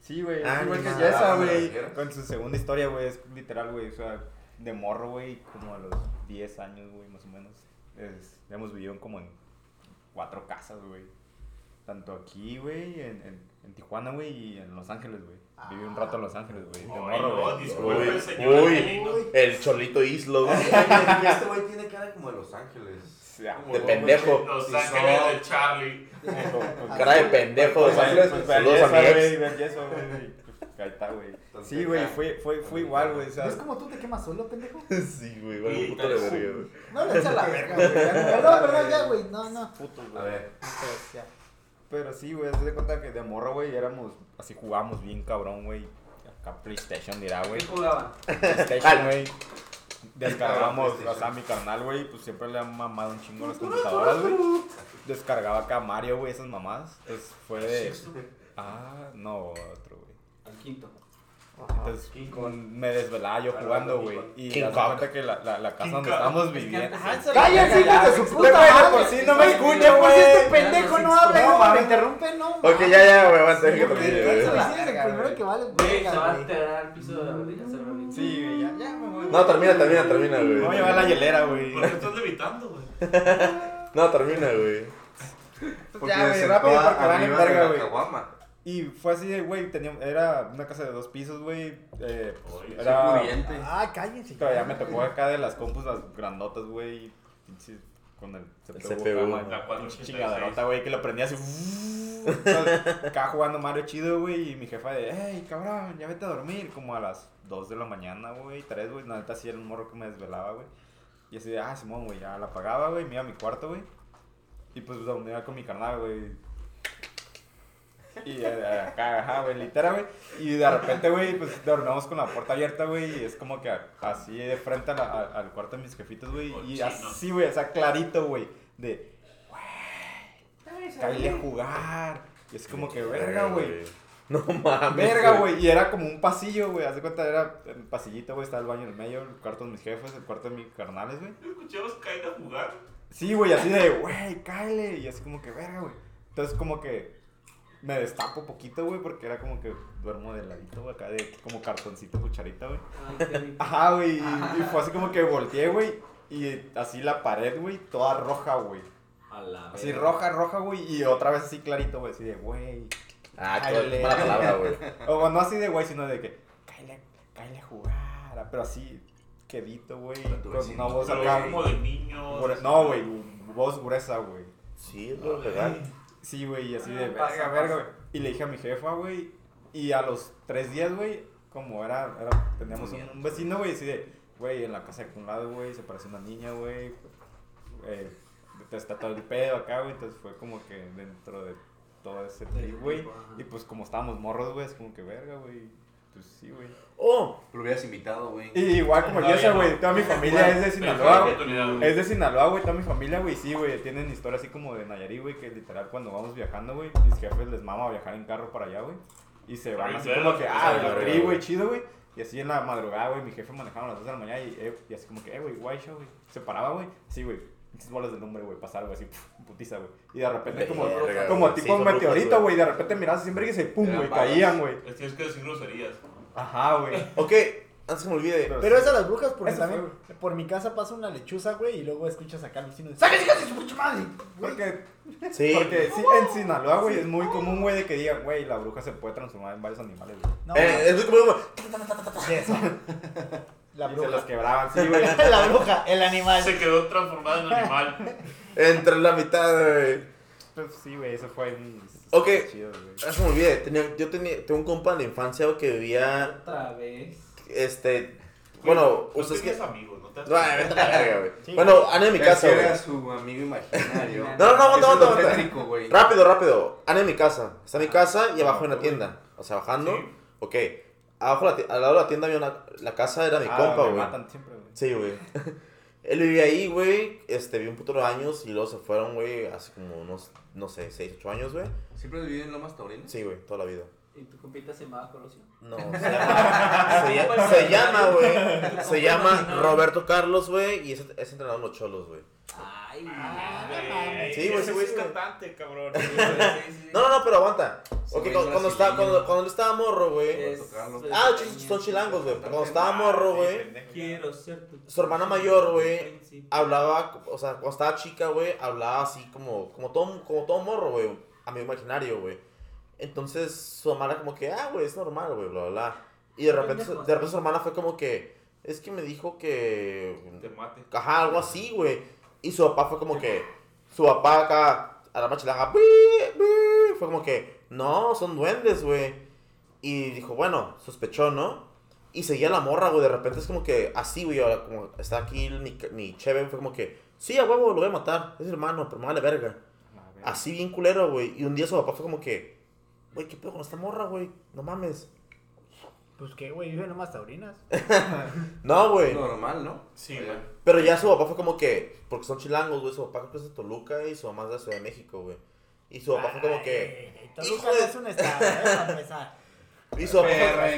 G: Sí, güey, es
C: Ánimos.
G: igual que
B: Ah,
G: Yesa,
B: me
G: güey.
B: refiero.
G: Con su segunda historia, güey, es literal, güey. O sea, de morro, güey, como a los 10 años, güey, más o menos. es- hemos vivido en como en cuatro casas, güey. Tanto aquí, güey, en, en, en Tijuana, güey, y en Los Ángeles, güey. Viví un rato en Los Ángeles, güey. De
E: Ay,
G: morro,
E: no,
G: güey.
E: disculpe,
C: Uy,
E: señor
C: uy.
E: Angelino.
C: El cholito Islo, güey.
B: Este güey tiene cara como de Los Ángeles.
G: Sí, ah,
B: Como
C: De
B: Los
C: pendejo.
E: Los
B: Sí,
E: Ángeles
B: son.
E: de Charlie.
G: pues,
C: Con Cara de pendejo.
G: Pues,
C: Saludos
G: pues,
C: saludos a mi
G: belleza,
C: ex.
G: güey, belleza, güey. Pues, Ahí está, güey.
B: Entonces,
G: Sí, güey,
B: ah,
G: fue, fue, fue igual, güey. O sea,
A: ¿Ves cómo tú te quemas solo, pendejo?
C: Sí, güey, vale,
E: Y-
C: puto de verga, güey.
A: No le echa la verga, güey. ya, Perdón, perdón, ya, güey. No, no.
G: puto,
B: A
G: güey.
B: ver,
A: Pues, ya.
G: Pero sí, güey, se de cuenta que de morro, güey, éramos, así jugábamos bien cabrón, güey. Acá PlayStation dirá, güey.
D: ¿Qué jugaban?
G: PlayStation, güey. Descargábamos,
B: PlayStation.
G: o sea, mi carnal, güey, pues siempre le han mamado un chingo las computadoras, güey. Descargaba acá Mario, güey, esas mamadas. Entonces fue de... Ah, no, otro, güey.
K: Al quinto.
G: Entonces con- me desvelaba yo jugando, güey. Y
C: King
G: me
C: Kong.
G: cuenta que la, la, la casa
E: King
G: donde
E: Kong.
G: estamos viviendo...
A: ¡Cállense, hijos de su puta
G: Este güey de
A: madre!
G: por sí no me
A: Este
G: escucha,
A: güey de por sí
G: güey.
A: este pendejo no habla,
G: No,
A: hijo,
G: mames.
A: me interrumpe, no.
C: Ok, ya, ya, güey, aguanta.
A: Sí,
C: deja que
A: güey,
C: termine,
A: eso
C: güey.
A: lo hicieron el primero que vale,
K: Güey, se va
A: verga,
K: a
A: güey.
K: enterar el piso de la orilla, se va a venir.
G: Sí, güey, ya, ya, me voy.
C: No, termina, termina, termina,
G: Me voy a llevar
C: güey.
G: la hielera, güey.
E: ¿Por qué estás levitando, güey?
C: No, termina, güey.
B: porque
G: Pues ya,
B: se
G: güey,
B: sentó
G: rápido, porque valen
B: arriba
G: verga,
B: de
G: güey.
B: la caguama.
G: Y fue así de, güey, tenía, era una casa de dos pisos, güey. Eh,
E: Oye,
G: era,
B: Sí, pudiente.
A: Ah, cállense.
G: todavía me tocó eh. acá de las compus, las grandotas, güey. pinches, Con el
C: CPU,
G: acá,
E: la
G: güey, pinche
E: 486.
G: chingaderota, güey, que lo prendía así. Entonces, acá jugando Mario chido, güey. Y mi jefa de, hey, cabrón, ya vete a dormir. Como a las 2 de la mañana, güey, 3, güey. La neta sí era un morro que me desvelaba, güey. Y así de, ah, Simón, güey, ya la apagaba, güey. Me iba a mi cuarto, güey. Y pues dormía con mi carnal, güey. Y eh, acá, ajá, güey, litera, güey. Y de repente, güey, pues dormimos con la puerta abierta, güey. Y es como que a- así de frente a la- a- al cuarto de mis jefitos, güey. Y
E: Cochino.
G: así, güey, o sea, clarito, güey. De, güey, cállate a jugar. Y es como que, verga, güey.
C: No mames.
G: Verga, güey. Y era como un pasillo, güey. Haz de cuenta, era un pasillito, güey. Estaba el baño en el medio, el cuarto de mis jefes, el cuarto de mis carnales, güey.
E: Escuchamos caer a jugar.
G: Sí, güey, así de, güey, cáele. Y así como que, verga, güey. Entonces, como que me destapo poquito, güey, porque era como que duermo de ladito, güey, acá de como cartoncito, cucharita, güey.
K: Ay, ah, qué rico.
G: Ajá, güey. Y, y fue así como que volteé, güey. Y así la pared, güey, toda roja, güey.
K: A la
G: Así
K: verga.
G: roja, roja, güey. Y otra vez así clarito, güey, así de, güey.
C: Ah,
G: Cállale.
C: qué mala palabra, güey.
G: O no así de, güey, sino de que, cáele, cáele a jugar. ah, Pero así, quedito, güey.
B: tu
G: Con una
B: vecino.
G: voz
E: Pero
G: acá.
E: como de niño.
G: gure- No, güey, voz gruesa, güey.
C: Sí, es lo legal.
G: Sí, güey, y así
D: Ah,
G: de verga,
D: pasa,
G: verga,
D: pasa.
G: güey. Y le dije a mi jefa, güey. Y a los tres días, güey, como era, era- teníamos un, un vecino, güey, así de, güey, en la casa de un lado, güey, se parece una niña, güey. Eh, te está todo el pedo acá, güey. Entonces fue como que dentro de todo ese trip, güey.
K: ajá.
G: Y pues como estábamos morros, güey, es como que verga, güey. Pues sí, güey.
C: Oh,
B: Lo hubieras invitado, güey.
G: Y igual como yo
E: Todavía
G: sé,
E: no.
G: güey, toda mi familia es de Sinaloa,
E: Mejor
G: güey.
E: oportunidad, güey.
G: Es de Sinaloa, güey, toda mi familia, güey, sí, güey, tienen historia así como de Nayarit, güey, que literal cuando vamos viajando, güey, mis jefes les mama viajar en carro para allá, güey, y se van
E: Ay,
G: así
E: verga,
G: como que,
E: pues,
G: ah,
C: a la
G: la
C: verga,
G: tri,
C: güey.
G: güey, chido, güey, y así en la madrugada, güey, mi jefe manejaba a las 2 de la mañana y, eh, y así como que, eh, güey, guay show, güey, se paraba, güey, así, güey, pinches bolas de nombre, güey, pasar, güey, así, puf, putiza, güey, y de repente como,
C: Verga,
G: como
C: güey, sí,
G: tipo un
C: son brujas,
G: meteorito, güey, de repente mirabas siempre que se, pum,
B: Eran
G: güey,
B: balas.
G: caían, güey,
E: Les Tienes que decir groserías.
G: ajá, güey,
C: ok, antes que me olvide.
G: Pero-
A: Pero es a las brujas porque
G: Eso
A: también por mi casa pasa una lechuza, güey, y luego escuchas acá al vecino de ¡Sáquense, hijas de su puta madre! Güey,
G: porque
C: Sí. Eh,
G: Porque sí, en Sinaloa, güey, es muy común, güey, de que digan, güey, la bruja se puede transformar en varios animales, güey.
A: No,
C: Eh, es muy común.
A: de eso. La
G: Y se los
A: bruja.
G: quebraban, sí, güey.
A: La bruja, el animal.
E: Se quedó transformada en animal.
C: Entre la mitad, güey.
G: Pues sí, güey, eso fue un...
C: Ok.
G: Chido, güey.
C: Antes que Ah, me olvide. tenía- yo tenía, tengo un compa en la infancia güey, que vivía,
K: Otra vez.
C: este, bueno,
E: No
C: ustedes que...
E: tienes amigos, no te
C: No, eh, vete a la verga, güey.
A: Sí.
C: Bueno, Ana en mi
B: Es
C: casa,
B: que
C: güey.
B: Era su amigo imaginario.
K: No,
C: No, no, no, aguanta,
B: Eso es
C: aguanta,
B: lo
C: aguanta.
B: tétrico, güey.
C: Rápido, rápido. Ana en mi casa. Está en mi casa y abajo en la tienda. O sea, bajando.
E: Sí.
C: Ok. Abajo, la ti- al lado de la tienda había una... La casa era mi
G: Ah,
C: compa,
G: me
C: güey.
G: matan siempre, güey.
C: Sí, güey. Él vivía ahí, güey. Este, vivió un putero de años y luego se fueron, güey, hace como unos, no sé, 6, 8 años, güey.
B: ¿Siempre viví en Lomas Taurinas?
C: Sí, güey, toda la vida.
K: ¿Y tu compita se llamaba Colosio?
C: No, se llama, se, lla- se llama, güey. Se llama Roberto Carlos, güey, y es, es entrenador en los cholos, güey.
K: Ah, Ay,
L: Ah,
K: güey.
L: mames.
C: Sí, güey,
E: ese
C: sí,
E: güey es
C: sí, güey.
E: cantante, cabrón.
K: Sí, sí, sí.
C: No, no, no, pero aguanta.
B: Ese
C: Ok,
B: güey
C: cuando, cuando, estaba,
B: brasileño.
C: cuando, cuando él estaba morro, güey.
K: Es-
B: tocarlo.
C: Ah, chis- son chilangos, güey. pero Cuando
G: Ah,
C: estaba morro, güey,
K: Quiero ser tu
C: Su hermana mayor, güey,
K: príncipe.
C: hablaba, o sea, cuando estaba chica, güey, hablaba así como, como todo, como todo morro, güey. Amigo imaginario, güey. Entonces su mamá era como que, ah, güey, es normal, güey, bla, bla, bla. Y de repente, su- de repente su hermana fue como que, es que me dijo que
E: Te mate.
C: Ajá, algo así, güey. Y su papá fue como que. Su papá acá, a la machilanga, "Bii, bii". fue como que, no, son duendes, güey. Y dijo, bueno, sospechó, ¿no? Y seguía la morra, güey. De repente es como que, así, güey. ahora Como está aquí mi, mi cheve, fue como que, sí, a huevo, lo voy a matar. Es mi hermano, pero me vale verga.
G: Ah,
C: Así bien culero, güey. Y un día su papá fue como que, güey, ¿qué pedo con esta morra, güey? No mames.
A: Pues que, güey, vive nomás taurinas.
C: No, güey.
B: Normal, ¿no?
E: Sí,
B: Oye,
E: güey.
C: Pero ya su papá fue como que, porque son chilangos, güey, su papá creo que es de Toluca y su mamá es de Ciudad de México, güey. Y su papá fue como que,
A: Ay,
C: hijo
A: Toluca no
C: de-
A: es un estado, eh, para empezar.
C: y su papá fue-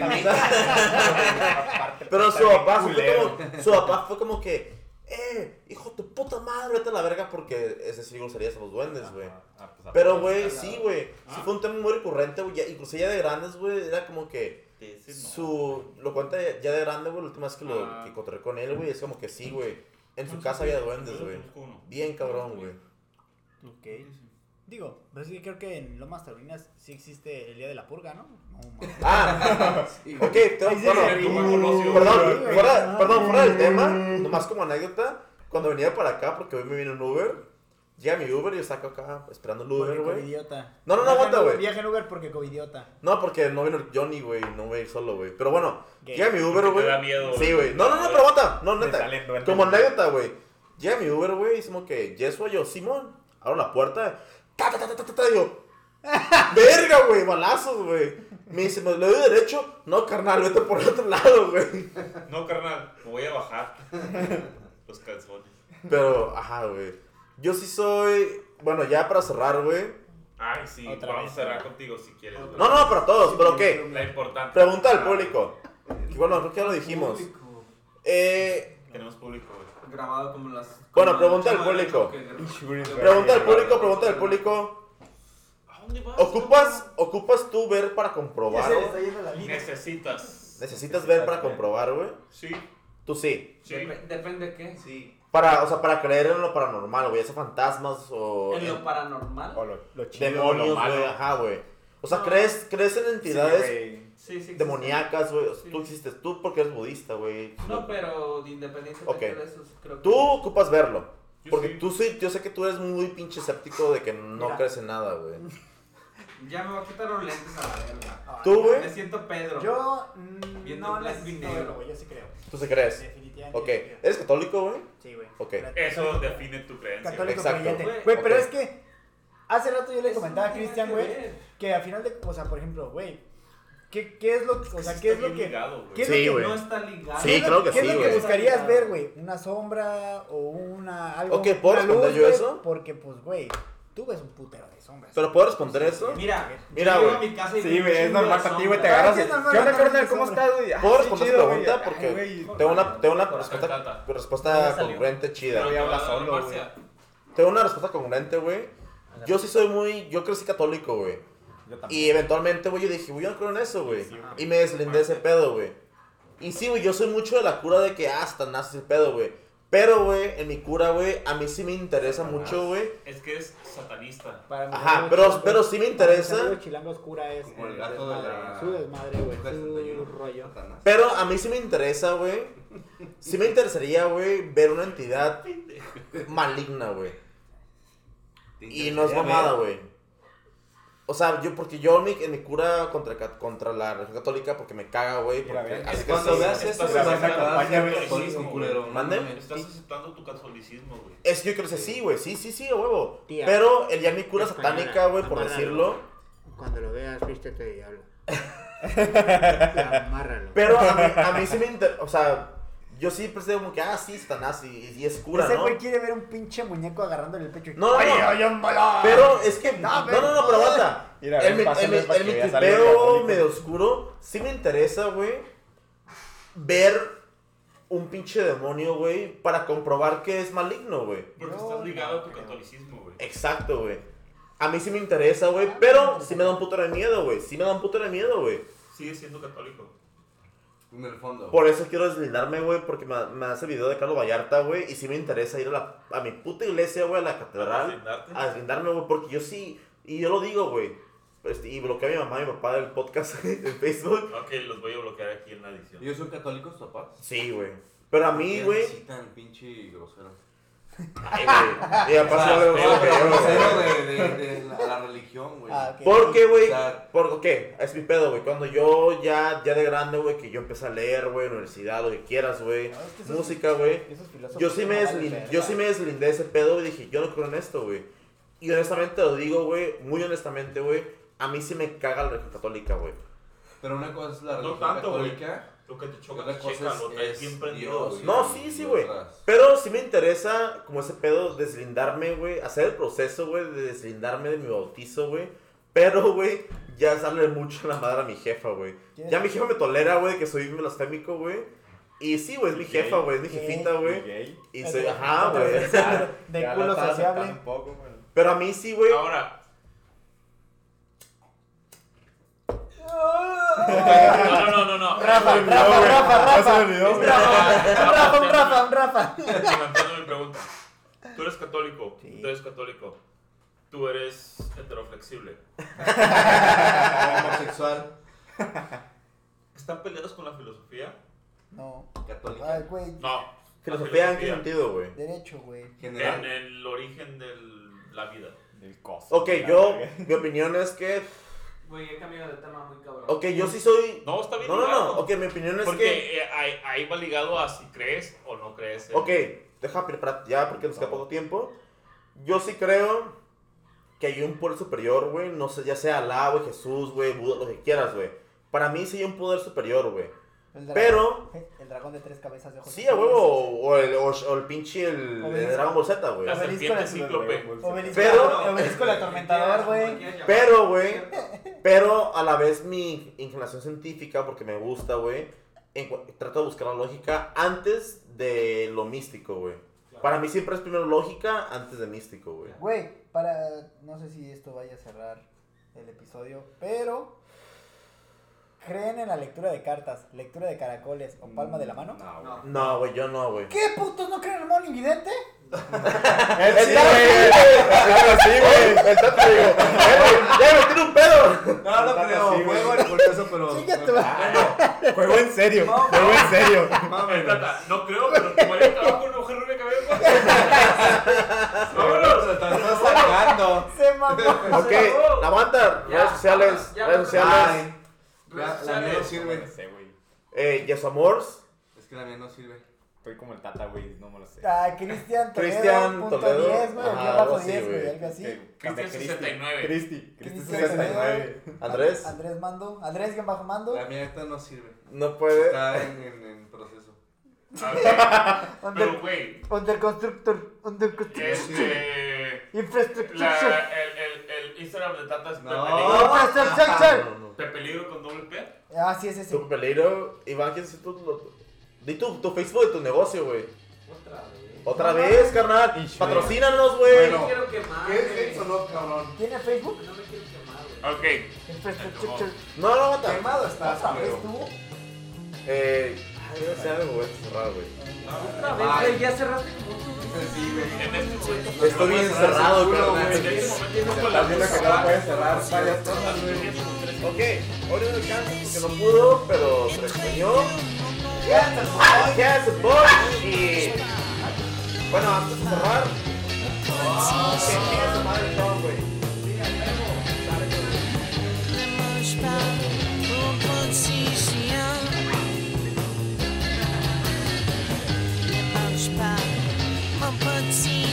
C: pero su papá fue como, su papá fue como que, eh, hijo de tu puta madre, vete a la verga porque ese sí groserías a los
G: Ah,
C: duendes, güey.
G: pues,
C: Pero, güey, sí, güey, sí fue un tema muy recurrente, güey, ya- inclusive ya de grandes, güey, era como que su, lo cuenta ya de grande, güey, la última vez que lo, que encontré con él, güey, es como que sí, güey, en su casa había duendes, güey, bien cabrón, güey.
A: Ok. Digo, pero sí creo que en Lomas Taurinas sí existe el día de la purga, ¿no? No, mames.
C: Ah, ok, te-
A: Ahí sí
C: bueno,
A: se
E: tú me
A: ríe.
E: conoces,
C: Perdón,
A: güey.
C: fuera,
A: Ah,
C: perdón, fuera del tema, nomás como anécdota, cuando venía para acá, porque hoy me vino un Uber, llega mi Uber y yo saco acá esperando el Uber,
A: Porque
C: güey.
A: covidiota.
C: No, no, no,
A: Viaja en
C: aguanta,
A: Uber-
C: güey.
A: Viaja en Uber porque covidiota.
C: No, porque no vino el Johnny, güey, no voy a ir solo, güey. Pero bueno,
A: Gay.
C: llega mi Uber,
E: Porque te da
C: güey.
E: miedo,
C: Sí, güey. No, no, no, pero aguanta, no,
G: Te
C: neta.
G: salen duendes,
C: Como
G: güey.
C: anécdota, güey. Llega mi Uber, güey, y decimos que, Yeso, yo, Simón, abro la puerta, ta, ta, ta, ta, ta, ta, ta, y yo, verga, güey, balazos, güey. Me dice, ¿me le doy derecho? No, carnal, vete por el otro lado, güey.
E: No, carnal, me voy a bajar. Los calzones.
C: Pero, ajá, güey. Yo sí soy. Bueno, ya para cerrar, güey.
E: Ay, sí,
A: Otra
E: vamos
A: vez.
E: a cerrar contigo si quieres. güey.
C: No, no, para todos, pero ¿qué?
E: La importante. Ah,
C: Pregunta al público. Y bueno, creo que ya lo dijimos.
K: Público.
C: Eh,
E: Tenemos público, güey.
K: Grabado como las.
C: Bueno,
K: como
C: pregunta
K: la
C: al público.
K: chava del choque,
C: pregunta al público, pregunta al público.
E: ¿A dónde vas?
C: ¿Ocupas, ocupas tú ver para
L: Ya
C: comprobar?
L: se le
C: güey?
L: está yendo la línea.
E: Necesitas.
C: ¿Necesitas ver para comprobar, güey?
E: Sí,
C: Tú sí.
E: sí.
K: Dep- Depende de qué.
B: Sí.
C: Para, o sea, para creer en lo paranormal, güey. Ya sea fantasmas o.
K: En lo paranormal.
G: O lo, lo chido,
C: Demonios,
G: lo malo.
C: güey. Ajá, güey. O sea,
K: No.
C: ¿crees, crees en
G: Sí,
C: entidades
G: güey.
K: Sí, sí.
C: demoníacas, güey? O sea,
K: Sí.
C: Tú existes tú porque eres budista, güey.
K: No, pero independientemente
C: Ok.
K: de eso, creo que.
C: Tú ocupas verlo.
E: Yo
C: Porque
E: sí.
C: tú sí, yo sé que tú eres muy pinche escéptico de que no
A: Mira.
C: crees en nada, güey.
K: Ya me voy a quitar los lentes a la verga.
C: ¿Tú, güey?
K: Me siento Pedro.
A: Yo mm,
K: Viendo
A: no
K: en blanco y
A: necesito
K: negro.
A: verlo, güey, yo sí creo.
C: Tú sí crees.
A: Definitivamente.
C: Ok.
A: yo sí creo.
C: ¿Eres católico, güey?
A: Sí, güey.
C: Ok.
E: Eso define tu creencia. güey.
A: Católico
C: Exacto.
A: creyente.
K: Güey,
A: Güey, pero
C: ok.
A: es que hace rato yo le
K: Eso
A: comentaba a
K: no tiene
A: Cristian,
K: que
A: güey,
K: ver.
A: que al final de, o sea, por ejemplo, güey, ¿qué, ¿qué es lo, o sea, qué es
E: Está
A: lo
E: bien
A: que
E: ligado, güey.
A: ¿Qué es
C: Sí,
A: lo que
C: güey.
K: No está ligado.
C: Sí,
A: ¿Qué es lo-
C: claro que
A: ¿Qué
C: sí,
A: es lo que
C: güey.
A: buscarías ver, güey? ¿Una sombra o una algo?
C: Ok, ¿puedo
A: una
C: responder yo
A: güey?
C: eso?
A: Porque, pues, güey, tú ves un putero de sombras.
C: ¿Pero puedo responder eso?
K: Mira,
C: Mira,
K: yo llego
C: güey.
K: a mi casa y veo
G: Sí,
K: un
G: güey, es
K: chingo
G: normal
K: de
G: para ti, güey, te
K: sombras.
G: agarras.
A: Sí,
G: el-
A: es normal,
G: ¿Qué onda,
A: normal,
G: carnal?
A: normal,
G: ¿Cómo
A: normal.
G: estás, güey? Ah,
C: ¿Puedo
G: sí,
C: responder
G: chido,
C: la
G: güey.
C: pregunta?
G: Ay,
C: Porque
G: güey.
C: Tengo una, tengo una
E: Por
C: respuesta,
E: acá.
C: respuesta
A: salió.
C: congruente
E: Pero
C: chida.
E: te
G: habla
E: va a dar
G: solo,
E: una
G: güey.
E: marcia.
C: Tengo una respuesta congruente, güey. Yo sí soy muy. Yo crecí católico, güey.
G: Yo también.
C: Y eventualmente, güey, yo dije, güey, yo no creo en eso, güey.
G: Sí, güey.
C: Y me deslindé de ese pedo, güey. Y sí, güey, yo soy mucho de la cura de que "Ah, hasta nace el pedo, güey. Pero, güey, en mi cura, güey, a mí sí me interesa mucho, güey.
E: Es que es satanista.
A: Para mis
C: Ajá,
A: amigos
C: pero-
A: chilangos-
C: pero sí me
A: para mis
C: interesa.
A: amigos chilangos cura es
B: Como el gato de
A: desmadre,
B: la-
A: Su desmadre, güey,
B: Ruta
A: su
B: 61.
A: rollo.
B: Satanás.
C: Pero a mí sí me interesa, güey. Sí me interesaría, güey, ver una entidad maligna, güey.
B: ¿Te
C: Y no es
B: interesaría
C: mamada,
B: ver?
C: güey. O sea, yo, porque yo en mi, en mi cura contra, ca- contra la religión católica, porque me caga, güey.
G: Mira,
C: Porque
G: ve.
C: así que
B: Cuando
C: sí.
B: veas eso,
E: Estás
B: te vas a
E: hablando
B: acordar
G: de
B: de
G: catolicismo,
B: catolicismo,
G: güey.
B: culero. No
C: Mande.
B: mames.
E: Estás aceptando tu catolicismo, güey.
C: Es que yo creo que sí, güey. Sí, sí, sí, a huevo.
L: Tía.
C: Pero el ya mi cura
L: Española,
C: satánica, güey, por
L: amárralo.
C: decirlo.
L: Cuando lo veas, vístete de diablo. Amárralo.
C: Pero a mí, a mí sí me interesa. O sea, yo sí pensé como que, ah, sí, Satanás y, y es cura,
A: Ese
C: ¿no?
A: güey quiere ver un pinche muñeco agarrándole el pecho. y-
C: No, no, no. Pero es que. No, no, no, pero aguanta.
G: Mira,
C: el
G: ven,
C: mi- el
G: pásame
C: mi-
G: para
C: el
G: que
C: mi
G: veas algo
C: tipeo
G: católico.
C: medio oscuro sí me interesa, güey. Ver un pinche demonio, güey, para comprobar que es maligno, güey.
E: Porque
A: No,
E: estás ligado a tu
A: no creo.
E: catolicismo, güey.
C: Exacto, güey. A mí sí me interesa, güey, pero sí me da un puto de miedo, güey. Sí me da un puto de miedo, güey.
E: Sigues siendo católico.
B: En el fondo.
C: Por eso quiero deslindarme, güey, porque me, me hace video de Carlos Vallarta, güey, y sí me interesa ir a, la, a mi puta iglesia, güey, a la
E: ¿Para
C: catedral,
E: deslindarte?
C: a deslindarme, güey, porque yo sí, y yo lo digo, güey, este, y bloqueé a mi mamá y mi papá del podcast en Facebook.
E: Ok, los voy a bloquear aquí en la edición.
B: ¿Ellos son católicos, papás?
C: Sí, güey. Pero a mí, güey,
B: Necesitan pinche grosero.
C: ay, güey, mi papá se lo bloqueó, güey.
B: grosero de, de, de la, la religión, güey.
A: Ah, ok.
C: Porque,
B: O
C: güey,
B: sea,
C: ¿Por qué? Es mi pedo, güey. Cuando yo ya, ya de grande, güey, que yo empecé a leer, güey, universidad, lo que quieras, güey.
A: No, es que esos-
C: Música, güey.
A: esos filósofos
C: Yo sí,
A: no
C: me
A: valen
C: deslindé,
A: verga.
C: yo sí me deslindé de ese pedo y dije, yo no creo en esto, güey. Y honestamente lo digo, güey, muy honestamente, güey. A mí sí me caga la religión católica, güey.
B: Pero una cosa es la
E: No
B: religión
E: tanto, güey.
B: católica.
E: Lo que te choca,
B: Otra
E: te
B: cosa
E: checa,
B: es-
E: lo traes
B: es
E: bien prendido.
B: Dios,
E: güey.
C: No, sí,
B: y
C: sí, güey.
B: otras.
C: Pero sí me interesa, como ese pedo, deslindarme, güey. Hacer el proceso, güey, de deslindarme de mi bautizo, güey. Pero, güey, ya es darle mucho la madre a mi jefa, güey.
A: ¿Quién es
C: Ya
A: tu
C: mi jefa me tolera, güey, que soy blasfémico, güey. Y sí, güey, es mi
G: Gay.
C: jefa, güey, es mi
A: Gay.
C: jefita,
G: Muy
C: güey.
G: gay.
C: Y soy, ajá, güey.
A: De
G: Ya la
A: culo
G: estaba aceptando
A: sociable.
G: un poco, güey.
C: Pero a mí sí, güey.
E: Ahora, no, no, no, no.
A: Rafa, Rafa, Ah, Rafa, Rafa. Un Rafa, un Rafa, un Rafa.
E: Levantando mi pregunta. Tú eres católico,
A: Sí.
E: tú eres católico, tú eres heteroflexible.
B: Homosexual,
E: ¿Están peleados con la filosofía?
A: No.
B: católica,
A: Ay, güey.
E: No.
C: Filosofía en qué
E: Filosofía.
C: sentido, güey.
A: Derecho, güey.
E: En
B: general.
E: el origen de la vida.
G: Del coso.
C: Ok,
G: la
C: yo,
G: verga.
C: mi opinión es que.
K: Güey, he cambiado de tema muy cabrón.
C: Ok, yo sí soy.
E: No, está bien.
C: No, no,
E: ligado.
C: no. Ok, mi opinión es que.
E: Porque eh, ahí, ahí va ligado a si crees o no crees. en-
C: Ok, deja para- ya porque nos queda poco tiempo. Yo sí creo que hay un poder superior, güey. No sé, ya sea Alá, güey, Jesús, güey, Buda, lo que quieras, güey. Para mí sí hay un poder superior, güey.
A: El dragón-
C: Pero-
A: El dragón de tres cabezas de ojos.
C: Sí, a huevo. O, o el, o, o el pinche el, el
A: Obelisco.
C: Dragon Ball Z, güey.
E: La
A: Obelisco
E: serpiente
A: la-
E: cíclope.
A: Obelisco,
C: Pero-
A: Obelisco el atormentador, güey.
C: Pero, güey, pero a la vez mi inclinación científica, porque me gusta, güey, en cu- trato de buscar la lógica antes de lo místico, güey. Para mí siempre es primero lógica antes de místico, güey.
A: Güey, para. No sé si esto vaya a cerrar el episodio, pero. ¿Creen en la lectura de cartas, lectura de caracoles o palma de la mano?
G: No, güey.
K: No.
C: No, güey, yo no, güey.
A: ¿Qué putos no creen en el mono invidente?
G: Él sí,
C: El Tata,
G: güey.
C: Claro, sí, güey. El Tata, digo, eh, güey, ya me tiene un pedo.
B: No, no
G: Tata,
B: creo,
G: sí, güey.
B: juego al golpeazo, pero.
A: Sí, ya te va.
G: Juego en serio. Juego en serio.
E: Eh, tata, no creo, pero te voy a trabajar con una mujer rubia que pues. me- Vámonos.
B: estás sacando.
A: Se mamó.
C: Ok, aguanta.
K: Ya,
C: Redes sociales,
K: ya,
C: redes
K: ya.
C: sociales.
B: La, la mía no sirve.
G: No sé, güey.
C: Eh, Yesamors.
B: Es que la mía no sirve.
G: Estoy como el tata, güey. No me lo sé.
A: A Ah, Cristian Toledo.
C: Cristian
A: punto
C: Toledo.
A: 10, güey. o
C: Ajá,
A: guión
C: algo
A: bajo
C: así,
A: 10, güey.
C: güey.
A: Algo así.
E: Cristian 69.
G: Cristi. Cristi
A: Cristian
G: 69.
C: Andrés.
A: Andrés Mando. Andrés guión bajo Mando.
B: La mía esta no Eh. sirve.
C: No puede.
B: Está en, en, en proceso.
E: A ver, Ah, Pero,
A: Under,
E: güey,
A: under Constructor. Under Constructor.
E: este.
A: Infrastructure.
E: la- el, el, el Instagram de Tata es
B: No.
E: Pepeligro.
A: Infrastructure.
C: No, no.
E: Pepeligro con doble P.
A: Ah, sí, es ese.
C: Tu peligro, Iván, ¿quién es tu, tu, di tu, tu Facebook de tu negocio, güey?
K: Otra vez.
C: Otra vez, carnal.
G: Ish,
C: Patrocínanos, güey.
K: No me
B: Bueno.
K: quiero quemar.
B: ¿Qué es
K: güey.
B: eso, no, cabrón?
A: ¿Tiene Facebook?
K: No me quiero quemar, güey.
E: Ok.
A: Infrastructure.
C: No, no, aguanta.
B: Quemado estás,
A: ¿Otra vez
B: culero.
A: tú?
C: Eh, ay, debe ser algo, güey, cerrado, güey.
K: Otra vez,
B: Ay.
K: güey, ya cerraste como tú.
B: Sí, güey.
E: En este momento.
C: Estoy bien cerrado, carnal.
E: En este momento no fue la
G: También lo que no puedes cerrar varias
E: Tata,
G: cosas,
E: tú
G: güey.
E: tienes un tres-
C: Ok, ahora no alcanza porque no pudo, pero se extrañó. Ah, Ya se fue. Y. Bueno, antes de cerrar. Que chingue su madre todo, güey.
M: Mon petit